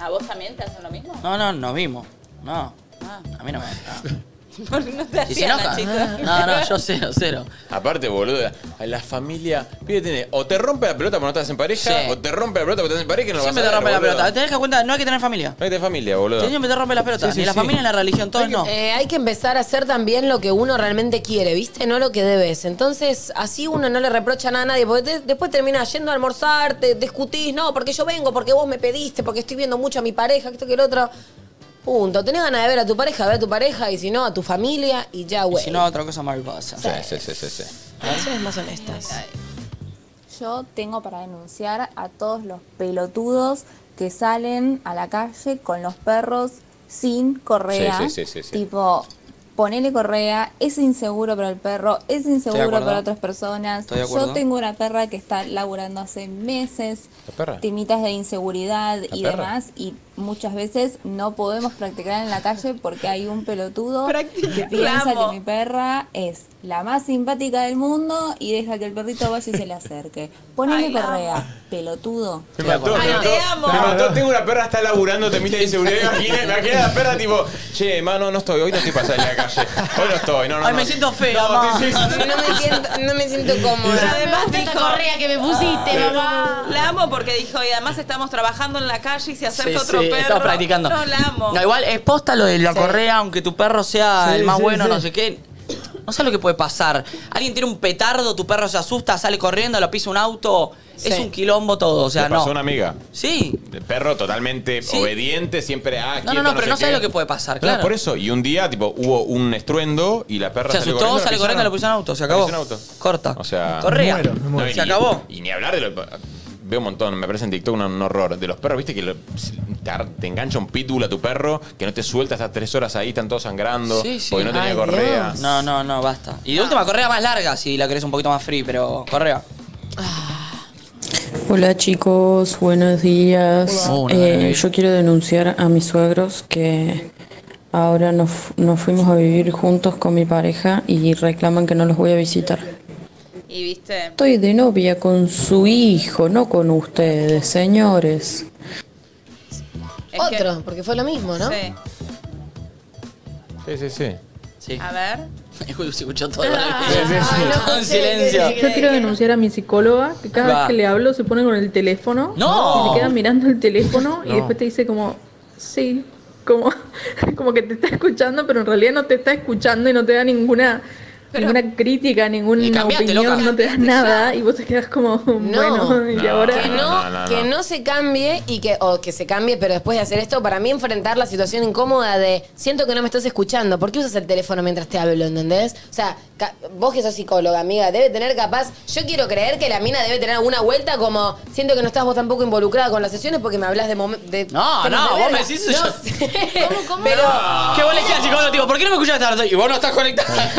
[SPEAKER 4] ¿A vos también te hacen lo mismo?
[SPEAKER 8] No, no, nos vimos. No, Ah, a mí no me. no.
[SPEAKER 4] no te
[SPEAKER 8] ¿Y se
[SPEAKER 4] hacían,
[SPEAKER 8] enoja?
[SPEAKER 4] Nachito.
[SPEAKER 8] No, no, yo cero, cero.
[SPEAKER 5] Aparte, boludo, a la familia. Pibe tiene, o te rompe la pelota cuando no estás en pareja,
[SPEAKER 8] Sí.
[SPEAKER 5] o te rompe la pelota cuando estás en pareja y no lo vas a
[SPEAKER 8] Siempre te
[SPEAKER 5] ver,
[SPEAKER 8] rompe la
[SPEAKER 5] boludo.
[SPEAKER 8] pelota. Te das cuenta, no hay que tener familia.
[SPEAKER 5] No hay que tener familia, boludo.
[SPEAKER 8] Siempre te rompe la pelota.
[SPEAKER 5] Sí, sí,
[SPEAKER 8] ni la
[SPEAKER 5] sí.
[SPEAKER 8] familia, ni la religión, todos no.
[SPEAKER 2] Eh, hay que empezar a hacer también lo que uno realmente quiere, ¿viste? No lo que debes. Entonces, así uno no le reprocha nada a nadie, porque de- después terminas yendo a almorzar, te discutís, no, porque yo vengo, porque vos me pediste, porque estoy viendo mucho a mi pareja, que esto que el otro. Punto. Tenés ganas de ver a tu pareja, ver a tu pareja, y si no, a tu familia, y ya,
[SPEAKER 8] Y
[SPEAKER 2] güey.
[SPEAKER 8] si no, otra cosa mariposa.
[SPEAKER 5] Sí, sí, sí, sí. sí.
[SPEAKER 2] Relaciones más honestas.
[SPEAKER 19] Yo tengo para denunciar a todos los pelotudos que salen a la calle con los perros sin correa.
[SPEAKER 5] Sí, sí, sí, sí, sí.
[SPEAKER 19] Tipo, ponele correa, es inseguro para el perro, es inseguro
[SPEAKER 5] acuerdo.
[SPEAKER 19] para otras personas.
[SPEAKER 5] Estoy de
[SPEAKER 19] Yo
[SPEAKER 5] acuerdo.
[SPEAKER 19] tengo una perra que está laburando hace meses,
[SPEAKER 5] ¿La perra?
[SPEAKER 19] temitas de inseguridad
[SPEAKER 5] ¿La
[SPEAKER 19] y
[SPEAKER 5] perra?
[SPEAKER 19] demás, y muchas veces no podemos practicar en la calle porque hay un pelotudo que piensa
[SPEAKER 4] amo.
[SPEAKER 19] que mi perra es la más simpática del mundo y deja que el perrito vaya y se le acerque. Ponele correa, pelotudo.
[SPEAKER 5] Me mató, me mató. Me mató, tengo una perra, está laburando, te mira de inseguridad. Imagina, imagina la perra, tipo, che, mano, no estoy, hoy no estoy pasando en la calle. Hoy no estoy, no, no.
[SPEAKER 8] Ay,
[SPEAKER 5] no.
[SPEAKER 8] me siento feo,
[SPEAKER 5] No,
[SPEAKER 8] mamá.
[SPEAKER 5] sí, sí, sí.
[SPEAKER 2] No me siento, no me siento cómoda.
[SPEAKER 4] Pero además
[SPEAKER 7] Me gusta esta
[SPEAKER 4] dijo- Ah,
[SPEAKER 7] correa que me pusiste, mamá.
[SPEAKER 4] La amo porque dijo, y además estamos trabajando en la calle y se acerca
[SPEAKER 8] Sí,
[SPEAKER 4] otro
[SPEAKER 8] sí,
[SPEAKER 4] perro.
[SPEAKER 8] estamos practicando.
[SPEAKER 4] No, la amo.
[SPEAKER 8] No, igual es posta lo de la
[SPEAKER 4] Sí.
[SPEAKER 8] correa, aunque tu perro sea
[SPEAKER 4] Sí,
[SPEAKER 8] el más
[SPEAKER 4] sí,
[SPEAKER 8] bueno,
[SPEAKER 4] sí.
[SPEAKER 8] no sé qué. No sabes lo que puede pasar. Alguien tiene un petardo, tu perro se asusta, sale corriendo, lo pisa un auto. Es un quilombo todo, o sea,
[SPEAKER 5] ¿Le
[SPEAKER 8] no.
[SPEAKER 5] pasó a una amiga?
[SPEAKER 8] Sí.
[SPEAKER 5] El perro totalmente
[SPEAKER 8] Sí.
[SPEAKER 5] obediente, siempre. Ah,
[SPEAKER 8] No,
[SPEAKER 5] quieto,
[SPEAKER 8] no, no, pero no
[SPEAKER 5] sé
[SPEAKER 8] sabes
[SPEAKER 5] qué.
[SPEAKER 8] lo que puede pasar,
[SPEAKER 5] No,
[SPEAKER 8] claro.
[SPEAKER 5] por eso. Y un día, tipo, hubo un estruendo y la perra
[SPEAKER 8] Se
[SPEAKER 5] salió
[SPEAKER 8] asustó,
[SPEAKER 5] corriendo,
[SPEAKER 8] sale corriendo, la puso en auto, se
[SPEAKER 5] La
[SPEAKER 8] acabó.
[SPEAKER 5] puso en auto.
[SPEAKER 8] Corta.
[SPEAKER 5] O sea.
[SPEAKER 8] Correa.
[SPEAKER 5] No, y ni-
[SPEAKER 8] Se acabó.
[SPEAKER 5] Y ni hablar de lo. Veo un montón, me parece en TikTok un, un horror. De los perros, viste que lo- te, ar- te engancha un pitbull a tu perro, que no te suelta hasta tres horas ahí, están todos sangrando.
[SPEAKER 8] Sí, sí.
[SPEAKER 5] Porque no tenía correa.
[SPEAKER 8] No, no, no, basta. Y de última, correa más larga si la querés un poquito más free, pero correa.
[SPEAKER 20] Hola chicos, buenos días.
[SPEAKER 8] Hola.
[SPEAKER 20] Eh,
[SPEAKER 8] Hola.
[SPEAKER 20] yo quiero denunciar a mis suegros que ahora nos, fu- nos fuimos a vivir juntos con mi pareja y reclaman que no los voy a visitar.
[SPEAKER 4] Y viste,
[SPEAKER 20] Estoy de novia con su hijo, no con ustedes, señores.
[SPEAKER 2] Otro, porque fue lo mismo, ¿no?
[SPEAKER 4] Sí.
[SPEAKER 5] Sí, sí, sí.
[SPEAKER 4] a ver.
[SPEAKER 8] Se escuchó todo.
[SPEAKER 4] no,
[SPEAKER 8] En silencio.
[SPEAKER 20] Yo quiero denunciar a mi psicóloga que cada
[SPEAKER 8] Va.
[SPEAKER 20] vez que le hablo se pone con el teléfono
[SPEAKER 8] ¡No!
[SPEAKER 20] y se queda mirando el teléfono y
[SPEAKER 8] No.
[SPEAKER 20] después te dice como, sí, como, como que te está escuchando, pero en realidad no te está escuchando y no te da ninguna, ninguna crítica,
[SPEAKER 8] Y
[SPEAKER 20] ninguna
[SPEAKER 8] cambiate,
[SPEAKER 20] opinión,
[SPEAKER 8] loca.
[SPEAKER 20] no te da nada y vos te quedas como, bueno, y
[SPEAKER 2] No,
[SPEAKER 20] ahora...
[SPEAKER 2] que no,
[SPEAKER 20] no, no, no.
[SPEAKER 2] que no se cambie y que o que se cambie, pero después de hacer esto, para mí enfrentar la situación incómoda de siento que no me estás escuchando, ¿por qué usas el teléfono mientras te hablo, entendés? O sea, ca- vos que sos psicóloga, amiga, debe tener capaz, yo quiero creer que la mina debe tener alguna vuelta como siento que no estás vos tampoco involucrada con las sesiones porque me hablas de momen- de
[SPEAKER 8] No,
[SPEAKER 2] temas
[SPEAKER 8] no,
[SPEAKER 2] de
[SPEAKER 8] vos
[SPEAKER 2] verga.
[SPEAKER 8] me decís eso.
[SPEAKER 2] No,
[SPEAKER 5] Ah.
[SPEAKER 8] ¿Cómo, cómo? Pero. Que vos le decías al psicólogo, tipo, ¿por qué no me escuchás esta hora? Y vos no estás conectada.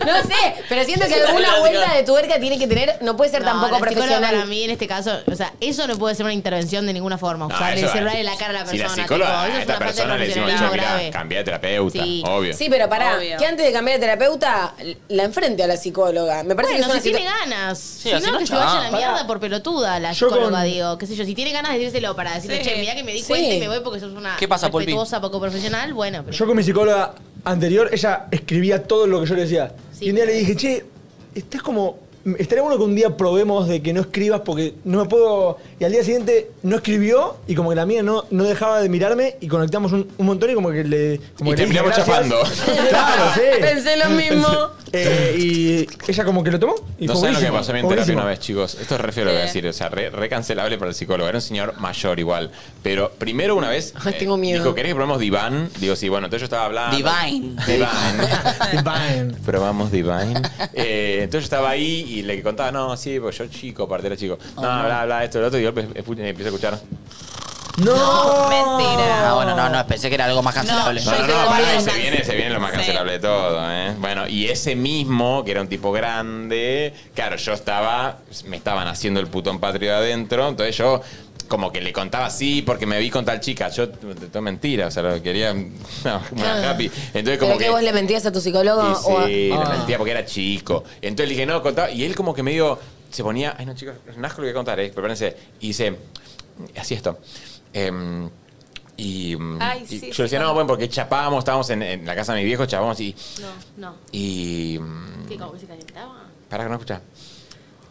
[SPEAKER 2] No, No sé, pero siento que alguna vuelta de tuerca tiene que tener, no puede ser
[SPEAKER 7] No,
[SPEAKER 2] tampoco
[SPEAKER 7] la psicóloga
[SPEAKER 2] profesional.
[SPEAKER 7] Para mí, en este caso, o sea, eso no puede ser una intervención de ninguna forma.
[SPEAKER 5] No,
[SPEAKER 7] Usarle
[SPEAKER 5] Ah, eso
[SPEAKER 7] el
[SPEAKER 5] es-
[SPEAKER 7] celular en la cara a la
[SPEAKER 5] Si
[SPEAKER 7] persona.
[SPEAKER 5] la psicóloga
[SPEAKER 7] tipo,
[SPEAKER 5] a
[SPEAKER 7] eso es
[SPEAKER 5] esta
[SPEAKER 7] una falta de
[SPEAKER 5] persona le decimos, che,
[SPEAKER 7] profesionalismo
[SPEAKER 5] mirá,
[SPEAKER 7] grave.
[SPEAKER 5] cambiá de terapeuta,
[SPEAKER 7] Sí.
[SPEAKER 5] obvio.
[SPEAKER 2] Sí, pero pará,
[SPEAKER 7] Obvio.
[SPEAKER 2] que antes de cambiar de terapeuta, la enfrente a la psicóloga. Me parece
[SPEAKER 7] Bueno,
[SPEAKER 2] que es una
[SPEAKER 7] si tiene
[SPEAKER 2] situ-
[SPEAKER 7] ganas.
[SPEAKER 2] Sí,
[SPEAKER 7] si
[SPEAKER 2] así
[SPEAKER 7] no,
[SPEAKER 2] no
[SPEAKER 7] que se
[SPEAKER 2] está.
[SPEAKER 7] vaya a la
[SPEAKER 2] Pará.
[SPEAKER 7] mierda por pelotuda la
[SPEAKER 2] Yo
[SPEAKER 7] psicóloga,
[SPEAKER 2] con-
[SPEAKER 7] digo. Qué sé yo, si tiene ganas de decírselo para decirle,
[SPEAKER 2] Sí.
[SPEAKER 7] che, mirá que me di
[SPEAKER 2] Sí.
[SPEAKER 7] cuenta y me voy porque sos una
[SPEAKER 6] ¿Qué pasa, Pulpi?
[SPEAKER 7] respetuosa, poco profesional, bueno. Pero...
[SPEAKER 6] Yo con mi psicóloga anterior, ella escribía todo lo que yo le decía. y un día le dije, che, estás como. Estaría bueno que un día probemos de que no escribas porque no me puedo. Y al día siguiente no escribió y como que la mía no, no dejaba de mirarme y conectamos un, un montón y como que le. Como
[SPEAKER 5] Y
[SPEAKER 6] que le dije,
[SPEAKER 5] terminamos
[SPEAKER 6] "Gracias".
[SPEAKER 5] chapando.
[SPEAKER 6] Claro, sí.
[SPEAKER 5] Pensé lo mismo.
[SPEAKER 6] Eh, y ella como que lo tomó y
[SPEAKER 5] No saben
[SPEAKER 6] fue
[SPEAKER 5] lo que
[SPEAKER 6] buenísimo,
[SPEAKER 5] me pasó a mí en
[SPEAKER 6] fue
[SPEAKER 5] terapia
[SPEAKER 6] buenísimo.
[SPEAKER 5] una vez, chicos. Esto es re feo lo que voy a decir, o sea, re, re cancelable para el psicólogo. Era un señor mayor igual. Pero primero una vez eh,
[SPEAKER 6] Ay, tengo miedo.
[SPEAKER 5] dijo, ¿querés que probemos Diván? Digo, sí, bueno, entonces yo estaba hablando.
[SPEAKER 8] Divine.
[SPEAKER 5] Divine.
[SPEAKER 6] Divine.
[SPEAKER 5] Probamos Divine. Eh, entonces yo estaba ahí y le contaba, no, sí, pues yo chico, aparte era chico.
[SPEAKER 6] Oh,
[SPEAKER 5] No,
[SPEAKER 8] no.
[SPEAKER 5] bla, bla, esto, lo otro. Y de golpe escu- empiezo a escuchar.
[SPEAKER 6] No,
[SPEAKER 8] mentira. Ah, bueno, no, no, pensé que era algo más cancelable.
[SPEAKER 5] No, no, no, pará, se viene, se viene lo más cancelable de todo, ¿eh? Bueno, y ese mismo, que era un tipo grande, claro, yo estaba, me estaban haciendo el putón patrio de adentro, entonces yo como que le contaba así porque me vi con tal chica, yo, todo mentira, o sea, lo quería, no, como
[SPEAKER 2] Ah.
[SPEAKER 5] una happy. Entonces como
[SPEAKER 2] ¿Pero
[SPEAKER 5] que...
[SPEAKER 2] que vos le mentías a tu psicólogo?
[SPEAKER 5] Y
[SPEAKER 2] o a-
[SPEAKER 5] sí, le
[SPEAKER 2] Ah.
[SPEAKER 5] mentía porque era chico. Entonces le dije, no, contaba. Y él como que medio se ponía, ay no, chicos, no es lo que voy a contar, eh, prepárense. Y dice, así esto. Em, y mm,
[SPEAKER 7] Ay,
[SPEAKER 5] y
[SPEAKER 7] sí,
[SPEAKER 5] yo
[SPEAKER 7] sí,
[SPEAKER 5] decía, no,
[SPEAKER 7] conozco.
[SPEAKER 5] bueno, porque chapábamos, estábamos en, en la casa de mi viejo, chapábamos y.
[SPEAKER 7] No, no.
[SPEAKER 5] Y. mm,
[SPEAKER 7] ¿Qué, como que se calentaba?
[SPEAKER 5] Pará que no escucha.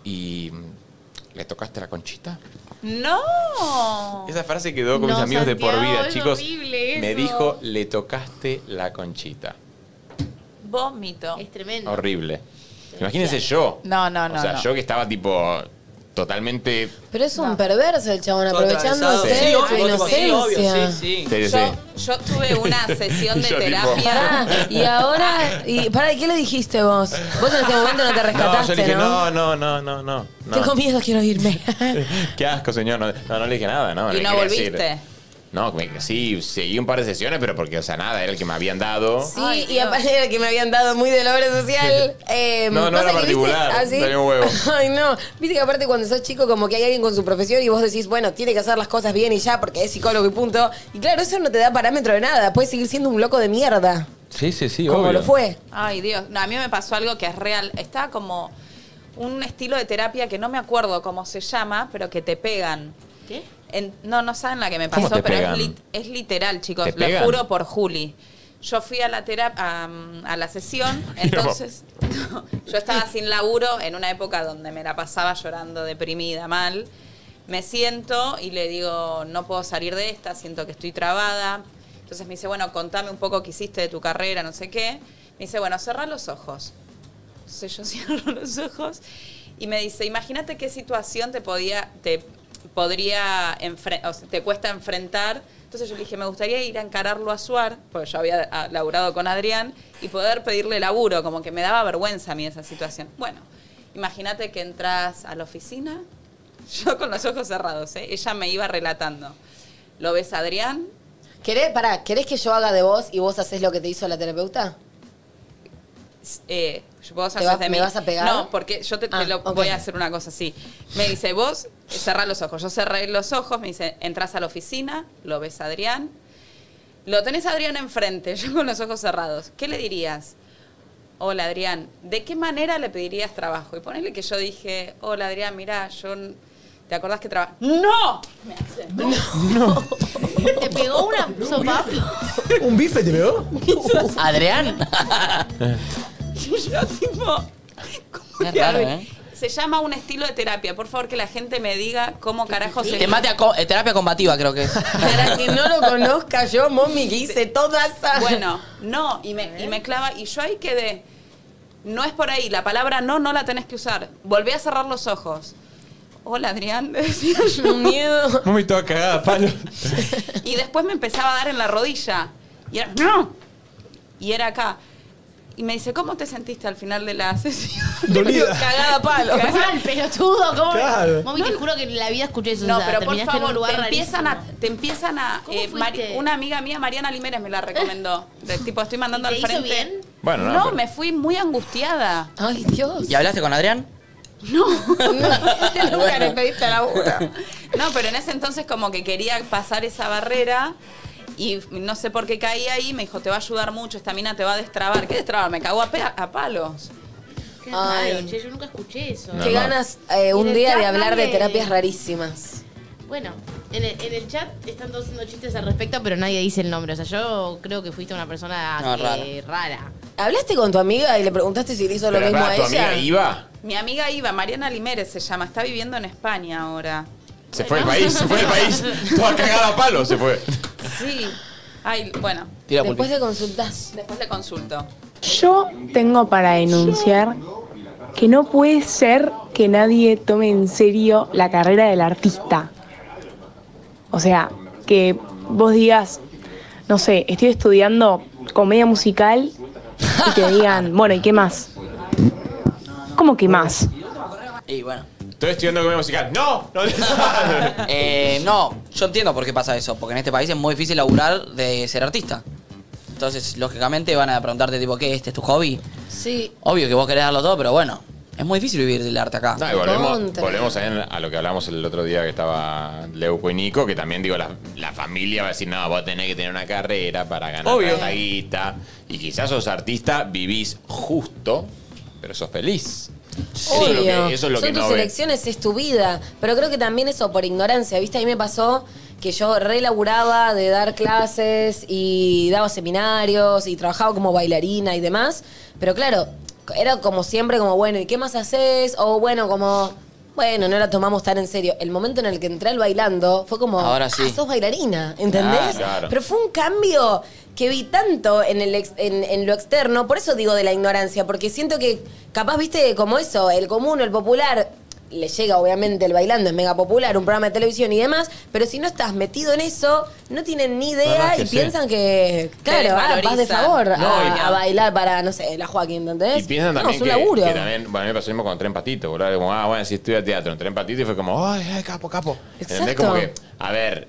[SPEAKER 5] Y. mm, ¿Le tocaste la conchita?
[SPEAKER 4] No.
[SPEAKER 5] Esa frase quedó con
[SPEAKER 4] No,
[SPEAKER 5] mis amigos de por
[SPEAKER 4] Santiago,
[SPEAKER 5] vida,
[SPEAKER 4] es
[SPEAKER 5] chicos.
[SPEAKER 4] horrible
[SPEAKER 5] Me
[SPEAKER 4] eso.
[SPEAKER 5] dijo, le tocaste la conchita.
[SPEAKER 4] Vómito. Es
[SPEAKER 7] tremendo.
[SPEAKER 5] Horrible. Imagínense yo.
[SPEAKER 4] No, no,
[SPEAKER 5] O
[SPEAKER 4] no,
[SPEAKER 5] sea,
[SPEAKER 4] no.
[SPEAKER 5] yo que estaba tipo totalmente.
[SPEAKER 2] Pero es un perverso el chabón, aprovechándose
[SPEAKER 5] atravesado.
[SPEAKER 2] de
[SPEAKER 5] Sí,
[SPEAKER 2] tu
[SPEAKER 5] obvio, sí, obvio,
[SPEAKER 2] inocencia.
[SPEAKER 5] Sí, sí, sí.
[SPEAKER 4] Yo tuve una sesión de
[SPEAKER 5] Yo, tipo,
[SPEAKER 4] terapia.
[SPEAKER 2] Pará, y ahora, y, pará, ¿y qué le dijiste vos? Vos en ese momento no te
[SPEAKER 5] No, yo
[SPEAKER 2] rescataste,
[SPEAKER 5] le
[SPEAKER 2] ¿no?
[SPEAKER 5] dije, no, no, no, no, no. no.
[SPEAKER 2] Tengo miedo, quiero irme.
[SPEAKER 5] Qué asco, señor. No, no, no le dije nada, ¿no?
[SPEAKER 4] y
[SPEAKER 5] le
[SPEAKER 4] no
[SPEAKER 5] quería
[SPEAKER 4] volviste.
[SPEAKER 5] decir. No, me- sí, seguí un par de sesiones, pero porque, o sea, nada, era el que me habían dado.
[SPEAKER 2] Sí, y aparte era que me habían dado muy de la obra social. eh,
[SPEAKER 5] No, no
[SPEAKER 2] pasa
[SPEAKER 5] era
[SPEAKER 2] que, viste,
[SPEAKER 5] particular,
[SPEAKER 2] así-
[SPEAKER 5] tenía un huevo.
[SPEAKER 2] Ay, no. Viste que aparte cuando sos chico, como que hay alguien con su profesión y vos decís, bueno, tiene que hacer las cosas bien y ya, porque es psicólogo y punto. Y claro, eso no te da parámetro de nada. Puedes seguir siendo un loco de mierda.
[SPEAKER 5] Sí, sí, sí,
[SPEAKER 2] Como lo fue.
[SPEAKER 4] Ay, Dios. No, a mí me pasó algo que es real. Estaba como un estilo de terapia que no me acuerdo cómo se llama, pero que te pegan.
[SPEAKER 7] ¿Qué?
[SPEAKER 4] En- no, no saben la que me
[SPEAKER 5] ¿Cómo
[SPEAKER 4] pasó,
[SPEAKER 5] te
[SPEAKER 4] pero es,
[SPEAKER 5] pegan?
[SPEAKER 4] lit- es literal, chicos.
[SPEAKER 5] ¿Te
[SPEAKER 4] Lo
[SPEAKER 5] pegan?
[SPEAKER 4] juro por Juli. Yo fui a la terapia, a, mm, a la sesión, entonces yo estaba sin laburo en una época donde me la pasaba llorando, deprimida, mal. Me siento y le digo, no puedo salir de esta, siento que estoy trabada. Entonces me dice, bueno, contame un poco qué hiciste de tu carrera, no sé qué. Me dice, bueno, cerrá los ojos. Entonces yo cierro los ojos y me dice, imagínate qué situación te podía, te podría, enfre- o sea, te cuesta enfrentar. Entonces yo le dije, me gustaría ir a encararlo a Suar, porque yo había ah, laburado con Adrián, y poder pedirle laburo, como que me daba vergüenza a mí esa situación. Bueno, imagínate que entras a la oficina, yo con los ojos cerrados, ¿eh? ella me iba relatando. Lo ves a Adrián,
[SPEAKER 2] ¿Querés, pará, ¿querés que yo haga de vos y vos haces lo que te hizo la terapeuta?
[SPEAKER 4] eh, vos
[SPEAKER 2] ¿Te
[SPEAKER 4] haces
[SPEAKER 2] vas-
[SPEAKER 4] de
[SPEAKER 2] me
[SPEAKER 4] mí.
[SPEAKER 2] vas a pegar?
[SPEAKER 4] No, porque yo te, te
[SPEAKER 2] Ah,
[SPEAKER 4] lo
[SPEAKER 2] ok.
[SPEAKER 4] voy a hacer una cosa así. Me dice, vos cerrá los ojos. Yo cerré los ojos, me dice, entras a la oficina, lo ves a Adrián. Lo tenés a Adrián enfrente, yo con los ojos cerrados. ¿Qué le dirías? Hola Adrián, ¿de qué manera le pedirías trabajo? Y ponele que yo dije, hola Adrián, mirá, yo... n- ¿Te acordás que trabajo? ¡No! Me hace.
[SPEAKER 7] ¿Te pegó una sopa?
[SPEAKER 6] ¿Un bife te pegó?
[SPEAKER 8] ¿Adrián?
[SPEAKER 4] yo tipo... ¿cómo
[SPEAKER 8] Es
[SPEAKER 4] le
[SPEAKER 8] raro,
[SPEAKER 4] hago?
[SPEAKER 8] ¿eh?
[SPEAKER 4] Se llama un estilo de terapia. Por favor, que la gente me diga cómo carajo se...
[SPEAKER 8] Te mate a co- eh, terapia combativa, creo que es.
[SPEAKER 2] Para que no lo conozca yo, mommy, que hice toda esa...
[SPEAKER 4] Bueno, no, y me, y me clava, y yo ahí quedé. No es por ahí, la palabra no, no la tenés que usar. Volví a cerrar los ojos. Hola, Adrián, decía yo.
[SPEAKER 2] miedo.
[SPEAKER 5] Muy toda cagada, palo.
[SPEAKER 4] Y después me empezaba a dar en la rodilla. Y era, ¡no! Y era acá. Y me dice, ¿cómo te sentiste al final de la sesión?
[SPEAKER 6] Dolida.
[SPEAKER 4] Cagada a palo.
[SPEAKER 7] Mal, pelotudo, ¿cómo?
[SPEAKER 6] Claro.
[SPEAKER 7] Mami, te juro que en la vida escuché eso.
[SPEAKER 4] No,
[SPEAKER 7] o sea,
[SPEAKER 4] pero por
[SPEAKER 7] terminaste en un
[SPEAKER 4] favor,
[SPEAKER 7] lugar
[SPEAKER 4] te empiezan,
[SPEAKER 7] rarísimo.
[SPEAKER 4] a, te empiezan a... eh, Mari- una amiga mía, Mariana Limérez, me la recomendó. De, tipo, estoy mandando
[SPEAKER 7] ¿Y
[SPEAKER 4] al
[SPEAKER 7] te hizo
[SPEAKER 4] frente.
[SPEAKER 7] bien?
[SPEAKER 5] Bueno,
[SPEAKER 4] No,
[SPEAKER 5] no. pero-
[SPEAKER 4] me fui muy angustiada.
[SPEAKER 2] Ay, Dios.
[SPEAKER 8] ¿Y hablaste con Adrián?
[SPEAKER 4] Nunca
[SPEAKER 8] le
[SPEAKER 4] pediste la No, pero en ese entonces como que quería pasar esa barrera y no sé por qué caí ahí. Me dijo, te va a ayudar mucho, esta mina te va a destrabar. ¿Qué destrabar? Me cagó a, pe- a palos.
[SPEAKER 7] Qué
[SPEAKER 2] Ay.
[SPEAKER 7] raro, che, yo nunca escuché eso.
[SPEAKER 2] Qué ganas eh,
[SPEAKER 7] En
[SPEAKER 2] un
[SPEAKER 7] el
[SPEAKER 2] día de
[SPEAKER 7] chat
[SPEAKER 2] hablar de
[SPEAKER 7] nadie-
[SPEAKER 2] terapias rarísimas.
[SPEAKER 7] Bueno, en el, en el chat están todos haciendo chistes al respecto, pero nadie dice el nombre. O sea, yo creo que fuiste una persona
[SPEAKER 2] No,
[SPEAKER 7] que- rara.
[SPEAKER 2] ¿Hablaste con tu amiga y le preguntaste si le hizo lo
[SPEAKER 5] Pero,
[SPEAKER 2] mismo
[SPEAKER 5] pará,
[SPEAKER 2] a
[SPEAKER 5] ¿tu
[SPEAKER 2] ella?
[SPEAKER 5] amiga iba?
[SPEAKER 4] Mi amiga Iva, Mariana Limérez se llama, está viviendo en España ahora.
[SPEAKER 5] Se fue el país, se fue el país. Toda cagada a palo se fue.
[SPEAKER 4] Sí. Ay, bueno.
[SPEAKER 5] Tira,
[SPEAKER 4] Después
[SPEAKER 2] le consultás.
[SPEAKER 4] Después le consulto.
[SPEAKER 10] Yo tengo para denunciar que no puede ser que nadie tome en serio la carrera del artista. O sea, que vos digas, no sé, estoy estudiando comedia musical y te digan, bueno, ¿y qué más? ¿Cómo que más?
[SPEAKER 8] Y bueno.
[SPEAKER 5] Estoy estudiando comedia musical. ¡No! no
[SPEAKER 8] Eh, no, yo entiendo por qué pasa eso, porque en este país es muy difícil laburar de ser artista. Entonces, lógicamente van a preguntarte tipo, ¿qué? ¿Este es tu hobby?
[SPEAKER 2] Sí.
[SPEAKER 8] Obvio que vos querés darlo todo, pero bueno, es muy difícil vivir del arte acá.
[SPEAKER 5] No, y volvemos, volvemos también a lo que hablamos el otro día que estaba Leuco y Nico, que también digo, la, la familia va a decir, no, vos tenés que tener una carrera para ganar
[SPEAKER 8] Obvio.
[SPEAKER 5] tanta guita. Y quizás sos artista, vivís justo, pero sos feliz. Eso es lo
[SPEAKER 2] Obvio.
[SPEAKER 5] que, eso es lo
[SPEAKER 2] Son
[SPEAKER 5] que
[SPEAKER 2] tus
[SPEAKER 5] no ves.
[SPEAKER 2] elecciones, es tu vida. Pero creo que también eso por ignorancia, ¿viste? A mí me pasó que yo relaburaba de dar clases y daba seminarios y trabajaba como bailarina y demás. Pero claro, era como siempre como, bueno, ¿y qué más haces? O bueno, como... Bueno, no la tomamos tan en serio. El momento en el que entré al bailando fue como,
[SPEAKER 8] Ahora sí.
[SPEAKER 2] "Ah, sos bailarina, ¿entendés?
[SPEAKER 8] Claro, claro.
[SPEAKER 2] Pero fue un cambio que vi tanto en, el ex- en, en lo externo, por eso digo de la ignorancia, porque siento que capaz, viste, como eso, el común, el popular, le llega obviamente el bailando, es mega popular, un programa de televisión y demás, pero si no estás metido en eso, no tienen ni idea
[SPEAKER 5] Verdad que
[SPEAKER 2] y
[SPEAKER 5] sí.
[SPEAKER 2] piensan que, claro, ah, vas de
[SPEAKER 4] desvalorizan.
[SPEAKER 2] favor
[SPEAKER 5] No,
[SPEAKER 2] a,
[SPEAKER 5] y-
[SPEAKER 2] a bailar para, no sé, la Joaquín, ¿entendés?
[SPEAKER 5] Y piensan
[SPEAKER 2] No, es
[SPEAKER 5] también,
[SPEAKER 2] un
[SPEAKER 5] que,
[SPEAKER 2] laburo.
[SPEAKER 5] que también, bueno, a mí me pasó lo mismo con Tren Patito, boludo, era como, ah, bueno, si estudia teatro, en Tren Patito y fue como, ay, ay, capo, capo. ¿Entendés?
[SPEAKER 2] Exacto.
[SPEAKER 5] Como que, a ver,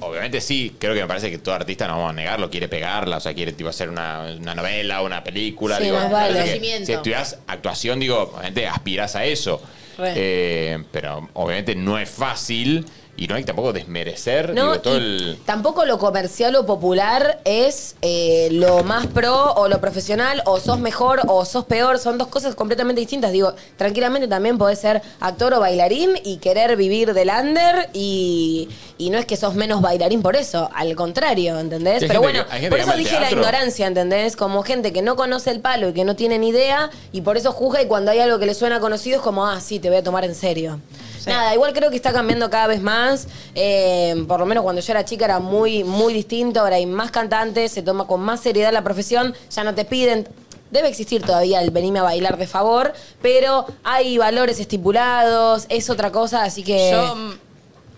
[SPEAKER 5] obviamente sí, creo que me parece que todo artista, no vamos a negarlo, quiere pegarla, o sea, quiere tipo, hacer una, una novela, una película.
[SPEAKER 2] Sí,
[SPEAKER 5] digo,
[SPEAKER 2] más
[SPEAKER 5] me
[SPEAKER 2] vale.
[SPEAKER 5] parece que
[SPEAKER 2] Conocimiento.
[SPEAKER 5] si estudias actuación, digo, obviamente aspiras a eso.
[SPEAKER 2] Re.
[SPEAKER 5] Eh, pero obviamente no es fácil y no hay tampoco desmerecer
[SPEAKER 2] No,
[SPEAKER 5] digo, todo
[SPEAKER 2] y-
[SPEAKER 5] el.
[SPEAKER 2] Tampoco lo comercial o popular es eh, lo más pro o lo profesional, o sos mejor o sos peor. Son dos cosas completamente distintas. Digo, tranquilamente también podés ser actor o bailarín y querer vivir del under y, y no es que sos menos bailarín por eso. Al contrario, ¿entendés?
[SPEAKER 5] Sí, hay
[SPEAKER 2] Pero
[SPEAKER 5] gente
[SPEAKER 2] bueno,
[SPEAKER 5] que- hay gente
[SPEAKER 2] por
[SPEAKER 5] que
[SPEAKER 2] eso
[SPEAKER 5] ama el
[SPEAKER 2] dije la
[SPEAKER 5] teatro.
[SPEAKER 2] ignorancia, ¿entendés? Como gente que no conoce el palo y que no tiene ni idea y por eso juzga y cuando hay algo que le suena conocido es como, ah, sí, te voy a tomar en serio. Nada, igual creo que está cambiando cada vez más. Eh, por lo menos cuando yo era chica era muy, muy distinto. Ahora hay más cantantes, se toma con más seriedad la profesión, ya no te piden. Debe existir todavía el venirme a bailar de favor, pero hay valores estipulados, es otra cosa, así que.
[SPEAKER 4] Yo, mm,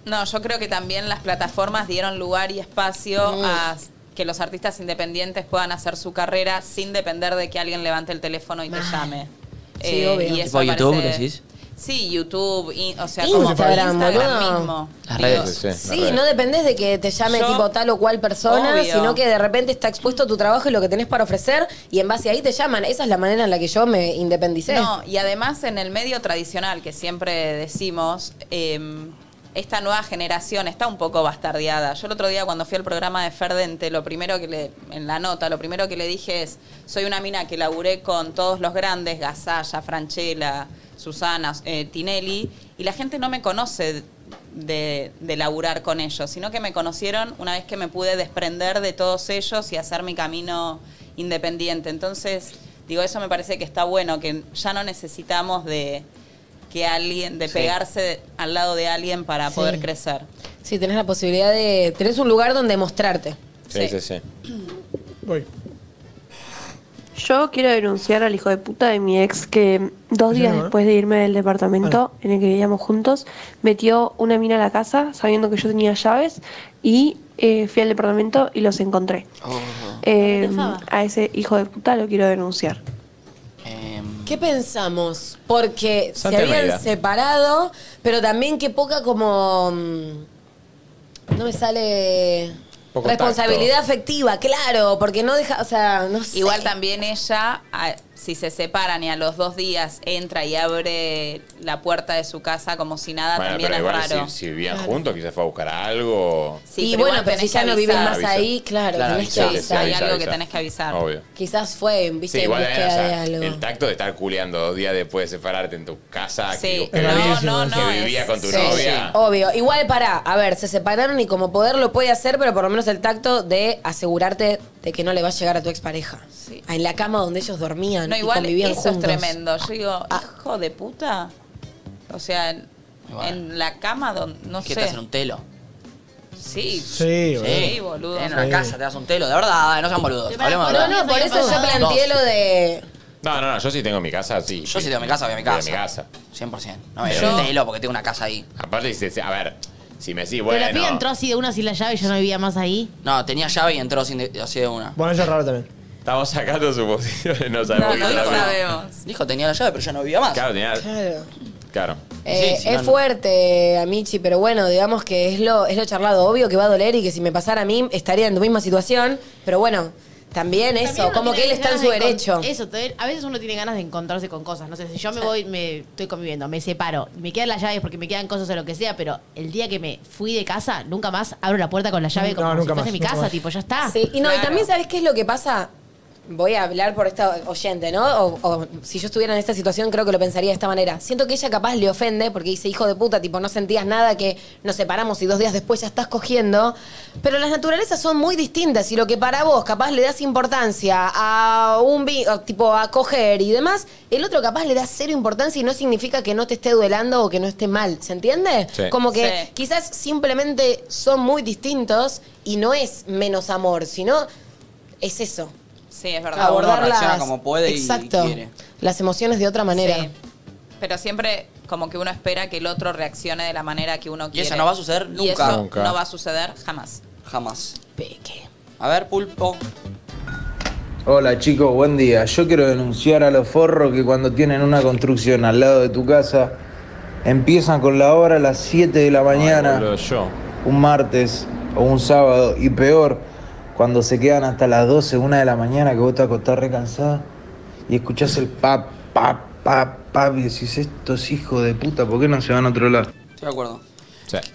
[SPEAKER 4] no, yo creo que también las plataformas dieron lugar y espacio a s- que los artistas independientes puedan hacer su carrera sin depender de que alguien levante el teléfono y te llame. Eh,
[SPEAKER 8] Sí, obvio.
[SPEAKER 4] y eso
[SPEAKER 8] ¿Tipo YouTube,
[SPEAKER 4] parece-
[SPEAKER 8] decís?
[SPEAKER 4] Sí, YouTube, in- o sea,
[SPEAKER 2] Instagram,
[SPEAKER 4] como Instagram
[SPEAKER 2] boludo.
[SPEAKER 4] mismo.
[SPEAKER 8] Las
[SPEAKER 4] Digo,
[SPEAKER 8] redes.
[SPEAKER 2] Sí, no dependés de que te llame
[SPEAKER 4] Yo-
[SPEAKER 2] tipo tal o cual persona,
[SPEAKER 4] Obvio.
[SPEAKER 2] sino que de repente está expuesto tu trabajo y lo que tenés para ofrecer y en base a ahí te llaman. Esa es la manera en la que yo me independicé.
[SPEAKER 4] No, y además en el medio tradicional que siempre decimos, eh, esta nueva generación está un poco bastardeada. Yo el otro día cuando fui al programa de Ferdente, lo primero que le, en la nota, lo primero que le dije es, soy una mina que laburé con todos los grandes, Gazalla, Franchella, Susana, eh, Tinelli, y la gente no me conoce de, de laburar con ellos, sino que me conocieron una vez que me pude desprender de todos ellos y hacer mi camino independiente. Entonces, digo, eso me parece que está bueno, que ya no necesitamos de que alguien, de
[SPEAKER 2] Sí.
[SPEAKER 4] pegarse al lado de alguien para
[SPEAKER 2] Sí.
[SPEAKER 4] poder crecer.
[SPEAKER 2] Sí, tenés la posibilidad de. Tenés un lugar donde mostrarte.
[SPEAKER 5] Sí, sí, sí.
[SPEAKER 10] Yo quiero denunciar al hijo de puta de mi ex que dos
[SPEAKER 6] Ese
[SPEAKER 10] días
[SPEAKER 6] no, ¿eh?
[SPEAKER 10] después de irme del departamento en el que vivíamos juntos, metió una mina a la casa sabiendo que yo tenía llaves y eh, fui al departamento y los encontré.
[SPEAKER 9] Ah.
[SPEAKER 20] Oh.
[SPEAKER 10] Eh, a ese hijo de puta lo quiero denunciar.
[SPEAKER 8] em,
[SPEAKER 2] ¿Qué pensamos? Porque
[SPEAKER 10] Santi
[SPEAKER 2] se habían
[SPEAKER 10] Almeida.
[SPEAKER 2] separado, pero también qué poca como. mm, No me sale.
[SPEAKER 5] Poco
[SPEAKER 2] Responsabilidad
[SPEAKER 5] tacto.
[SPEAKER 2] afectiva, claro, porque no deja, o sea, no sé.
[SPEAKER 4] Igual también ella, a- si se separan y a los dos días entra y abre la puerta de su casa como si nada,
[SPEAKER 5] Bueno,
[SPEAKER 4] también
[SPEAKER 5] pero
[SPEAKER 4] es
[SPEAKER 5] igual
[SPEAKER 4] raro.
[SPEAKER 5] si, si vivían
[SPEAKER 4] Claro.
[SPEAKER 5] juntos, quizás fue a buscar algo.
[SPEAKER 4] Sí,
[SPEAKER 2] y
[SPEAKER 4] pero
[SPEAKER 2] bueno,
[SPEAKER 4] igual
[SPEAKER 2] pero si
[SPEAKER 4] tenés
[SPEAKER 2] ya
[SPEAKER 4] que
[SPEAKER 2] no vivís
[SPEAKER 4] avisar.
[SPEAKER 2] más ahí, claro,
[SPEAKER 5] Claro,
[SPEAKER 2] tenés que
[SPEAKER 5] avisale, sí,
[SPEAKER 2] avisar.
[SPEAKER 4] Hay
[SPEAKER 5] avisa,
[SPEAKER 4] algo que
[SPEAKER 5] avisa.
[SPEAKER 4] tenés que avisar.
[SPEAKER 5] Obvio.
[SPEAKER 2] Quizás fue,
[SPEAKER 5] Sí,
[SPEAKER 2] viste,
[SPEAKER 5] igual
[SPEAKER 2] en
[SPEAKER 5] eh,
[SPEAKER 2] búsqueda
[SPEAKER 5] o sea,
[SPEAKER 2] de algo.
[SPEAKER 5] el tacto de estar culeando dos días después de separarte en tu casa
[SPEAKER 4] Sí.
[SPEAKER 5] que, que
[SPEAKER 4] No,
[SPEAKER 5] vivías-
[SPEAKER 4] no,
[SPEAKER 5] que
[SPEAKER 4] no,
[SPEAKER 5] vivía
[SPEAKER 4] es-
[SPEAKER 5] con tu
[SPEAKER 4] sí,
[SPEAKER 5] novia.
[SPEAKER 8] Oh.
[SPEAKER 2] Obvio, igual para, a ver, se separaron y como poder lo puede hacer, pero por lo menos el tacto de asegurarte de que no le va a llegar a tu expareja. Ah, En la cama donde ellos dormían
[SPEAKER 4] No,
[SPEAKER 2] y
[SPEAKER 4] igual
[SPEAKER 2] convivían
[SPEAKER 4] eso es
[SPEAKER 2] juntos. Ah.
[SPEAKER 4] tremendo. Yo digo, hijo de puta. O sea, en, en la cama, donde, no
[SPEAKER 8] ¿Qué
[SPEAKER 4] sé.
[SPEAKER 8] te hacen un telo?
[SPEAKER 4] Sí,
[SPEAKER 8] Sí,
[SPEAKER 4] sí, boludo.
[SPEAKER 8] En una casa te das un telo, de verdad, eh, no sean boludos. Hablemos de
[SPEAKER 2] No,
[SPEAKER 8] verdad.
[SPEAKER 2] no, por eso yo planteé lo de...
[SPEAKER 5] No, no, no, yo sí tengo mi casa, sí.
[SPEAKER 8] Yo sí tengo mi casa, voy a mi
[SPEAKER 5] Voy
[SPEAKER 8] casa.
[SPEAKER 5] a mi casa.
[SPEAKER 8] 100%. No, me
[SPEAKER 5] Pero-
[SPEAKER 8] un telo porque tengo una casa ahí.
[SPEAKER 5] Aparte, si te- a ver, si me decís,
[SPEAKER 7] Pero la piba
[SPEAKER 8] bueno.
[SPEAKER 7] entró así de una sin la llave y yo no vivía más ahí.
[SPEAKER 8] No, tenía llave y entró sin de- así de una.
[SPEAKER 6] Bueno, eso es raro también.
[SPEAKER 5] Estamos sacando suposiciones, no sabemos. qué
[SPEAKER 8] dijo-
[SPEAKER 5] tal.
[SPEAKER 8] Dijo tenía la llave, pero ya no vivía más.
[SPEAKER 5] Claro, tenía. Claro.
[SPEAKER 2] Eh,
[SPEAKER 8] Sí, sí,
[SPEAKER 2] es
[SPEAKER 8] no, no.
[SPEAKER 2] fuerte, Amichi, pero bueno, digamos que es lo, es lo charlado. Obvio que va a doler y que si me pasara a mí estaría en tu misma situación, pero bueno, también eso,
[SPEAKER 7] También uno
[SPEAKER 2] como que
[SPEAKER 7] tiene
[SPEAKER 2] él está en su
[SPEAKER 7] ganas de
[SPEAKER 2] derecho.
[SPEAKER 7] encon- Eso, te- a veces uno tiene ganas de encontrarse con cosas. No sé, si yo me voy, me estoy conviviendo, me separo, me quedan las llaves porque me quedan cosas o lo que sea, pero el día que me fui de casa, nunca más abro la puerta con la llave como
[SPEAKER 2] Mm, No,
[SPEAKER 7] si
[SPEAKER 2] nunca
[SPEAKER 7] fuese
[SPEAKER 2] más,
[SPEAKER 7] mi
[SPEAKER 2] nunca
[SPEAKER 7] casa,
[SPEAKER 2] más.
[SPEAKER 7] tipo, ya está.
[SPEAKER 2] Sí, y no, y también sabes qué es lo que pasa. Voy a hablar por esta oyente, ¿no? O, o si yo estuviera en esta situación, creo que lo pensaría de esta manera. Siento que ella capaz le ofende porque dice, hijo de puta, tipo, no sentías nada, que nos separamos y dos días después ya estás cogiendo. Pero las naturalezas son muy distintas y lo que para vos capaz le das importancia a un vi- o, tipo a coger y demás, el otro capaz le da cero importancia y no significa que no te esté duelando o que no esté mal, ¿se entiende?
[SPEAKER 21] Sí.
[SPEAKER 2] Como que
[SPEAKER 21] Sí.
[SPEAKER 2] quizás simplemente son muy distintos y no es menos amor, sino es eso.
[SPEAKER 4] Sí, es verdad.
[SPEAKER 8] Cada uno
[SPEAKER 2] Abordarlas.
[SPEAKER 8] reacciona como puede y- y
[SPEAKER 2] Exacto.
[SPEAKER 8] quiere.
[SPEAKER 2] Las emociones de otra manera.
[SPEAKER 4] Sí. Pero siempre como que uno espera que el otro reaccione de la manera que uno quiere.
[SPEAKER 8] eso no va a suceder
[SPEAKER 4] Y
[SPEAKER 8] nunca.
[SPEAKER 4] eso
[SPEAKER 8] Nunca.
[SPEAKER 4] no va a suceder jamás.
[SPEAKER 8] Jamás.
[SPEAKER 2] Peque.
[SPEAKER 8] A ver, pulpo.
[SPEAKER 22] Hola chicos, buen día. Yo quiero denunciar a los forros que cuando tienen una construcción al lado de tu casa, empiezan con la obra a las 7 de la mañana, un martes o un sábado, y peor, cuando se quedan hasta las 12, 1 de la mañana, que vos te acostás recansada y escuchás el pap, pap, pap, pap, y decís, estos hijos de puta, ¿por qué no se van a otro lado?
[SPEAKER 8] Estoy de acuerdo.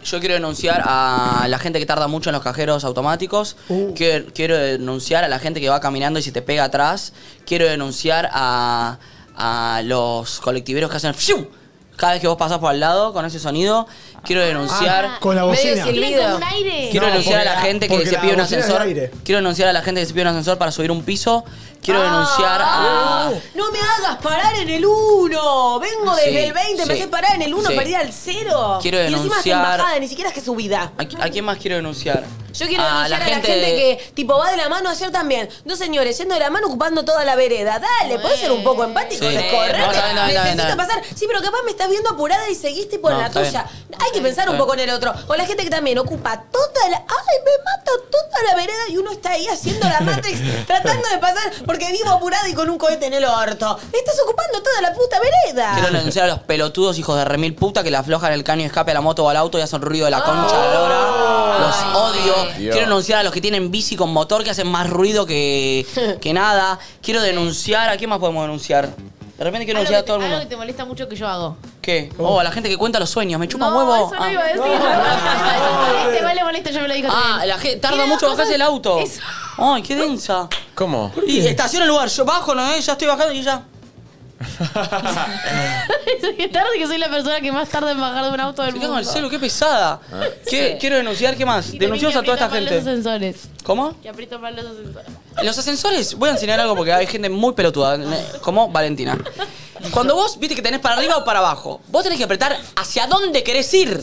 [SPEAKER 8] Yo quiero denunciar a la gente que tarda mucho en los cajeros automáticos.
[SPEAKER 7] Uh.
[SPEAKER 8] Quiero, quiero denunciar a la gente que va caminando y se te pega atrás. Quiero denunciar a, a los colectiveros que hacen ¡fiu! cada vez que vos pasás por al lado con ese sonido. Quiero denunciar.
[SPEAKER 6] Ah, con la Medio bocina. silbido.
[SPEAKER 7] Tienen como un aire.
[SPEAKER 8] Quiero
[SPEAKER 7] No,
[SPEAKER 8] denunciar a
[SPEAKER 7] porque
[SPEAKER 8] la
[SPEAKER 7] la-
[SPEAKER 8] gente que
[SPEAKER 7] porque
[SPEAKER 8] se
[SPEAKER 7] la
[SPEAKER 8] pide un
[SPEAKER 7] bocina es de
[SPEAKER 8] ascensor.
[SPEAKER 7] aire.
[SPEAKER 8] Quiero denunciar a la gente que se pide un ascensor para subir un piso.
[SPEAKER 2] Ah.
[SPEAKER 8] Quiero denunciar a.
[SPEAKER 2] Uh.
[SPEAKER 7] Uh.
[SPEAKER 2] No me hagas parar en el 1. Vengo
[SPEAKER 8] Sí,
[SPEAKER 2] desde el 20, me
[SPEAKER 8] sí,
[SPEAKER 2] haces parar en el 1
[SPEAKER 8] sí.
[SPEAKER 2] para ir al 0.
[SPEAKER 8] Quiero
[SPEAKER 2] Y encima es
[SPEAKER 8] denunciar-
[SPEAKER 2] embajada, ni siquiera es que subida.
[SPEAKER 8] ¿A, qui- a quién más quiero denunciar?
[SPEAKER 2] Yo quiero
[SPEAKER 8] Ah,
[SPEAKER 2] denunciar a la gente... que, tipo, va de la mano ayer también. Dos señores yendo de la mano ocupando toda la vereda. Dale, podés ser un poco empático,
[SPEAKER 8] Sí.
[SPEAKER 2] de correr.
[SPEAKER 8] No, está bien, está bien, está bien,
[SPEAKER 2] Necesito
[SPEAKER 8] está bien.
[SPEAKER 2] pasar. Sí, pero capaz me estás viendo apurada y seguís tipo en
[SPEAKER 8] No,
[SPEAKER 2] la
[SPEAKER 8] está
[SPEAKER 2] tuya. Hay que pensar
[SPEAKER 8] está
[SPEAKER 2] un
[SPEAKER 8] bien.
[SPEAKER 2] poco en el otro. O la gente que también ocupa toda la. ¡Ay, me mata toda la vereda! Y uno está ahí haciendo la Matrix, tratando de pasar porque vivo apurada y con un cohete en el orto. Estás ocupando toda la puta vereda.
[SPEAKER 7] Ah.
[SPEAKER 8] Quiero denunciar a los pelotudos hijos de remil puta que le aflojan el caño de escape a la moto o al auto y hacen ruido de la concha
[SPEAKER 7] Ah.
[SPEAKER 8] de la lora. Los odio.
[SPEAKER 5] Dios.
[SPEAKER 8] Quiero denunciar a los que tienen bici con motor que hacen más ruido que, que nada. Quiero denunciar. ¿A quién más podemos denunciar? De repente quiero
[SPEAKER 7] Algo que,
[SPEAKER 8] denunciar a todo el
[SPEAKER 7] te- algo que
[SPEAKER 8] mundo.
[SPEAKER 7] te molesta mucho que yo hago.
[SPEAKER 8] ¿Qué? Oh, a la gente que cuenta los sueños. Me chupa un huevo.
[SPEAKER 7] eso
[SPEAKER 8] Ah.
[SPEAKER 7] no iba a decir. Este vale molesta, yo me lo digo
[SPEAKER 8] Ah,
[SPEAKER 7] también.
[SPEAKER 8] la gente
[SPEAKER 7] Tiene
[SPEAKER 8] tarda
[SPEAKER 7] dos
[SPEAKER 8] mucho
[SPEAKER 7] cosas-
[SPEAKER 8] bajarse del auto.
[SPEAKER 7] Eso.
[SPEAKER 8] Ay, qué densa.
[SPEAKER 5] ¿Cómo?
[SPEAKER 8] Y estaciona el lugar. Yo bajo, no, eh, ya estoy bajando y ya.
[SPEAKER 7] Eso que tarde que soy la persona que más tarda en bajar de un auto del
[SPEAKER 8] Me
[SPEAKER 7] mundo.
[SPEAKER 8] cago en el celu, qué pesada. ¿Qué-
[SPEAKER 7] Ah. Sí.
[SPEAKER 8] Quiero denunciar, ¿qué más?
[SPEAKER 7] Y también
[SPEAKER 8] Denunciamos
[SPEAKER 7] que
[SPEAKER 8] a toda esta
[SPEAKER 7] aprieto mal Los
[SPEAKER 8] gente.
[SPEAKER 7] ascensores.
[SPEAKER 8] ¿Cómo?
[SPEAKER 7] Que aprieto mal los ascensores.
[SPEAKER 8] Los ascensores, voy a enseñar algo porque hay gente muy pelotuda, me- como Valentina. Cuando vos viste que tenés para arriba o para abajo, vos tenés que apretar hacia dónde querés ir.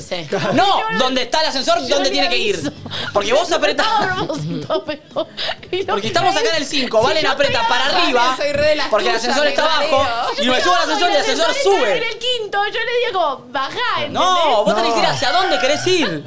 [SPEAKER 8] No, dónde está el ascensor,
[SPEAKER 7] Yo
[SPEAKER 8] dónde
[SPEAKER 7] le
[SPEAKER 8] tiene que ir.
[SPEAKER 7] aviso.
[SPEAKER 8] Porque vos apretás. Porque estamos acá en el 5, Valen aprieta para arriba.
[SPEAKER 16] Soy re de las
[SPEAKER 8] Porque el
[SPEAKER 16] tuyas,
[SPEAKER 8] ascensor
[SPEAKER 16] me
[SPEAKER 8] está abajo.
[SPEAKER 16] mareo.
[SPEAKER 8] Y me subo al ascensor y el ascensor
[SPEAKER 7] En
[SPEAKER 8] sube.
[SPEAKER 7] el quinto, yo le digo como, bajá,
[SPEAKER 8] No, vos tenés que ir
[SPEAKER 7] No.
[SPEAKER 8] hacia dónde querés ir.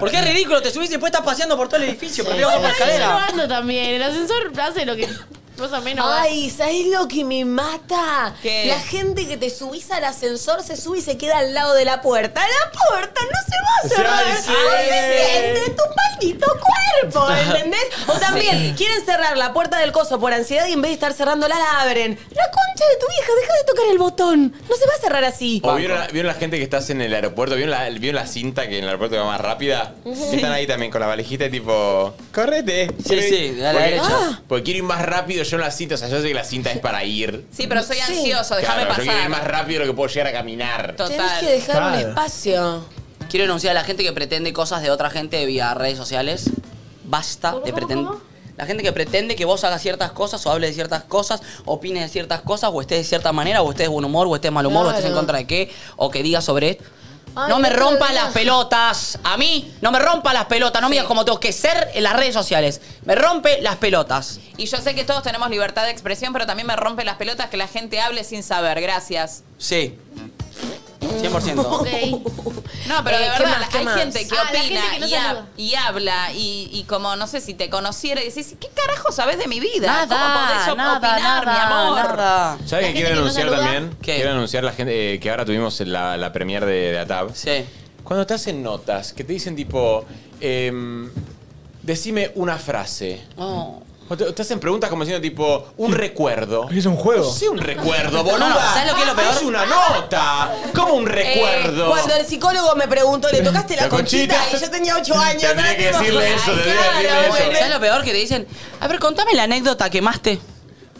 [SPEAKER 8] Porque es ridículo, te subís y después estás paseando por todo el edificio, porque
[SPEAKER 7] Yo
[SPEAKER 8] vas por la
[SPEAKER 7] me voy
[SPEAKER 8] escalera.
[SPEAKER 7] probando también. El ascensor hace lo que más o menos. va.
[SPEAKER 2] Ay, ¿sabes lo que me mata?
[SPEAKER 7] ¿Qué?
[SPEAKER 2] La gente que te subís al ascensor se sube y se queda al lado de la puerta. ¡La puerta no se va a cerrar!
[SPEAKER 16] Ay, sí.
[SPEAKER 2] ¡Ay, Vicente, tu maldito cuerpo! tipo, ¿entendés? O también quieren cerrar la puerta del coso por ansiedad y en vez de estar cerrándola la abren. La concha de tu vieja, deja de tocar el botón. No se va a cerrar así.
[SPEAKER 5] O vieron la, vieron la gente que estás en el aeropuerto, vieron la, vieron la cinta que en el aeropuerto va más rápida.
[SPEAKER 2] Sí.
[SPEAKER 5] Están ahí también con la valijita y tipo. ¡Correte!
[SPEAKER 8] Sí, sí, a la
[SPEAKER 5] Porque-
[SPEAKER 8] derecha.
[SPEAKER 5] Ah. Porque quiero ir más rápido yo en la cinta. O sea, yo sé que la cinta es para ir.
[SPEAKER 4] Sí, pero soy ansioso,
[SPEAKER 5] Claro,
[SPEAKER 4] déjame
[SPEAKER 5] Yo quiero ir
[SPEAKER 4] pasar.
[SPEAKER 5] más rápido de lo que puedo llegar a caminar.
[SPEAKER 2] Tenés que dejar un espacio.
[SPEAKER 8] Quiero denunciar a la gente que pretende cosas de otra gente vía redes sociales. Basta de pretender. La gente que pretende que vos hagas ciertas cosas o hables de ciertas cosas, opines de ciertas cosas, o estés de cierta manera, o estés de buen humor, o estés de mal humor, o estés en
[SPEAKER 2] Claro.
[SPEAKER 8] contra de qué, o que digas sobre esto.
[SPEAKER 2] Ay,
[SPEAKER 8] no me
[SPEAKER 2] el otro
[SPEAKER 8] rompas
[SPEAKER 2] día-
[SPEAKER 8] las pelotas. A mí, no me rompas las pelotas. No me digas cómo tengo que ser en las redes sociales. Me rompe las pelotas.
[SPEAKER 4] Y yo sé que todos tenemos libertad de expresión, pero también me rompe las pelotas que la gente hable sin saber. Gracias.
[SPEAKER 8] Sí. 100%.
[SPEAKER 4] No, pero
[SPEAKER 2] Eh,
[SPEAKER 4] de
[SPEAKER 2] ¿qué
[SPEAKER 4] verdad,
[SPEAKER 2] más, qué
[SPEAKER 4] hay
[SPEAKER 2] más?
[SPEAKER 4] gente que
[SPEAKER 2] Ah, la
[SPEAKER 4] opina
[SPEAKER 2] gente que no
[SPEAKER 4] y, ha-
[SPEAKER 2] saluda.
[SPEAKER 4] y habla y, y como, no sé, si te conociera y decís, ¿qué carajo sabes de mi vida? ¿Cómo
[SPEAKER 8] Nada,
[SPEAKER 4] podés op-
[SPEAKER 8] nada,
[SPEAKER 4] opinar,
[SPEAKER 8] nada,
[SPEAKER 4] mi amor?
[SPEAKER 7] Ah.
[SPEAKER 8] nada.
[SPEAKER 5] ¿Sabes
[SPEAKER 4] La
[SPEAKER 5] qué quiero
[SPEAKER 4] gente que no
[SPEAKER 5] anunciar
[SPEAKER 4] saluda.
[SPEAKER 5] también? Quiero anunciar la gente eh, que ahora tuvimos la, la premier de, de Atab.
[SPEAKER 8] Sí.
[SPEAKER 5] Cuando estás en notas, que te dicen tipo, em, decime una frase.
[SPEAKER 8] Oh.
[SPEAKER 5] O te, te hacen preguntas como diciendo tipo, un recuerdo.
[SPEAKER 6] Es un juego.
[SPEAKER 5] Sí, un recuerdo, boludo.
[SPEAKER 8] No, no, ¿sabes lo que es lo peor?
[SPEAKER 5] Es una nota. Como un recuerdo.
[SPEAKER 2] Eh, cuando el psicólogo me preguntó, ¿le tocaste la,
[SPEAKER 5] La conchita.
[SPEAKER 2] conchita? Y yo tenía ocho años.
[SPEAKER 5] Tendría
[SPEAKER 2] ¿no?
[SPEAKER 5] que decirle eso,
[SPEAKER 2] Ay,
[SPEAKER 5] tendría que decirle
[SPEAKER 2] claro,
[SPEAKER 5] eso.
[SPEAKER 2] bueno.
[SPEAKER 8] ¿Sabes lo peor? Que te dicen, a ver, contame la anécdota que quemaste.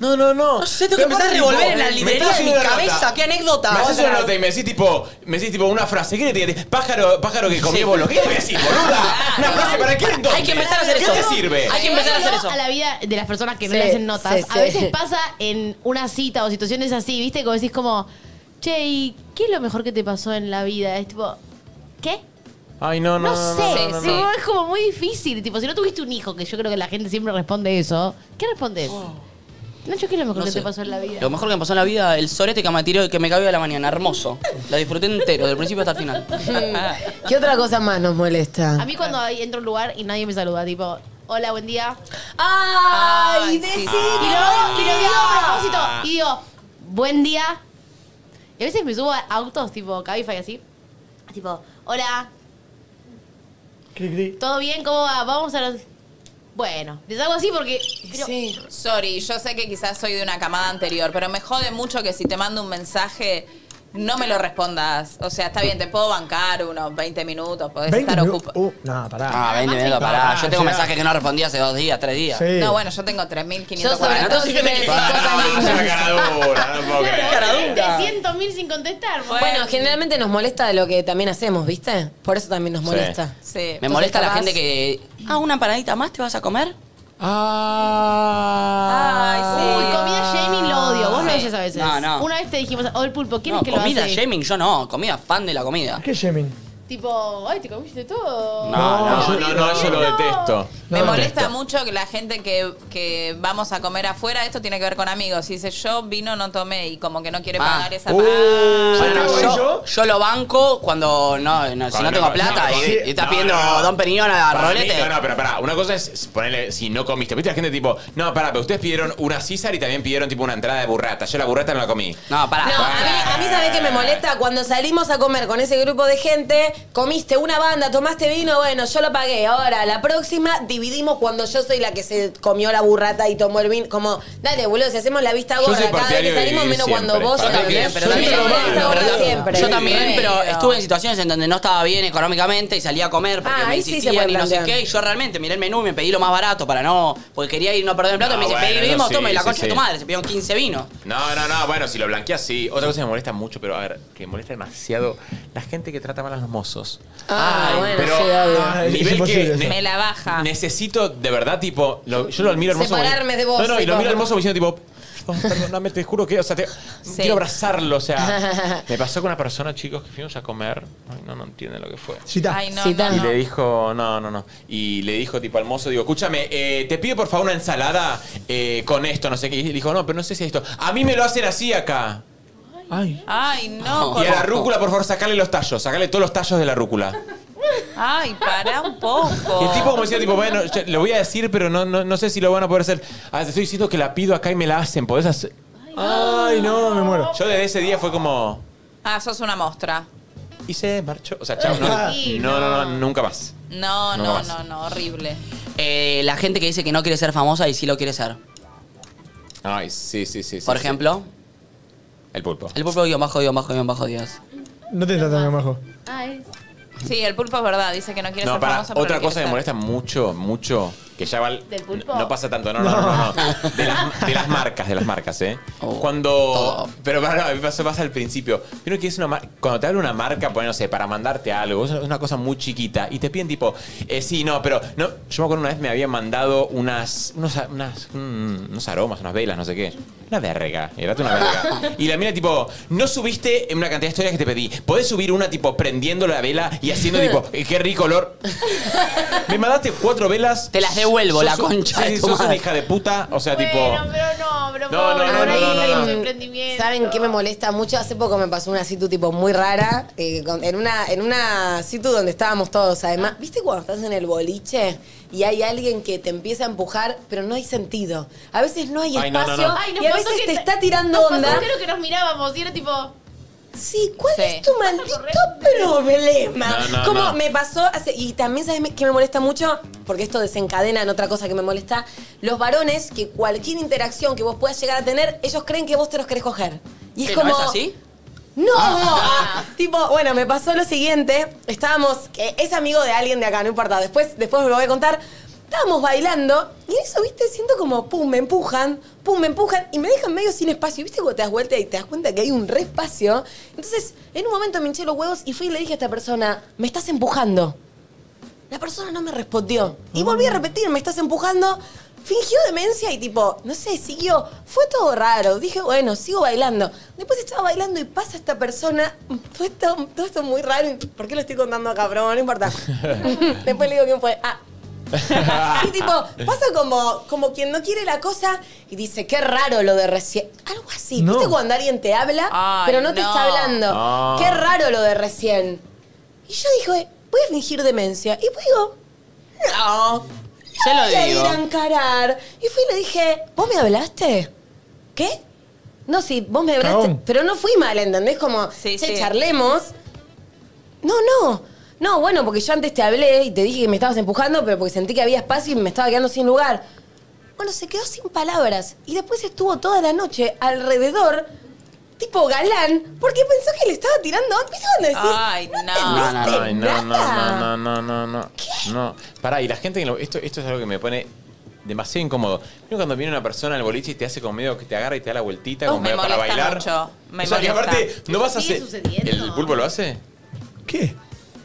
[SPEAKER 5] No, no, no.
[SPEAKER 8] No sé, tengo que empezar a revolver en la librería de mi cabeza. ¿Qué anécdota?
[SPEAKER 5] Me haces
[SPEAKER 8] Otra.
[SPEAKER 5] una nota y me decís tipo, me decís tipo una frase. ¿Qué le tiré? Pájaro, pájaro que comió bolo. ¿Qué le decís, boluda? Una frase para qué entonces.
[SPEAKER 8] Hay que empezar a hacer eso.
[SPEAKER 5] ¿Qué te sirve?
[SPEAKER 8] Hay que empezar a hacer
[SPEAKER 7] Llevándolo
[SPEAKER 8] eso.
[SPEAKER 7] A la vida de las personas que no
[SPEAKER 2] Sí,
[SPEAKER 7] le hacen notas.
[SPEAKER 2] sí, sí.
[SPEAKER 7] A veces pasa en una cita o situaciones así, ¿viste? Como decís como, che, ¿y qué es lo mejor que te pasó en la vida? Es tipo, ¿qué?
[SPEAKER 5] Ay, no,
[SPEAKER 7] No,
[SPEAKER 5] no.
[SPEAKER 7] sé,
[SPEAKER 5] no, no,
[SPEAKER 7] tipo,
[SPEAKER 5] no.
[SPEAKER 7] es como muy difícil. Tipo, si no tuviste un hijo, que yo creo que la gente siempre responde eso, ¿qué respondes? Nacho, ¿qué es lo mejor
[SPEAKER 8] No
[SPEAKER 7] que
[SPEAKER 8] sé.
[SPEAKER 7] te pasó en la vida?
[SPEAKER 8] Lo mejor que me pasó en la vida, el sorete que me tiró, que me cayó de la mañana, hermoso. Lo disfruté entero, del principio hasta el final.
[SPEAKER 2] ¿Qué otra cosa más nos molesta?
[SPEAKER 7] A mí cuando ahí entro a un lugar y nadie me saluda, tipo, hola, buen día.
[SPEAKER 2] ¡Ay,
[SPEAKER 7] Y
[SPEAKER 2] decilo!
[SPEAKER 7] lo, y lo digo a propósito y digo, buen día. Y a veces me subo a autos tipo Cabify así, tipo, hola,
[SPEAKER 6] Cri, cri.
[SPEAKER 7] ¿todo bien? ¿Cómo va? Vamos a los... Bueno, les hago así porque... pero-
[SPEAKER 4] Sorry, yo sé que quizás soy de una camada anterior, pero me jode mucho que si te mando un mensaje no me lo respondas. O sea, está bien, te puedo bancar unos 20 minutos, podés
[SPEAKER 6] 20
[SPEAKER 4] estar
[SPEAKER 6] minutos.
[SPEAKER 4] ocupado.
[SPEAKER 6] Uh, no, pará.
[SPEAKER 8] Ah, ven, ven,
[SPEAKER 6] No,
[SPEAKER 8] pará. Yo tengo
[SPEAKER 6] o sea,
[SPEAKER 8] mensajes que no respondí hace dos días, tres días.
[SPEAKER 6] Sí.
[SPEAKER 4] No, bueno, yo tengo
[SPEAKER 7] Yo sobre
[SPEAKER 4] 3.540.
[SPEAKER 7] todo si me decís
[SPEAKER 8] Ah,
[SPEAKER 4] Caradura.
[SPEAKER 7] Te siento mil sin contestar.
[SPEAKER 2] Bueno, generalmente nos molesta de lo que también hacemos, ¿viste? Por eso también nos
[SPEAKER 8] Sí.
[SPEAKER 2] molesta.
[SPEAKER 8] Me
[SPEAKER 2] Entonces,
[SPEAKER 8] molesta la
[SPEAKER 2] capaz-
[SPEAKER 8] gente que. Ah, una paradita más te vas a comer.
[SPEAKER 7] Ay, sí. Uy, comida shaming lo odio. Vos lo
[SPEAKER 8] Sí.
[SPEAKER 7] haces a veces.
[SPEAKER 8] No, no.
[SPEAKER 7] Una vez te dijimos, oh, el pulpo, ¿quién
[SPEAKER 8] No,
[SPEAKER 7] es que lo hace?
[SPEAKER 8] comida shaming, yo no. Comida fan de la comida.
[SPEAKER 6] ¿Qué shaming?
[SPEAKER 7] Tipo, ay, te comiste todo.
[SPEAKER 5] No,
[SPEAKER 8] No,
[SPEAKER 5] no, no, eso lo detesto.
[SPEAKER 4] Me
[SPEAKER 5] No,
[SPEAKER 4] molesta
[SPEAKER 5] detesto.
[SPEAKER 4] mucho que la gente que, que vamos a comer afuera, esto tiene que ver con amigos. Y dice, yo vino, no tomé, y como que no quiere
[SPEAKER 8] Ah.
[SPEAKER 4] pagar esa
[SPEAKER 8] Uh,
[SPEAKER 4] parada.
[SPEAKER 8] Bueno, yo, yo lo banco cuando no, no, si
[SPEAKER 5] Cuando
[SPEAKER 8] no tengo
[SPEAKER 5] no-
[SPEAKER 8] plata
[SPEAKER 5] no,
[SPEAKER 8] y,
[SPEAKER 5] sí.
[SPEAKER 8] y estás
[SPEAKER 5] No,
[SPEAKER 8] pidiendo
[SPEAKER 5] no, no.
[SPEAKER 8] Don Periñón a
[SPEAKER 5] Para mí,
[SPEAKER 8] rolete.
[SPEAKER 5] no, no, pero pará. Una cosa es ponerle si no comiste. Viste la gente tipo, no, pará, pero ustedes pidieron una César y también pidieron tipo una entrada de burrata. Yo la burrata no la comí.
[SPEAKER 8] No, pará.
[SPEAKER 2] No, a mí, a mí sabés que me molesta cuando salimos a comer con ese grupo de gente, comiste una banda, tomaste vino, bueno, yo lo pagué. Ahora, la próxima dividimos cuando yo soy la que se comió la burrata y tomó el vino. Como, dale, boludo, si hacemos la vista
[SPEAKER 8] Yo soy
[SPEAKER 2] gorda cada vez
[SPEAKER 8] partidario
[SPEAKER 2] que
[SPEAKER 8] de
[SPEAKER 2] salimos,
[SPEAKER 8] dividir
[SPEAKER 2] menos cuando
[SPEAKER 8] siempre.
[SPEAKER 2] vos.
[SPEAKER 8] Yo también,
[SPEAKER 2] ¿entendés?
[SPEAKER 8] pero también-
[SPEAKER 2] Hacemos la vista gorda siempre.
[SPEAKER 8] Yo también, pero estuve en situaciones en donde no estaba bien económicamente y salía a comer porque
[SPEAKER 2] Ah,
[SPEAKER 8] me
[SPEAKER 2] ahí sí se
[SPEAKER 8] insistían
[SPEAKER 2] puede
[SPEAKER 8] y no sé
[SPEAKER 2] plantear.
[SPEAKER 8] qué. Y yo realmente miré el menú y me pedí lo más barato para no. Porque quería ir y no perder el plato.
[SPEAKER 5] No,
[SPEAKER 8] y me dice,
[SPEAKER 5] Ah, bueno,
[SPEAKER 8] pedí vino,
[SPEAKER 5] eso sí,
[SPEAKER 8] toma, y la
[SPEAKER 5] sí,
[SPEAKER 8] concha de
[SPEAKER 5] sí.
[SPEAKER 8] tu madre. Se pidieron 15 vinos.
[SPEAKER 5] No, no, no, bueno, si lo blanqueas, sí. Otra cosa que me molesta mucho, pero a ver, que me molesta demasiado, la gente que trata mal a los mozos.
[SPEAKER 4] Ah,
[SPEAKER 5] Ay,
[SPEAKER 4] bueno,
[SPEAKER 5] pero
[SPEAKER 4] sí, obvio.
[SPEAKER 5] Ah, nivel que ne-
[SPEAKER 4] Me la baja.
[SPEAKER 5] necesito, de verdad, tipo, lo- yo lo admiro al mozo. como-
[SPEAKER 4] Separarme de vos,
[SPEAKER 5] No, no, y lo
[SPEAKER 4] tipo.
[SPEAKER 5] miro al mozo diciendo, tipo, oh, perdóname, te juro que, o sea, te- quiero abrazarlo, o sea. Me pasó con una persona, chicos, que fuimos a comer. Ay, no, no entienden lo que fue.
[SPEAKER 6] Cita.
[SPEAKER 4] Ay, no, Cita. no,
[SPEAKER 5] Y
[SPEAKER 4] no.
[SPEAKER 5] le dijo, no, no, no. Y le dijo, tipo, al mozo, digo, escúchame, eh, te pido por favor una ensalada eh, con esto, no sé qué. Y le dijo, no, pero no sé si es esto. A mí me lo hacen así acá.
[SPEAKER 4] Ay, no.
[SPEAKER 5] Y a la
[SPEAKER 4] por-
[SPEAKER 5] rúcula, por favor, sacale los tallos, sacale todos los tallos de la rúcula.
[SPEAKER 4] Ay, pará un poco.
[SPEAKER 5] Y el tipo como decía, tipo, bueno, ya, lo voy a decir, pero no, no, no sé si lo van a poder hacer. Ah, te estoy diciendo que la pido acá y me la hacen, ¿podés hacer?
[SPEAKER 6] Ay, no, me muero.
[SPEAKER 5] Yo desde ese día fue como,
[SPEAKER 4] Ah, sos una mostra.
[SPEAKER 5] y se marchó. O sea, chao,
[SPEAKER 4] Sí,
[SPEAKER 5] no, no, no, no, nunca más.
[SPEAKER 4] No,
[SPEAKER 5] No
[SPEAKER 4] no,
[SPEAKER 5] más.
[SPEAKER 4] no, no, horrible.
[SPEAKER 8] eh, la gente que dice que no quiere ser famosa y sí lo quiere ser.
[SPEAKER 5] Ay, sí, sí, sí. sí,
[SPEAKER 8] Por
[SPEAKER 5] sí.
[SPEAKER 8] ejemplo,
[SPEAKER 5] El pulpo.
[SPEAKER 8] el pulpo guión bajo, guión bajo, guión bajo, Dios.
[SPEAKER 6] No te tratan abajo.
[SPEAKER 4] Sí, el pulpo es verdad, dice que no quiere
[SPEAKER 5] No,
[SPEAKER 4] ser
[SPEAKER 5] para,
[SPEAKER 4] famoso. pero
[SPEAKER 5] otra
[SPEAKER 4] lo
[SPEAKER 5] cosa que
[SPEAKER 4] quiere
[SPEAKER 5] molesta mucho, mucho, que ya va... al-
[SPEAKER 4] ser.
[SPEAKER 5] No, no pasa tanto, no, no, no, no. no. De, las, de las marcas, de las marcas, ¿eh?
[SPEAKER 8] Oh,
[SPEAKER 5] Cuando... Pero bueno, me pasó pasa al principio. Vieron que es una mar- Cuando te abre una marca, pues no sé, para mandarte algo, es una cosa muy chiquita, y te piden tipo, eh, sí, no, pero... No, yo me acuerdo una vez me habían mandado unas, unos, a- unas, mm, unos aromas, unas velas, no sé qué. Una verga, era una verga. Y la mina tipo, no subiste una cantidad de historias que te pedí. Podés subir una tipo prendiendo la vela y haciendo tipo, eh, qué rico olor. Me mandaste cuatro velas. Te las
[SPEAKER 8] devuelvo, la concha de
[SPEAKER 5] Sí,
[SPEAKER 8] tu
[SPEAKER 5] sos una
[SPEAKER 8] madre.
[SPEAKER 5] hija de puta. O sea,
[SPEAKER 7] Bueno,
[SPEAKER 5] tipo.
[SPEAKER 7] pero no, pero
[SPEAKER 5] No, no,
[SPEAKER 7] pobre,
[SPEAKER 5] no,
[SPEAKER 7] por
[SPEAKER 5] no,
[SPEAKER 7] ahí
[SPEAKER 5] no, no, no.
[SPEAKER 7] el emprendimiento.
[SPEAKER 2] mm, ¿Saben qué me molesta mucho? Hace poco me pasó una situ tipo muy rara, eh, con- en una en una situ donde estábamos todos.
[SPEAKER 7] Ah.
[SPEAKER 2] Además, ¿viste cuando estás en el boliche y hay alguien que te empieza a empujar, pero no hay sentido? A veces no hay
[SPEAKER 9] Ay, no, no,
[SPEAKER 2] espacio
[SPEAKER 9] no. Ay,
[SPEAKER 7] nos
[SPEAKER 2] y a
[SPEAKER 7] pasó
[SPEAKER 2] veces
[SPEAKER 7] que
[SPEAKER 2] te
[SPEAKER 7] está-
[SPEAKER 2] está tirando
[SPEAKER 7] nos pasó,
[SPEAKER 2] onda.
[SPEAKER 7] Creo que nos mirábamos y era tipo.
[SPEAKER 2] Sí, ¿cuál es tu maldito problema?
[SPEAKER 9] No, no,
[SPEAKER 2] Como
[SPEAKER 9] no.
[SPEAKER 2] me pasó hace- y también sabes que me molesta mucho, porque esto desencadena en otra cosa que me molesta, los varones que cualquier interacción que vos puedas llegar a tener, ellos creen que vos te los querés coger. Y es
[SPEAKER 8] ¿Que
[SPEAKER 2] como
[SPEAKER 8] no es así?
[SPEAKER 2] no, tipo, bueno, me pasó lo siguiente. Estábamos, que es amigo de alguien de acá, no importa. Después, después me lo voy a contar. Estábamos bailando y en eso, viste, siento como, pum, me empujan, pum, me empujan y me dejan medio sin espacio. Y viste cuando te das vuelta y te das cuenta que hay un re espacio. Entonces, en un momento me hinché los huevos y fui y le dije a esta persona, me estás empujando. La persona no me respondió. Y volví a repetir, me estás empujando. Fingió demencia y tipo, no sé, siguió. Fue todo raro. Dije, bueno, sigo bailando. Después estaba bailando y pasa esta persona. Fue todo, todo esto muy raro. ¿Por qué lo estoy contando acá, pero bueno, no importa? Después le digo quién fue. Ah. Y tipo, pasa como, como quien no quiere la cosa y dice, qué raro lo de recién. Algo así.
[SPEAKER 9] No.
[SPEAKER 2] ¿Viste cuando alguien te habla,
[SPEAKER 9] Ay,
[SPEAKER 2] pero no, te
[SPEAKER 9] no.
[SPEAKER 2] está hablando?
[SPEAKER 9] Ah.
[SPEAKER 2] Qué raro lo de recién. Y yo dije, voy a fingir demencia. Y pues digo, no.
[SPEAKER 8] Se
[SPEAKER 2] no
[SPEAKER 8] lo
[SPEAKER 2] voy a
[SPEAKER 8] digo.
[SPEAKER 2] ir a encarar. Y fui y le dije, ¿vos me hablaste? ¿Qué? No, sí, vos me hablaste.
[SPEAKER 9] Cagón.
[SPEAKER 2] Pero no fui mal, ¿entendés? Como, che,
[SPEAKER 9] sí.
[SPEAKER 2] charlemos. No, no. No, bueno, porque yo antes te hablé y te dije que me estabas empujando, pero porque sentí que había espacio y me estaba quedando sin lugar. Bueno, se quedó sin palabras. Y después estuvo toda la noche alrededor, tipo galán, porque pensó que le estaba tirando. ¿Viste cuando decís?
[SPEAKER 4] Ay, no.
[SPEAKER 5] No, no, no,
[SPEAKER 2] entendiste
[SPEAKER 5] no,
[SPEAKER 2] nada.
[SPEAKER 5] no, no, no, no, no. No. Pará, y la gente que lo- esto, esto es algo que me pone demasiado incómodo. Mira cuando viene una persona al boliche y te hace con medio que te agarra y te da la vueltita
[SPEAKER 2] Oh,
[SPEAKER 4] Uh,
[SPEAKER 5] como
[SPEAKER 4] me
[SPEAKER 5] medio para
[SPEAKER 4] molesta
[SPEAKER 5] bailar.
[SPEAKER 4] mucho, me
[SPEAKER 5] o sea, que
[SPEAKER 4] molesta.
[SPEAKER 5] aparte no vas a
[SPEAKER 4] Sigue
[SPEAKER 5] hacer
[SPEAKER 4] sucediendo.
[SPEAKER 5] ¿El pulpo lo hace? ¿Qué?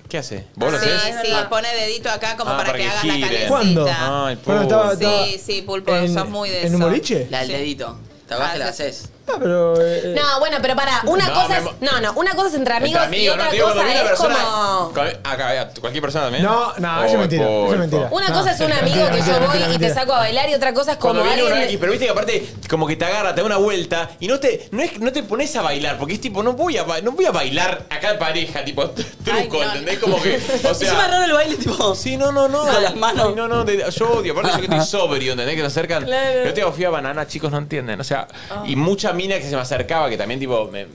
[SPEAKER 5] ¿Qué hace? ¿Vos lo
[SPEAKER 4] Sí,
[SPEAKER 5] haces?
[SPEAKER 4] sí, pone dedito acá como
[SPEAKER 5] Ah,
[SPEAKER 4] para, que, hagas la
[SPEAKER 5] gire.
[SPEAKER 4] calecita.
[SPEAKER 6] ¿Cuándo? Ah, el Bueno, pulpo. estaba- estaba
[SPEAKER 4] sí, sí, pulpo,
[SPEAKER 6] en-
[SPEAKER 4] sos muy de
[SPEAKER 6] ¿en
[SPEAKER 4] eso.
[SPEAKER 6] un boliche?
[SPEAKER 8] La del
[SPEAKER 4] Sí.
[SPEAKER 8] dedito. Te abajo la haces.
[SPEAKER 6] Ah, pero. eh,
[SPEAKER 2] No, bueno, pero para, una
[SPEAKER 5] No,
[SPEAKER 2] cosa
[SPEAKER 5] me
[SPEAKER 2] es.
[SPEAKER 5] mo-
[SPEAKER 2] No, no, una cosa es entre amigos,
[SPEAKER 5] Entre
[SPEAKER 2] y
[SPEAKER 5] amigos,
[SPEAKER 2] otra
[SPEAKER 5] no, te digo, cuando
[SPEAKER 2] cosa
[SPEAKER 5] viene
[SPEAKER 2] es
[SPEAKER 5] una persona-
[SPEAKER 2] como.
[SPEAKER 5] Cual- acá, a cualquier persona también.
[SPEAKER 6] No, no, eso es mentira, eso es mentira.
[SPEAKER 2] Una cosa es un amigo que yo voy y te saco a bailar y otra cosa es como
[SPEAKER 5] Cuando viene
[SPEAKER 2] alguien.
[SPEAKER 5] una X, pero viste que aparte como que te agarra, te da una vuelta y no te, no es, no te pones a bailar, porque es tipo, no voy a, ba- no voy a bailar acá en pareja, tipo, t- truco, ¿entendés? Como que, o
[SPEAKER 8] Encima
[SPEAKER 5] sea...
[SPEAKER 8] raro el baile, tipo.
[SPEAKER 5] Sí, no, no, no.
[SPEAKER 8] Con las manos.
[SPEAKER 5] No, no, de- yo odio, aparte yo que estoy sobrio, ¿entendés? Que nos acercan.
[SPEAKER 8] Claro.
[SPEAKER 5] Yo te digo, fui a banana, chicos, no entienden. O sea, y mucha mina que se me acercaba, que también tipo, me,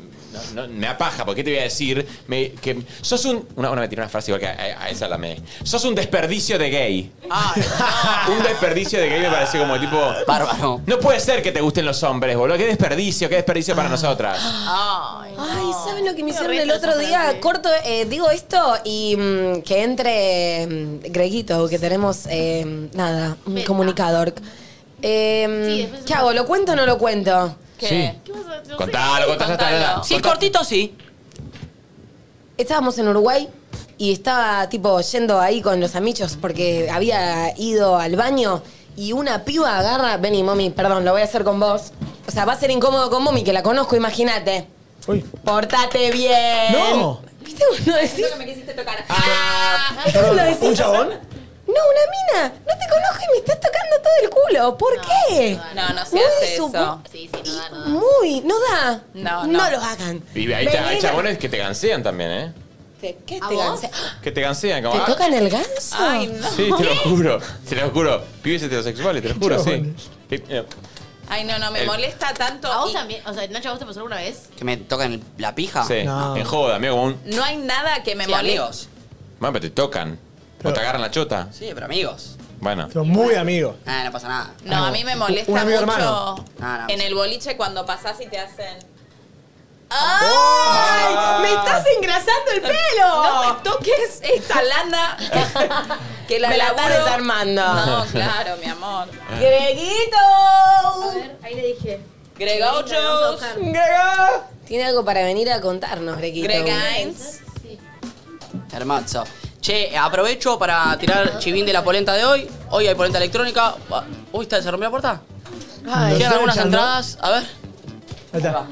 [SPEAKER 5] no, no, me apaja, porque te voy a decir, me, que sos un. Una, una me tiró una frase igual que a, a esa la me. Sos un desperdicio de gay. un desperdicio de gay me pareció como tipo.
[SPEAKER 8] Bárbaro.
[SPEAKER 5] No puede ser que te gusten los hombres, boludo. Qué desperdicio, qué desperdicio para nosotras.
[SPEAKER 2] Ay, ¿saben lo que me hicieron el otro día? Corto, eh, digo esto y mm, que entre mm, Greguito, que tenemos, eh, nada, un comunicador. Eh, ¿Qué hago? ¿Lo cuento o no lo cuento?
[SPEAKER 5] Sí. Contalo, contalo, ya está, ya está.
[SPEAKER 8] Si es cortito, sí.
[SPEAKER 2] Estábamos en Uruguay y estaba tipo yendo ahí con los amichos porque había ido al baño y una piba agarra, vení, mami, perdón, lo voy a hacer con vos. O sea, va a ser incómodo con mami, que la conozco, imagínate. Portate bien.
[SPEAKER 9] No.
[SPEAKER 2] ¿Viste uno decís?
[SPEAKER 9] que me quisiste tocar.
[SPEAKER 2] ¿Viste cuando decís? No, una mina. No te conozco y me estás tocando todo el culo. ¿Por qué?
[SPEAKER 4] No, no se
[SPEAKER 2] Muy
[SPEAKER 4] hace
[SPEAKER 2] su-
[SPEAKER 4] eso.
[SPEAKER 2] Muy, no da.
[SPEAKER 4] No,
[SPEAKER 2] No
[SPEAKER 4] no.
[SPEAKER 2] lo hagan.
[SPEAKER 5] Y ahí está- hay
[SPEAKER 2] Venir-
[SPEAKER 5] chabones que te gansean también, ¿eh?
[SPEAKER 2] ¿Qué te ganse-
[SPEAKER 5] Que te gansean, como.
[SPEAKER 2] ¿Te
[SPEAKER 5] ah,
[SPEAKER 2] tocan el ganso? Ay, no.
[SPEAKER 5] Sí, te lo juro, te lo juro. Pibes heterosexuales, te lo juro, sí. Eh,
[SPEAKER 4] Ay, no, no, me
[SPEAKER 5] El-
[SPEAKER 4] molesta tanto.
[SPEAKER 7] ¿A vos
[SPEAKER 4] y
[SPEAKER 7] también? O sea, Nacho, ¿a vos te pasó alguna vez?
[SPEAKER 8] Que me tocan el- la pija.
[SPEAKER 5] Sí, en joda, amigo, como un.
[SPEAKER 4] No hay nada que me
[SPEAKER 8] Sí,
[SPEAKER 4] moleste.
[SPEAKER 8] amigos.
[SPEAKER 5] Mami, pero te tocan. O te agarran la chota.
[SPEAKER 8] Sí, pero amigos.
[SPEAKER 5] Bueno.
[SPEAKER 6] Son muy amigos.
[SPEAKER 8] Ah, no pasa nada.
[SPEAKER 4] No, a mí me molesta
[SPEAKER 6] Un amigo
[SPEAKER 4] mucho
[SPEAKER 6] hermano.
[SPEAKER 8] Ah, no.
[SPEAKER 4] en el boliche cuando pasás y te hacen.
[SPEAKER 2] ¡Ay! ¡Me estás engrasando el pelo!
[SPEAKER 4] No me toques esta lana que la
[SPEAKER 2] Me la
[SPEAKER 4] laburo.
[SPEAKER 2] estás desarmando.
[SPEAKER 4] No, claro, mi amor.
[SPEAKER 2] ¡Greguito!
[SPEAKER 16] A ver, ahí le dije.
[SPEAKER 4] Gregochos.
[SPEAKER 2] ¡Grego! Tiene algo para venir a contarnos, Greguito.
[SPEAKER 4] Gregains.
[SPEAKER 8] Hermoso. Che, aprovecho para tirar chivín de la polenta de hoy. Hoy hay polenta electrónica. Ah, Uy, está, ¿se rompió la puerta?
[SPEAKER 6] Ay.
[SPEAKER 8] Quedan
[SPEAKER 6] ¿Lo
[SPEAKER 8] ah, algunas
[SPEAKER 6] están echando?
[SPEAKER 8] entradas. A ver.
[SPEAKER 6] Ahí está.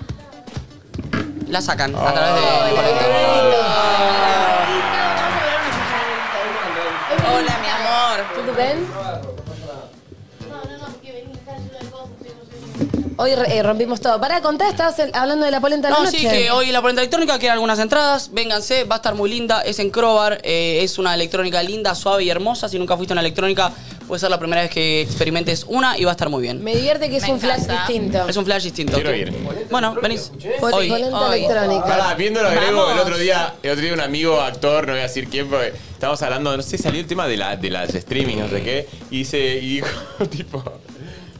[SPEAKER 8] La sacan a través de la polenta.
[SPEAKER 4] Hola, mi amor.
[SPEAKER 2] ¿Tú ven? Hoy re- eh, rompimos todo. Para contar, estabas el- hablando de la polenta de la
[SPEAKER 8] No,
[SPEAKER 2] noche.
[SPEAKER 8] sí, que hoy en la polenta electrónica quedan algunas entradas. Vénganse, va a estar muy linda. Es en Crobar. eh, es una electrónica linda, suave y hermosa. Si nunca fuiste a una electrónica, puede ser la primera vez que experimentes una y va a estar muy bien.
[SPEAKER 2] Me divierte que es un flash distinto.
[SPEAKER 8] Es un flash distinto.
[SPEAKER 5] Quiero ir.
[SPEAKER 8] Bueno, venís.
[SPEAKER 2] Pol-
[SPEAKER 8] Hoy.
[SPEAKER 2] polenta
[SPEAKER 8] hoy.
[SPEAKER 2] electrónica.
[SPEAKER 5] Pará, viendo lo agrego,
[SPEAKER 2] Vamos.
[SPEAKER 5] el otro día, el otro día un amigo actor, no voy a decir quién, porque estábamos hablando, no sé, salió el tema de, la, de las streaming, no sé qué, y dice, y dijo, tipo.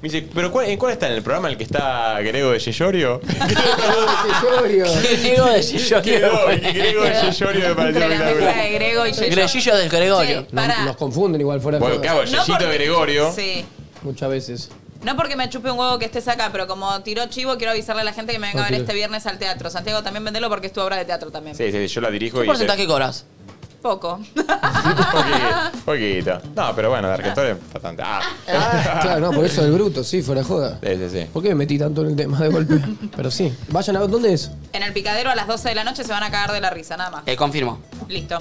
[SPEAKER 5] Me dice, ¿pero cuál, en cuál está? ¿En el programa en el que está Grego de Yeyorio?
[SPEAKER 8] Grego de Yeyorio.
[SPEAKER 5] Quedó, y Grego de Yeyorio me pareció
[SPEAKER 4] Entre la mezcla de
[SPEAKER 5] espectacular.
[SPEAKER 4] Grego y Yeyo.
[SPEAKER 8] Gregorio del Gregorio.
[SPEAKER 4] Che, pará.
[SPEAKER 21] Nos confunden igual fuera de
[SPEAKER 5] Bueno,
[SPEAKER 21] joda.
[SPEAKER 5] ¿qué hago? Yeyito
[SPEAKER 4] porque-
[SPEAKER 5] Gregorio.
[SPEAKER 4] Sí.
[SPEAKER 21] Muchas veces.
[SPEAKER 4] No porque me chupe un huevo que estés acá, pero como tiró chivo, quiero avisarle a la gente que me venga a ver
[SPEAKER 5] Ok.
[SPEAKER 4] este viernes al teatro. Santiago, también vendelo porque es tu obra de teatro también.
[SPEAKER 5] Sí, sí, yo la dirijo
[SPEAKER 8] ¿Qué
[SPEAKER 5] y.
[SPEAKER 8] porcentaje cobras?
[SPEAKER 4] Poco.
[SPEAKER 5] Poquito, poquito. No, pero bueno, de arquitectura es bastante. Ah.
[SPEAKER 21] Claro, no, por eso el bruto, sí, fuera de joda.
[SPEAKER 5] Sí, sí, sí.
[SPEAKER 21] ¿Por qué me metí tanto en el tema de golpe? Pero sí. Vayan a ver, ¿dónde es?
[SPEAKER 4] En el picadero a las 12 de la noche se van a cagar de la risa, nada más.
[SPEAKER 8] Eh, confirmo.
[SPEAKER 4] Listo.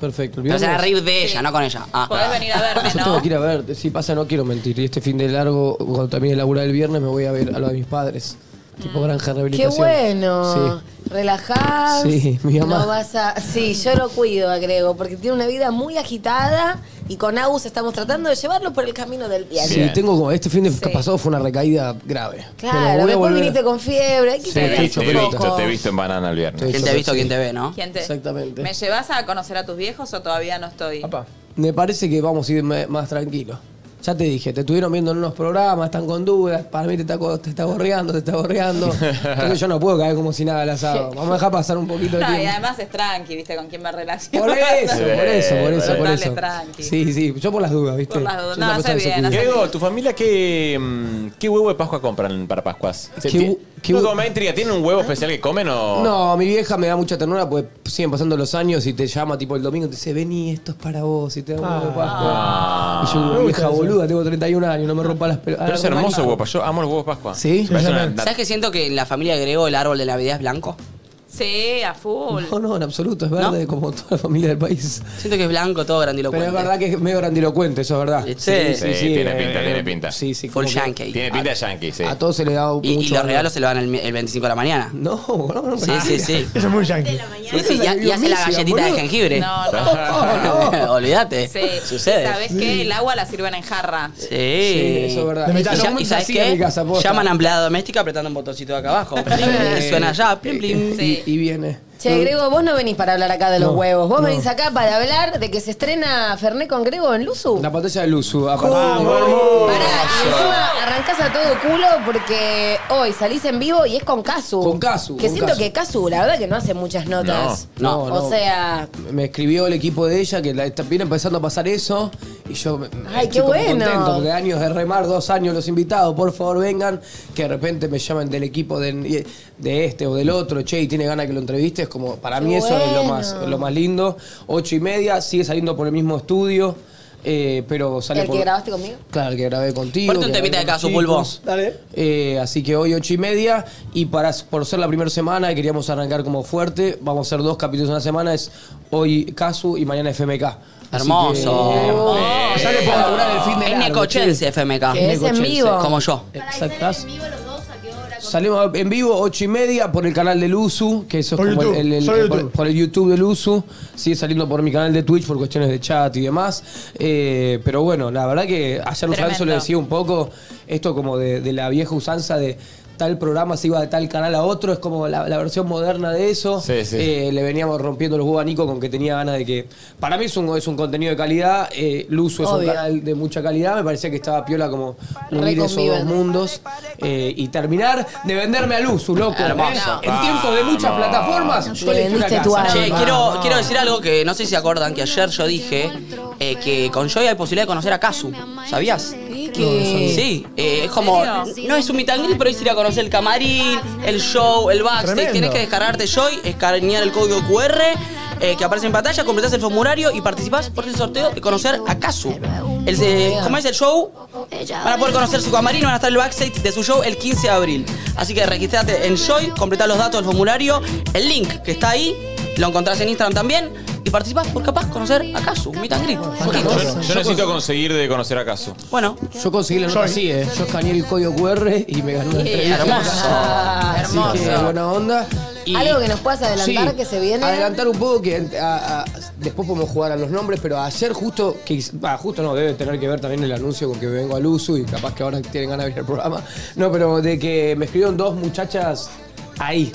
[SPEAKER 21] Perfecto. El
[SPEAKER 8] Pero se van a
[SPEAKER 21] viernes.
[SPEAKER 8] reír de ella, no con ella. Ah.
[SPEAKER 4] Podés venir a verme,
[SPEAKER 21] Yo
[SPEAKER 4] ¿no?
[SPEAKER 21] tengo que ir a ver, si pasa no quiero mentir. Y este fin de largo, cuando termine el laburar el viernes, me voy a ver a lo de mis padres. Tipo granja de
[SPEAKER 2] Mm. Qué
[SPEAKER 21] rehabilitación.
[SPEAKER 2] bueno. Relajás.
[SPEAKER 21] Sí, mi mamá.
[SPEAKER 2] No vas a... Sí, yo lo cuido, agrego, porque tiene una vida muy agitada y con Agus estamos tratando de llevarlo por el camino del bien.
[SPEAKER 21] Sí, sí, tengo como este fin de pasado fue una recaída grave. Pero
[SPEAKER 2] Claro,
[SPEAKER 21] voy a
[SPEAKER 2] después
[SPEAKER 21] volver.
[SPEAKER 2] viniste con fiebre. Hay que
[SPEAKER 21] Sí,
[SPEAKER 5] Te he
[SPEAKER 2] cuidarse
[SPEAKER 5] visto, te he
[SPEAKER 2] un
[SPEAKER 5] visto,
[SPEAKER 2] poco.
[SPEAKER 5] te he visto en banana el viernes.
[SPEAKER 21] ¿Quién te ha visto, quién
[SPEAKER 8] te ve, no?
[SPEAKER 4] Gente,
[SPEAKER 21] Exactamente.
[SPEAKER 4] ¿Me llevas a conocer a tus viejos o todavía no estoy?
[SPEAKER 21] Me parece que vamos a ir me- más tranquilos. Ya te dije, te estuvieron viendo en unos programas, están con dudas, para mí te está, co- te está gorreando, te está gorreando. Entonces yo no puedo caer como si nada al asado. Vamos a dejar pasar un poquito de
[SPEAKER 4] No, y
[SPEAKER 21] tiempo.
[SPEAKER 4] además es tranqui, ¿viste? Con quién me relaciono.
[SPEAKER 21] Por eso, por eso, por eso, por
[SPEAKER 4] Dale,
[SPEAKER 21] eso.
[SPEAKER 4] tranqui.
[SPEAKER 21] Sí, sí, yo por las dudas, ¿viste?
[SPEAKER 4] Por las dudas.
[SPEAKER 21] Yo soy
[SPEAKER 4] No,
[SPEAKER 21] una
[SPEAKER 4] hace
[SPEAKER 21] persona
[SPEAKER 4] bien,
[SPEAKER 21] insegura.
[SPEAKER 5] Diego, ¿tu familia qué, mm, qué huevo de Pascua compran para Pascuas? Se
[SPEAKER 21] ¿Qué
[SPEAKER 5] ti-
[SPEAKER 21] hu- qué
[SPEAKER 5] No,
[SPEAKER 21] hu-
[SPEAKER 5] como me da intriga, ¿tienen un huevo especial que comen o.?
[SPEAKER 21] No, mi vieja me da mucha ternura porque siguen pasando los años y te llama tipo el domingo y te dice, vení, esto es para vos y te da un huevo de Pascua. Y yo
[SPEAKER 5] Ah. Me
[SPEAKER 21] digo,
[SPEAKER 5] gusta
[SPEAKER 21] vieja
[SPEAKER 5] eso.
[SPEAKER 21] boluda, tengo 31 años, no me rompa las Ah, pelotas.
[SPEAKER 5] Ah. Pero es hermoso el huevo de Pascua. Yo amo el huevo de Pascua.
[SPEAKER 21] Sí,
[SPEAKER 5] Me parece
[SPEAKER 21] yo
[SPEAKER 5] una-
[SPEAKER 21] también.
[SPEAKER 8] ¿Sabes que siento que en la familia de Grego el árbol de Navidad es blanco?
[SPEAKER 4] Sí, a full.
[SPEAKER 21] No, no, en absoluto, es verde como toda la familia del país.
[SPEAKER 8] Siento que es blanco, todo
[SPEAKER 21] Pero
[SPEAKER 8] grandilocuente.
[SPEAKER 21] es verdad que es medio grandilocuente, eso es verdad.
[SPEAKER 8] Sí,
[SPEAKER 5] tiene
[SPEAKER 21] eh,
[SPEAKER 5] pinta, tiene pinta.
[SPEAKER 21] Sí, sí.
[SPEAKER 8] Full
[SPEAKER 21] como que-
[SPEAKER 8] yankee.
[SPEAKER 5] Tiene pinta de yankee, sí.
[SPEAKER 21] A todos se le da
[SPEAKER 8] Y, y
[SPEAKER 21] mucho
[SPEAKER 8] los
[SPEAKER 21] valor.
[SPEAKER 8] regalos se lo dan el, mi- el 25 de la mañana.
[SPEAKER 21] No, no, no.
[SPEAKER 8] Sí, sí, sí.
[SPEAKER 6] Eso es muy yankee.
[SPEAKER 8] Sí, sí, y, y hace la galletita de jengibre.
[SPEAKER 4] No, no.
[SPEAKER 8] Olvídate.
[SPEAKER 4] Sí.
[SPEAKER 8] Sucede.
[SPEAKER 4] ¿Y ¿Sabes qué? El agua la sirven en jarra.
[SPEAKER 8] Sí.
[SPEAKER 21] eso es verdad. De metal,
[SPEAKER 8] ¿Y,
[SPEAKER 21] no,
[SPEAKER 8] ya-
[SPEAKER 21] un
[SPEAKER 8] y sabes
[SPEAKER 21] vacío en
[SPEAKER 8] qué?
[SPEAKER 21] mi casa, posta.
[SPEAKER 8] Llaman a empleada doméstica apretando un botoncito de acá abajo. y suena ya, plim, plim.
[SPEAKER 21] Y, y viene.
[SPEAKER 2] Che, Grego, vos no venís para hablar acá de los
[SPEAKER 21] No,
[SPEAKER 2] huevos. Vos
[SPEAKER 21] no.
[SPEAKER 2] venís acá para hablar de que se estrena Ferné con Grego en Luzu.
[SPEAKER 21] La pantalla de Luzu. aparte.
[SPEAKER 2] Y encima Ah, arrancás a todo culo porque hoy salís en vivo y es con Casu. Con
[SPEAKER 21] Casu.
[SPEAKER 2] Que
[SPEAKER 21] con
[SPEAKER 2] siento
[SPEAKER 21] Casu.
[SPEAKER 2] que Casu, la verdad, que no hace muchas notas.
[SPEAKER 21] No, no,
[SPEAKER 2] O
[SPEAKER 21] no.
[SPEAKER 2] sea,
[SPEAKER 21] Me escribió el equipo de ella que la, está, viene empezando a pasar eso y yo me- me
[SPEAKER 2] Ay, qué
[SPEAKER 21] estoy como
[SPEAKER 2] bueno.
[SPEAKER 21] contento porque años de remar, dos años los invitados, por favor vengan, que de repente me llamen del equipo de, de este o del otro, che, y tiene ganas que lo entrevistes, como para
[SPEAKER 2] Qué
[SPEAKER 21] mí eso es lo
[SPEAKER 2] bueno.
[SPEAKER 21] más, lo más lindo. Ocho y media, sigue saliendo por el mismo estudio, eh, pero sale
[SPEAKER 2] el
[SPEAKER 21] por...
[SPEAKER 2] que grabaste conmigo.
[SPEAKER 21] Claro, el que grabé contigo.
[SPEAKER 8] Ponte un
[SPEAKER 21] que
[SPEAKER 8] temita de
[SPEAKER 21] grabé
[SPEAKER 8] caso,
[SPEAKER 21] con
[SPEAKER 8] pulvo.
[SPEAKER 21] chicos. Eh, así que hoy ocho y media y para por ser la primera semana y queríamos arrancar como fuerte, vamos a hacer dos capítulos en la semana, es hoy Casu y mañana FMK. Así
[SPEAKER 8] Hermoso.
[SPEAKER 21] que- eh, Ya le puedo laburar el fin de
[SPEAKER 8] Es
[SPEAKER 21] largo,
[SPEAKER 8] necochense
[SPEAKER 21] che.
[SPEAKER 8] FMK.
[SPEAKER 21] Que es en Necochense. vivo.
[SPEAKER 8] Como yo.
[SPEAKER 21] Exactás. Salimos en vivo ocho y media por el canal del USU, que eso es
[SPEAKER 6] Por
[SPEAKER 21] como
[SPEAKER 6] YouTube,
[SPEAKER 21] el, el-
[SPEAKER 6] solo
[SPEAKER 21] el- por,
[SPEAKER 6] YouTube.
[SPEAKER 21] por el YouTube del USU. Sigue saliendo por mi canal de Twitch por cuestiones de chat y demás. Eh, pero bueno, la verdad que ayer Lorenzo le
[SPEAKER 4] Tremendo.
[SPEAKER 21] decía un poco esto como de, de la vieja usanza de tal programa se iba de tal canal a otro, es como la, la versión moderna de eso.
[SPEAKER 5] Sí, sí.
[SPEAKER 21] Eh, le veníamos rompiendo los huevos a Nico con que tenía ganas de que. Para mí es un, es un contenido de calidad, eh, Luzu es
[SPEAKER 2] Obvio.
[SPEAKER 21] un canal de mucha calidad, me parecía que estaba piola como unir esos dos
[SPEAKER 2] conviven.
[SPEAKER 21] mundos eh, y terminar de venderme a Luzu, loco.
[SPEAKER 8] Hermoso.
[SPEAKER 21] En tiempos de muchas
[SPEAKER 8] Vamos.
[SPEAKER 21] plataformas, yo le di una casa.
[SPEAKER 8] Che, quiero, quiero decir algo que no sé si se acuerdan, que ayer yo dije eh, que con Joy hay posibilidad de conocer a Kazu. ¿Sabías?
[SPEAKER 2] ¿Qué?
[SPEAKER 8] Sí, eh, es como.
[SPEAKER 2] serio?
[SPEAKER 8] No es un meet and greet, pero es ir a conocer el camarín, el show, el backstage.
[SPEAKER 2] Tremendo.
[SPEAKER 8] Tienes que descargarte Joy, escanear el código QR eh, que aparece en pantalla, completás el formulario y participás por el sorteo de conocer a Kazu. El, eh, ¿Cómo es el show? Van a poder conocer su camarín, van a estar en el backstage de su show el 15 de abril. Así que registrate en Joy, completá los datos del formulario, el link que está ahí, lo encontrás en Instagram también y participás por capaz conocer a Kazu, un meet and greet.
[SPEAKER 5] Yo, yo necesito conseguir de conocer a Caso.
[SPEAKER 8] Bueno.
[SPEAKER 21] Yo conseguí la nota
[SPEAKER 5] Soy.
[SPEAKER 21] así, ¿eh? Yo escaneé el código QR y me ganó una
[SPEAKER 8] Yeah,
[SPEAKER 21] entrevista.
[SPEAKER 8] hermoso.
[SPEAKER 21] Así que,
[SPEAKER 8] Hermoso.
[SPEAKER 21] buena onda. Y-
[SPEAKER 2] Algo que nos puedas adelantar
[SPEAKER 21] Sí,
[SPEAKER 2] que se viene.
[SPEAKER 21] Adelantar un poco que a- a- después podemos jugar a los nombres, pero ayer justo, que bah, justo no, debe tener que ver también el anuncio con que vengo al uso y capaz que ahora tienen ganas de ver el programa. No, pero de que me escribieron dos muchachas ahí.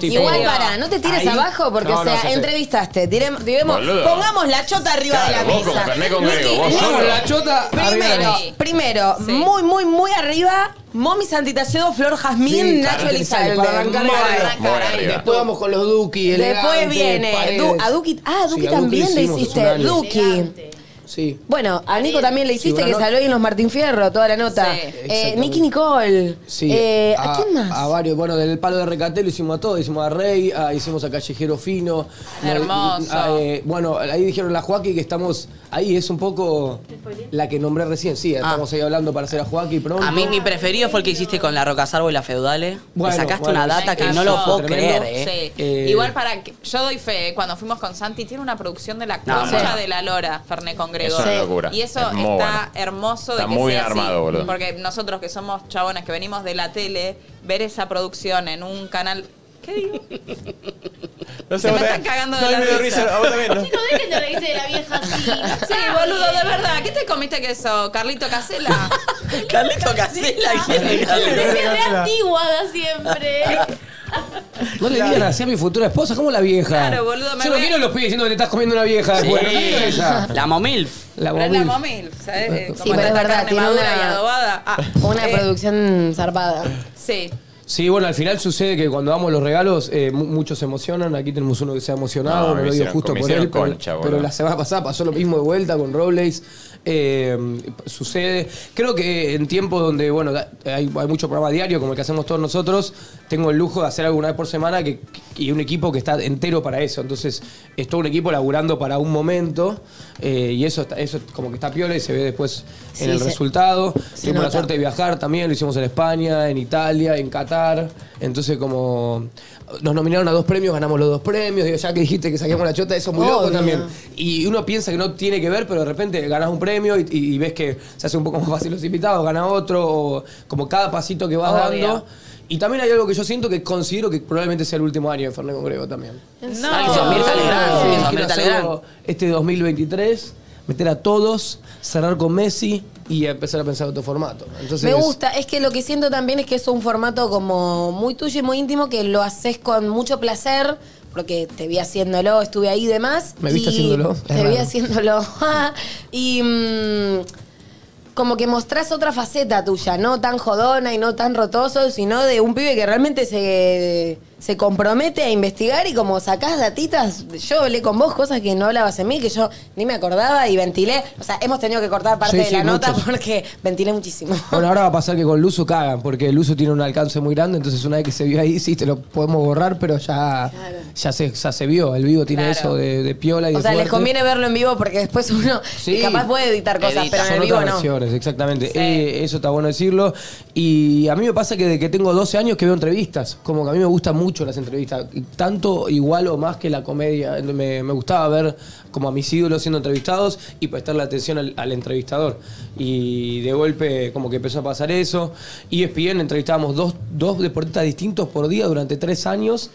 [SPEAKER 21] Tipo,
[SPEAKER 2] Igual para, no te tires
[SPEAKER 21] ahí.
[SPEAKER 2] abajo porque,
[SPEAKER 21] No,
[SPEAKER 2] o
[SPEAKER 21] no,
[SPEAKER 2] sea,
[SPEAKER 21] ya sé.
[SPEAKER 2] entrevistaste. tirem- tiremos-
[SPEAKER 21] Boludo.
[SPEAKER 2] pongamos la chota arriba
[SPEAKER 21] Claro,
[SPEAKER 2] de la mesa.
[SPEAKER 21] vos como Fernet con
[SPEAKER 2] No
[SPEAKER 21] Grego,
[SPEAKER 2] ti-
[SPEAKER 21] vos
[SPEAKER 2] no-
[SPEAKER 21] solo. La chota arriba de la
[SPEAKER 2] Primero,
[SPEAKER 21] mesa.
[SPEAKER 2] primero muy, muy, muy arriba, Momi Santitacedo, Flor Jazmín,
[SPEAKER 21] Sí,
[SPEAKER 2] Nacho Elizalde.
[SPEAKER 21] Para arrancar,
[SPEAKER 2] Muy bien.
[SPEAKER 21] arriba. Después vamos con los Duki.
[SPEAKER 2] Después
[SPEAKER 21] elegantes,
[SPEAKER 2] viene
[SPEAKER 21] Paredes.
[SPEAKER 2] Du- a Duki. Ah, a Duki
[SPEAKER 21] Sí, a Duki
[SPEAKER 2] también le
[SPEAKER 21] hicimos hace un
[SPEAKER 2] hiciste.
[SPEAKER 21] año.
[SPEAKER 2] Duki.
[SPEAKER 21] Sí.
[SPEAKER 2] Bueno, a Nico también le hiciste
[SPEAKER 21] Sí, una
[SPEAKER 2] que
[SPEAKER 21] nota.
[SPEAKER 2] salió ahí en los Martín Fierro, toda la nota. Eh,
[SPEAKER 21] Exactamente.
[SPEAKER 2] Nicky Nicole.
[SPEAKER 21] Sí,
[SPEAKER 2] Eh, ¿A quién más?
[SPEAKER 21] A varios. Bueno, del palo de recate lo hicimos a todos. Hicimos a Rey, a- hicimos a Callejero Fino.
[SPEAKER 4] Hermoso.
[SPEAKER 21] a- eh, bueno, ahí dijeron la Joaquín que estamos ahí. Es un poco la que nombré recién. Sí, estamos ahí hablando para hacer a Joaquín pronto.
[SPEAKER 8] A mí mi preferido fue el que hiciste con la Roca Sarbo y la Feudale. Me
[SPEAKER 21] Bueno,
[SPEAKER 8] sacaste
[SPEAKER 21] bueno,
[SPEAKER 8] una data que no lo puedo
[SPEAKER 21] tremendo.
[SPEAKER 8] creer, eh.
[SPEAKER 4] Sí.
[SPEAKER 8] Eh,
[SPEAKER 4] Igual para que- yo doy fe, ¿eh? cuando fuimos con Santi, tiene una producción de la
[SPEAKER 8] No,
[SPEAKER 4] concha
[SPEAKER 8] bueno.
[SPEAKER 4] de la Lora, Ferné con Gregor.
[SPEAKER 5] Es una locura.
[SPEAKER 4] Y eso
[SPEAKER 5] Es
[SPEAKER 4] está
[SPEAKER 5] muy bueno.
[SPEAKER 4] hermoso de
[SPEAKER 5] Está
[SPEAKER 4] que
[SPEAKER 5] muy
[SPEAKER 4] sea
[SPEAKER 5] bien armado,
[SPEAKER 4] así.
[SPEAKER 5] boludo.
[SPEAKER 4] Porque nosotros que somos chabones que venimos de la tele, ver esa producción en un canal. ¿Qué digo?
[SPEAKER 5] No
[SPEAKER 4] Se me están cagando de
[SPEAKER 5] no,
[SPEAKER 4] la
[SPEAKER 5] me dio
[SPEAKER 4] risa.
[SPEAKER 5] risa. A vos también, ¿no?
[SPEAKER 16] Chico, dejen de reírse de la vieja así.
[SPEAKER 4] Sí, boludo, de verdad. ¿Qué te comiste queso? Carlito Casela.
[SPEAKER 8] Carlito Casela, ¿quién es
[SPEAKER 16] Es re
[SPEAKER 8] Carlito?
[SPEAKER 16] antigua da siempre.
[SPEAKER 21] No le digan así a mi futura esposa, como la vieja.
[SPEAKER 4] Claro, boludo, me
[SPEAKER 21] Yo no
[SPEAKER 4] voy-
[SPEAKER 21] quiero los pibes diciendo que te estás comiendo una vieja después.
[SPEAKER 8] Sí.
[SPEAKER 21] No quiero esa.
[SPEAKER 8] La Momilf.
[SPEAKER 21] La
[SPEAKER 4] Pero es la
[SPEAKER 21] momil.
[SPEAKER 4] momil, ¿sabes? Eh,
[SPEAKER 2] Sí,
[SPEAKER 4] como
[SPEAKER 2] pero es
[SPEAKER 4] tanta
[SPEAKER 2] verdad,
[SPEAKER 4] carne
[SPEAKER 2] tiene
[SPEAKER 4] madura
[SPEAKER 2] una-
[SPEAKER 4] y adobada. Ah,
[SPEAKER 2] Una
[SPEAKER 4] eh,
[SPEAKER 2] producción zarpada.
[SPEAKER 4] Sí.
[SPEAKER 21] Sí, bueno, al final sucede que cuando damos los regalos, eh, mu- muchos se emocionan. Aquí tenemos uno que se ha emocionado,
[SPEAKER 5] No,
[SPEAKER 21] me
[SPEAKER 5] me
[SPEAKER 21] lo digo
[SPEAKER 5] hicieron-
[SPEAKER 21] justo
[SPEAKER 5] me
[SPEAKER 21] por
[SPEAKER 5] hicieron
[SPEAKER 21] él. pero-
[SPEAKER 5] concha,
[SPEAKER 21] pero,
[SPEAKER 5] boludo.
[SPEAKER 21] la semana pasada pasó lo mismo de vuelta con Robles. Eh, sucede. Creo que en tiempos donde, bueno, da- hay, hay mucho programa diario, como el que hacemos todos nosotros, tengo el lujo de hacer alguna vez por semana que, y un equipo que está entero para eso. Entonces, es todo un equipo laburando para un momento eh, y eso, está- eso como que está piola y se ve después
[SPEAKER 2] Sí,
[SPEAKER 21] en el
[SPEAKER 2] se-
[SPEAKER 21] resultado.
[SPEAKER 2] se
[SPEAKER 21] Tuvimos la
[SPEAKER 2] nota.
[SPEAKER 21] suerte de viajar también, lo hicimos en España, en Italia, en Qatar. Entonces, como nos nominaron a dos premios, ganamos los dos premios. Digo, ya que dijiste que saquemos la chota, eso es muy loco
[SPEAKER 2] Obvio.
[SPEAKER 21] también. Y uno piensa que no tiene que ver, pero de repente ganas un premio y, y ves que se hace un poco más fácil los invitados, gana otro, o como cada pasito que vas
[SPEAKER 4] Obvio.
[SPEAKER 21] dando. Y también hay algo que yo siento que considero que probablemente sea el último año de Fernández Congrego también.
[SPEAKER 4] No.
[SPEAKER 8] Ah, que sos Mirta Legrand,
[SPEAKER 21] Sí,
[SPEAKER 8] que sos
[SPEAKER 21] quiero
[SPEAKER 8] Mirta
[SPEAKER 21] hacerlo
[SPEAKER 8] Legrand.
[SPEAKER 21] Este 2023, meter a todos, cerrar con Messi y empezar a pensar otro formato. Entonces,
[SPEAKER 2] Me gusta, es que lo que siento también es que es un formato como muy tuyo y muy íntimo que lo haces con mucho placer, porque te vi haciéndolo, estuve ahí y demás.
[SPEAKER 21] ¿Me viste
[SPEAKER 2] y
[SPEAKER 21] haciéndolo? Es
[SPEAKER 2] Te vi
[SPEAKER 21] raro.
[SPEAKER 2] haciéndolo. y mm, como que mostrás otra faceta tuya, no tan jodona y no tan rotoso, sino de un pibe que realmente se, se compromete a investigar y como sacás datitas, yo hablé con vos cosas que no hablabas en mí, que yo ni me acordaba y ventilé. O sea, hemos tenido que cortar parte
[SPEAKER 21] Sí,
[SPEAKER 2] de
[SPEAKER 21] sí,
[SPEAKER 2] la nota
[SPEAKER 21] muchos.
[SPEAKER 2] porque ventilé muchísimo.
[SPEAKER 21] Bueno, ahora va a pasar que con Luzu cagan, porque Luzu tiene un alcance muy grande, entonces una vez que se vio ahí, sí, te lo podemos borrar, pero ya, ya, se, ya se vio. El vivo tiene
[SPEAKER 2] Claro.
[SPEAKER 21] eso de, de piola y
[SPEAKER 2] O
[SPEAKER 21] de
[SPEAKER 2] sea, les
[SPEAKER 21] fuerte.
[SPEAKER 2] conviene verlo en vivo porque después uno
[SPEAKER 21] Sí.
[SPEAKER 2] capaz puede editar cosas, pero en
[SPEAKER 21] Son
[SPEAKER 2] el vivo
[SPEAKER 21] otras
[SPEAKER 2] no.
[SPEAKER 21] versiones, exactamente. Eh, eso está bueno decirlo. Y a mí me pasa que desde que tengo 12 años que veo entrevistas. Como que a mí me gustan mucho las entrevistas. Y Tanto igual o más que la comedia. Me, me gustaba ver como a mis ídolos siendo entrevistados y prestarle atención al, al entrevistador. Y de golpe como que empezó a pasar eso. Y E ESPN entrevistábamos dos, dos deportistas distintos por día durante tres Em, años.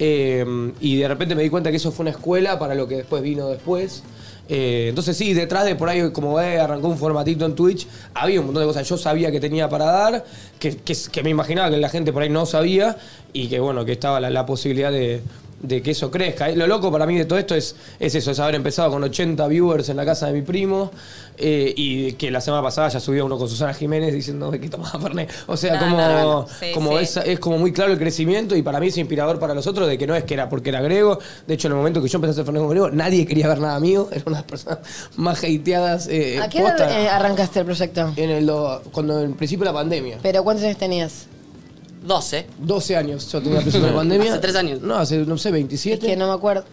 [SPEAKER 21] Eh, y de repente me di cuenta que eso fue una escuela para lo que después vino después. Eh, entonces sí, detrás de por ahí, como ve, arrancó un formatito en Twitch, había un montón de cosas. Yo sabía que tenía para dar, que, que- que me imaginaba que la gente por ahí no sabía y que bueno, que estaba la, la posibilidad de, de que eso crezca. Eh, Lo loco para mí de todo esto es, es eso, es haber empezado con 80 viewers en la casa de mi primo eh, y que la semana pasada ya subía uno con Susana Jiménez diciendo que tomaba Fernet. O sea,
[SPEAKER 6] No,
[SPEAKER 21] como,
[SPEAKER 6] no, no. Sí,
[SPEAKER 21] como
[SPEAKER 6] sí.
[SPEAKER 21] Es, es como muy claro el crecimiento y para mí es inspirador para los otros de que no es que era porque era grego. De hecho, en el momento que yo empecé a hacer Fernet con grego, nadie quería ver nada mío. Era una de las personas más hateadas. eh,
[SPEAKER 2] ¿A qué edad
[SPEAKER 21] posta.
[SPEAKER 2] eh, arrancaste el proyecto?
[SPEAKER 21] En el, do- cuando en principio de la pandemia.
[SPEAKER 2] ¿Pero cuántos años tenías?
[SPEAKER 8] 12.
[SPEAKER 21] 12 años yo tenía empezado la pandemia.
[SPEAKER 2] Hace tres
[SPEAKER 8] años.
[SPEAKER 21] No, hace, no sé, 27.
[SPEAKER 2] que no me acuerdo.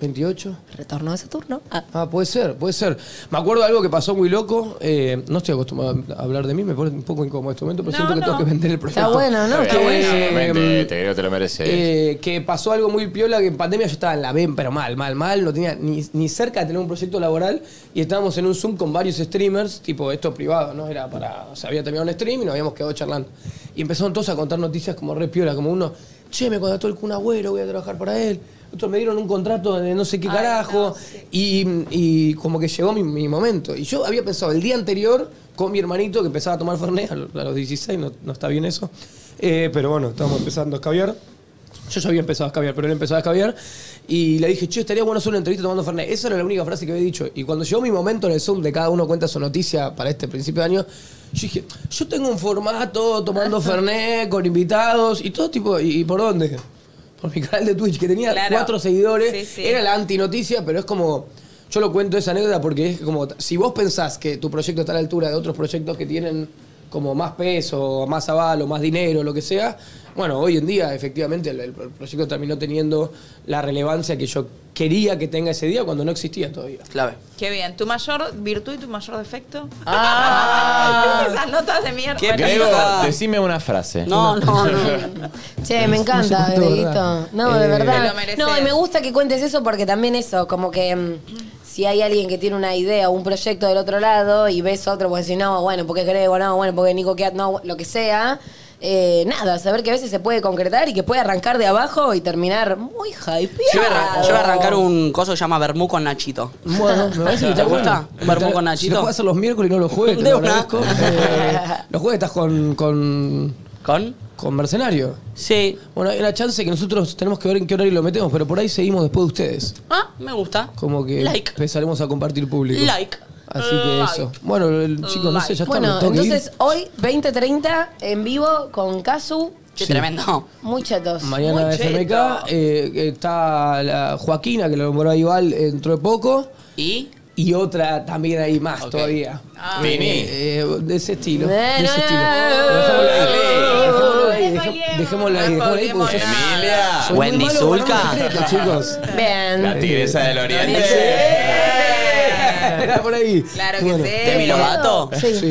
[SPEAKER 21] 28.
[SPEAKER 2] Retorno de Saturno. Ah.
[SPEAKER 21] puede ser, puede ser. Me acuerdo de algo que pasó muy loco. eh, no estoy acostumbrado a hablar de mí, me pone un poco incómodo en este momento, pero siento que tengo que vender el proyecto.
[SPEAKER 5] Está
[SPEAKER 21] Que,
[SPEAKER 5] bueno,
[SPEAKER 21] eh,
[SPEAKER 5] Obviamente, te creo que te lo mereces.
[SPEAKER 21] Eh, que pasó algo muy piola, que en pandemia yo estaba en la BEM, pero mal, mal, mal, no tenía ni, ni cerca de tener un proyecto laboral y estábamos en un Zoom con varios streamers, tipo esto privado, ¿no? Era para, o sea, había terminado un stream y nos habíamos quedado charlando. Y empezaron todos a contar noticias como re piola, como uno, che, me contrató el Kun Agüero, voy a trabajar para él. Otros me dieron un contrato de no sé qué carajo. y, y como que llegó mi, mi momento. Y yo había pensado el día anterior con mi hermanito que empezaba a tomar Fernet a los a los 16, no, no está bien eso. Eh, pero bueno, estábamos empezando a escabiar. Yo ya había empezado a escabiar, pero él empezó a escabiar. Y le dije, che, estaría bueno hacer una entrevista tomando Fernet. Esa era la única frase que había dicho. Y cuando llegó mi momento en el Zoom de cada uno cuenta su noticia para este principio de año, yo dije, yo tengo un formato tomando Fernet con invitados y todo tipo. ¿Y, y por dónde? Por mi canal de Twitch, que tenía
[SPEAKER 6] Claro.
[SPEAKER 21] cuatro seguidores.
[SPEAKER 6] Sí, sí.
[SPEAKER 21] Era la antinoticia, pero es como. Yo lo cuento esa anécdota porque es como. Si vos pensás que tu proyecto está a la altura de otros proyectos que tienen como más peso, más aval o más dinero, lo que sea. Bueno, hoy en día efectivamente el, el proyecto terminó teniendo la relevancia que yo quería que tenga ese día cuando no existía todavía.
[SPEAKER 8] Clave.
[SPEAKER 4] Qué bien. ¿Tu mayor virtud y tu mayor defecto?
[SPEAKER 8] Ah.
[SPEAKER 4] Esas notas de mierda.
[SPEAKER 8] Qué
[SPEAKER 5] Grego,
[SPEAKER 8] pija.
[SPEAKER 5] decime una frase.
[SPEAKER 8] No,
[SPEAKER 2] no, no. Che, me encanta,
[SPEAKER 5] No sé, de
[SPEAKER 2] Greguito.
[SPEAKER 5] verdad.
[SPEAKER 2] No, de
[SPEAKER 5] Eh,
[SPEAKER 2] verdad.
[SPEAKER 5] Te
[SPEAKER 4] lo mereces.
[SPEAKER 2] No, y me gusta que cuentes eso porque también eso, como que mm, si hay alguien que tiene una idea o un proyecto del otro lado y ves otro, porque si no, bueno, porque Grego, no, bueno, porque Nico Kiat, no, lo que sea. eh, nada, saber que a veces se puede concretar y que puede arrancar de abajo y terminar muy hype.
[SPEAKER 8] Yo voy, a arran- yo voy a arrancar un coso que se llama Bermú con Nachito.
[SPEAKER 21] Bueno, me parece que
[SPEAKER 8] ¿Te
[SPEAKER 21] está bueno.
[SPEAKER 8] gusta? Bermú con
[SPEAKER 21] Si lo
[SPEAKER 8] Nachito.
[SPEAKER 21] puedes hacer los miércoles y no los jueves, te
[SPEAKER 8] De
[SPEAKER 21] lo
[SPEAKER 8] una.
[SPEAKER 21] agradezco. Eh, los jueves estás con... ¿Con?
[SPEAKER 8] ¿Con?
[SPEAKER 21] Mercenario.
[SPEAKER 8] Sí.
[SPEAKER 21] Bueno, hay una chance que nosotros tenemos que ver en qué horario lo metemos, pero por ahí seguimos después de ustedes.
[SPEAKER 8] Ah, me gusta.
[SPEAKER 21] Como que
[SPEAKER 8] Like.
[SPEAKER 21] empezaremos a compartir público.
[SPEAKER 8] Like.
[SPEAKER 21] Así que
[SPEAKER 8] Like.
[SPEAKER 21] eso. Bueno, el chico, no sé, ya está.
[SPEAKER 2] Bueno,
[SPEAKER 21] me tengo que ir.
[SPEAKER 2] entonces hoy 20.30 en vivo con Casu.
[SPEAKER 21] Che, Sí. tremendo.
[SPEAKER 2] Muy chetos.
[SPEAKER 21] Mañana
[SPEAKER 2] Muy
[SPEAKER 21] de FMK. eh, está la Joaquina, que lo nombró a Ival dentro de poco.
[SPEAKER 8] ¿Y?
[SPEAKER 21] Y otra también ahí más todavía.
[SPEAKER 5] Vini.
[SPEAKER 21] Eh, eh, de ese estilo.
[SPEAKER 5] Eh,
[SPEAKER 21] De ese
[SPEAKER 5] no,
[SPEAKER 21] estilo.
[SPEAKER 5] no,
[SPEAKER 21] Dejémoslo ahí,
[SPEAKER 5] no,
[SPEAKER 21] dejémoslo ahí, dejé- Dejémoslo ahí. Dejémoslo ahí. porque yo-
[SPEAKER 5] Emilia.
[SPEAKER 21] soy muy
[SPEAKER 8] Wendy
[SPEAKER 21] malo para los
[SPEAKER 8] Zulka.
[SPEAKER 21] secretos, chicos.
[SPEAKER 2] Bien.
[SPEAKER 5] La tigresa del oriente.
[SPEAKER 21] Era por ahí.
[SPEAKER 4] Claro
[SPEAKER 5] que sí.
[SPEAKER 8] ¿Demi Lovato?
[SPEAKER 2] Sí.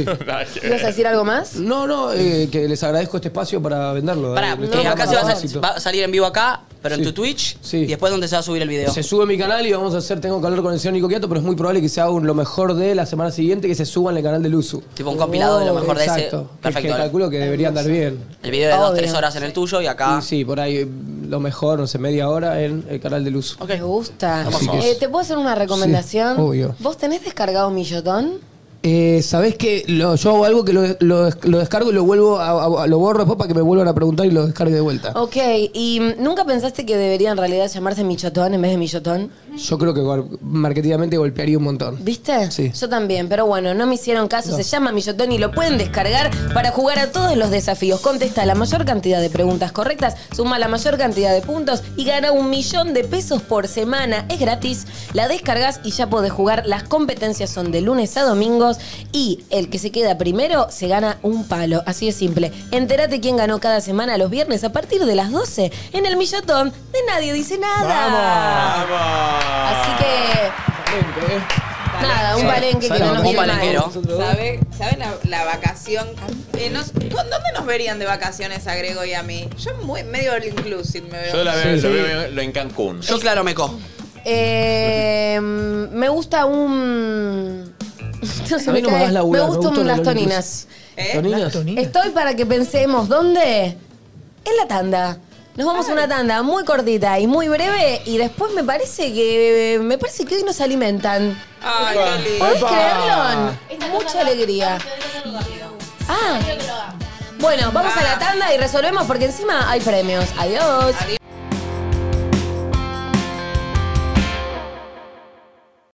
[SPEAKER 2] ¿Ibas a decir algo más?
[SPEAKER 21] No, no, eh, que les agradezco este espacio para venderlo.
[SPEAKER 8] Pará,
[SPEAKER 21] Eh, les
[SPEAKER 8] que
[SPEAKER 21] tengo
[SPEAKER 8] acá
[SPEAKER 21] que
[SPEAKER 8] se va a,
[SPEAKER 21] dar
[SPEAKER 8] hacer-
[SPEAKER 21] éxito.
[SPEAKER 8] va a salir en vivo acá, pero en
[SPEAKER 21] Sí.
[SPEAKER 8] tu Twitch. Y después donde se va a subir el video.
[SPEAKER 21] Se sube mi canal y vamos a hacer, tengo que hablar con el señor Nico Quiato, pero es muy probable que se haga un lo mejor de la semana siguiente que se suba en el canal de Luzu.
[SPEAKER 8] Tipo un compilado de lo mejor de ese.
[SPEAKER 21] Exacto. Que-
[SPEAKER 8] Perfecto.
[SPEAKER 21] Que calculo que debería andar bien.
[SPEAKER 8] El video de dos, tres
[SPEAKER 21] Obvio.
[SPEAKER 8] horas en el tuyo y acá.
[SPEAKER 21] Y sí, por ahí eh, lo mejor, no sé, media hora en el canal de Luzu.
[SPEAKER 2] Me gusta.
[SPEAKER 21] Así que-
[SPEAKER 2] Eh, ¿Te puedo hacer una recomendación?
[SPEAKER 21] Sí, obvio.
[SPEAKER 2] ¿Vos tenés descargado Millotón?
[SPEAKER 21] Eh, ¿Sabés que Yo hago algo que lo, lo des- lo descargo y lo vuelvo a, a- lo borro después para que me vuelvan a preguntar y lo descargue de vuelta.
[SPEAKER 2] Ok, ¿y mm, nunca pensaste que debería en realidad llamarse Michotón en vez de Millotón?
[SPEAKER 21] Yo creo que gol- marketivamente golpearía un montón.
[SPEAKER 2] ¿Viste?
[SPEAKER 21] Sí.
[SPEAKER 2] Yo también, pero bueno, no me hicieron caso. Se llama Millotón y lo pueden descargar para jugar a todos los desafíos. Contesta la mayor cantidad de preguntas correctas, suma la mayor cantidad de puntos y gana un millón de pesos por semana. Es gratis, la descargas y ya podés jugar. Las competencias son de lunes a domingos y el que se queda primero se gana un palo. Así de simple. Entérate quién ganó cada semana los viernes a partir de las 12 en el Millotón de Nadie Dice Nada. Eh, Así que. Nada, un palenque que no nos viene mal.
[SPEAKER 11] ¿Sabe, sabe la, la vacación? Eh, nos- ¿Con dónde nos verían de vacaciones a Grego y a mí? Yo muy medio all inclusive me veo.
[SPEAKER 5] Yo la veo,
[SPEAKER 21] Sí,
[SPEAKER 5] lo
[SPEAKER 21] sí.
[SPEAKER 5] veo lo en Cancún.
[SPEAKER 8] Yo claro me co.
[SPEAKER 2] Eh, me gusta un. No se
[SPEAKER 21] A mí no me
[SPEAKER 2] cae.
[SPEAKER 21] hagas laburar,
[SPEAKER 2] Me
[SPEAKER 21] me
[SPEAKER 2] gustan
[SPEAKER 21] gustó
[SPEAKER 2] las
[SPEAKER 21] lo- lo-
[SPEAKER 2] toninas.
[SPEAKER 21] ¿Eh? ¿Toninas? Las toninas.
[SPEAKER 2] Estoy para que pensemos, ¿dónde? En la tanda. Nos vamos a una tanda muy cortita y muy breve y después me parece que me parece que hoy nos alimentan.
[SPEAKER 22] Ah,
[SPEAKER 11] Ay, qué lindo.
[SPEAKER 2] ¿Podés
[SPEAKER 11] Epa.
[SPEAKER 2] creerlo? Mucha alegría. Ah. Bueno, vamos a la tanda y resolvemos porque encima hay premios. Adiós.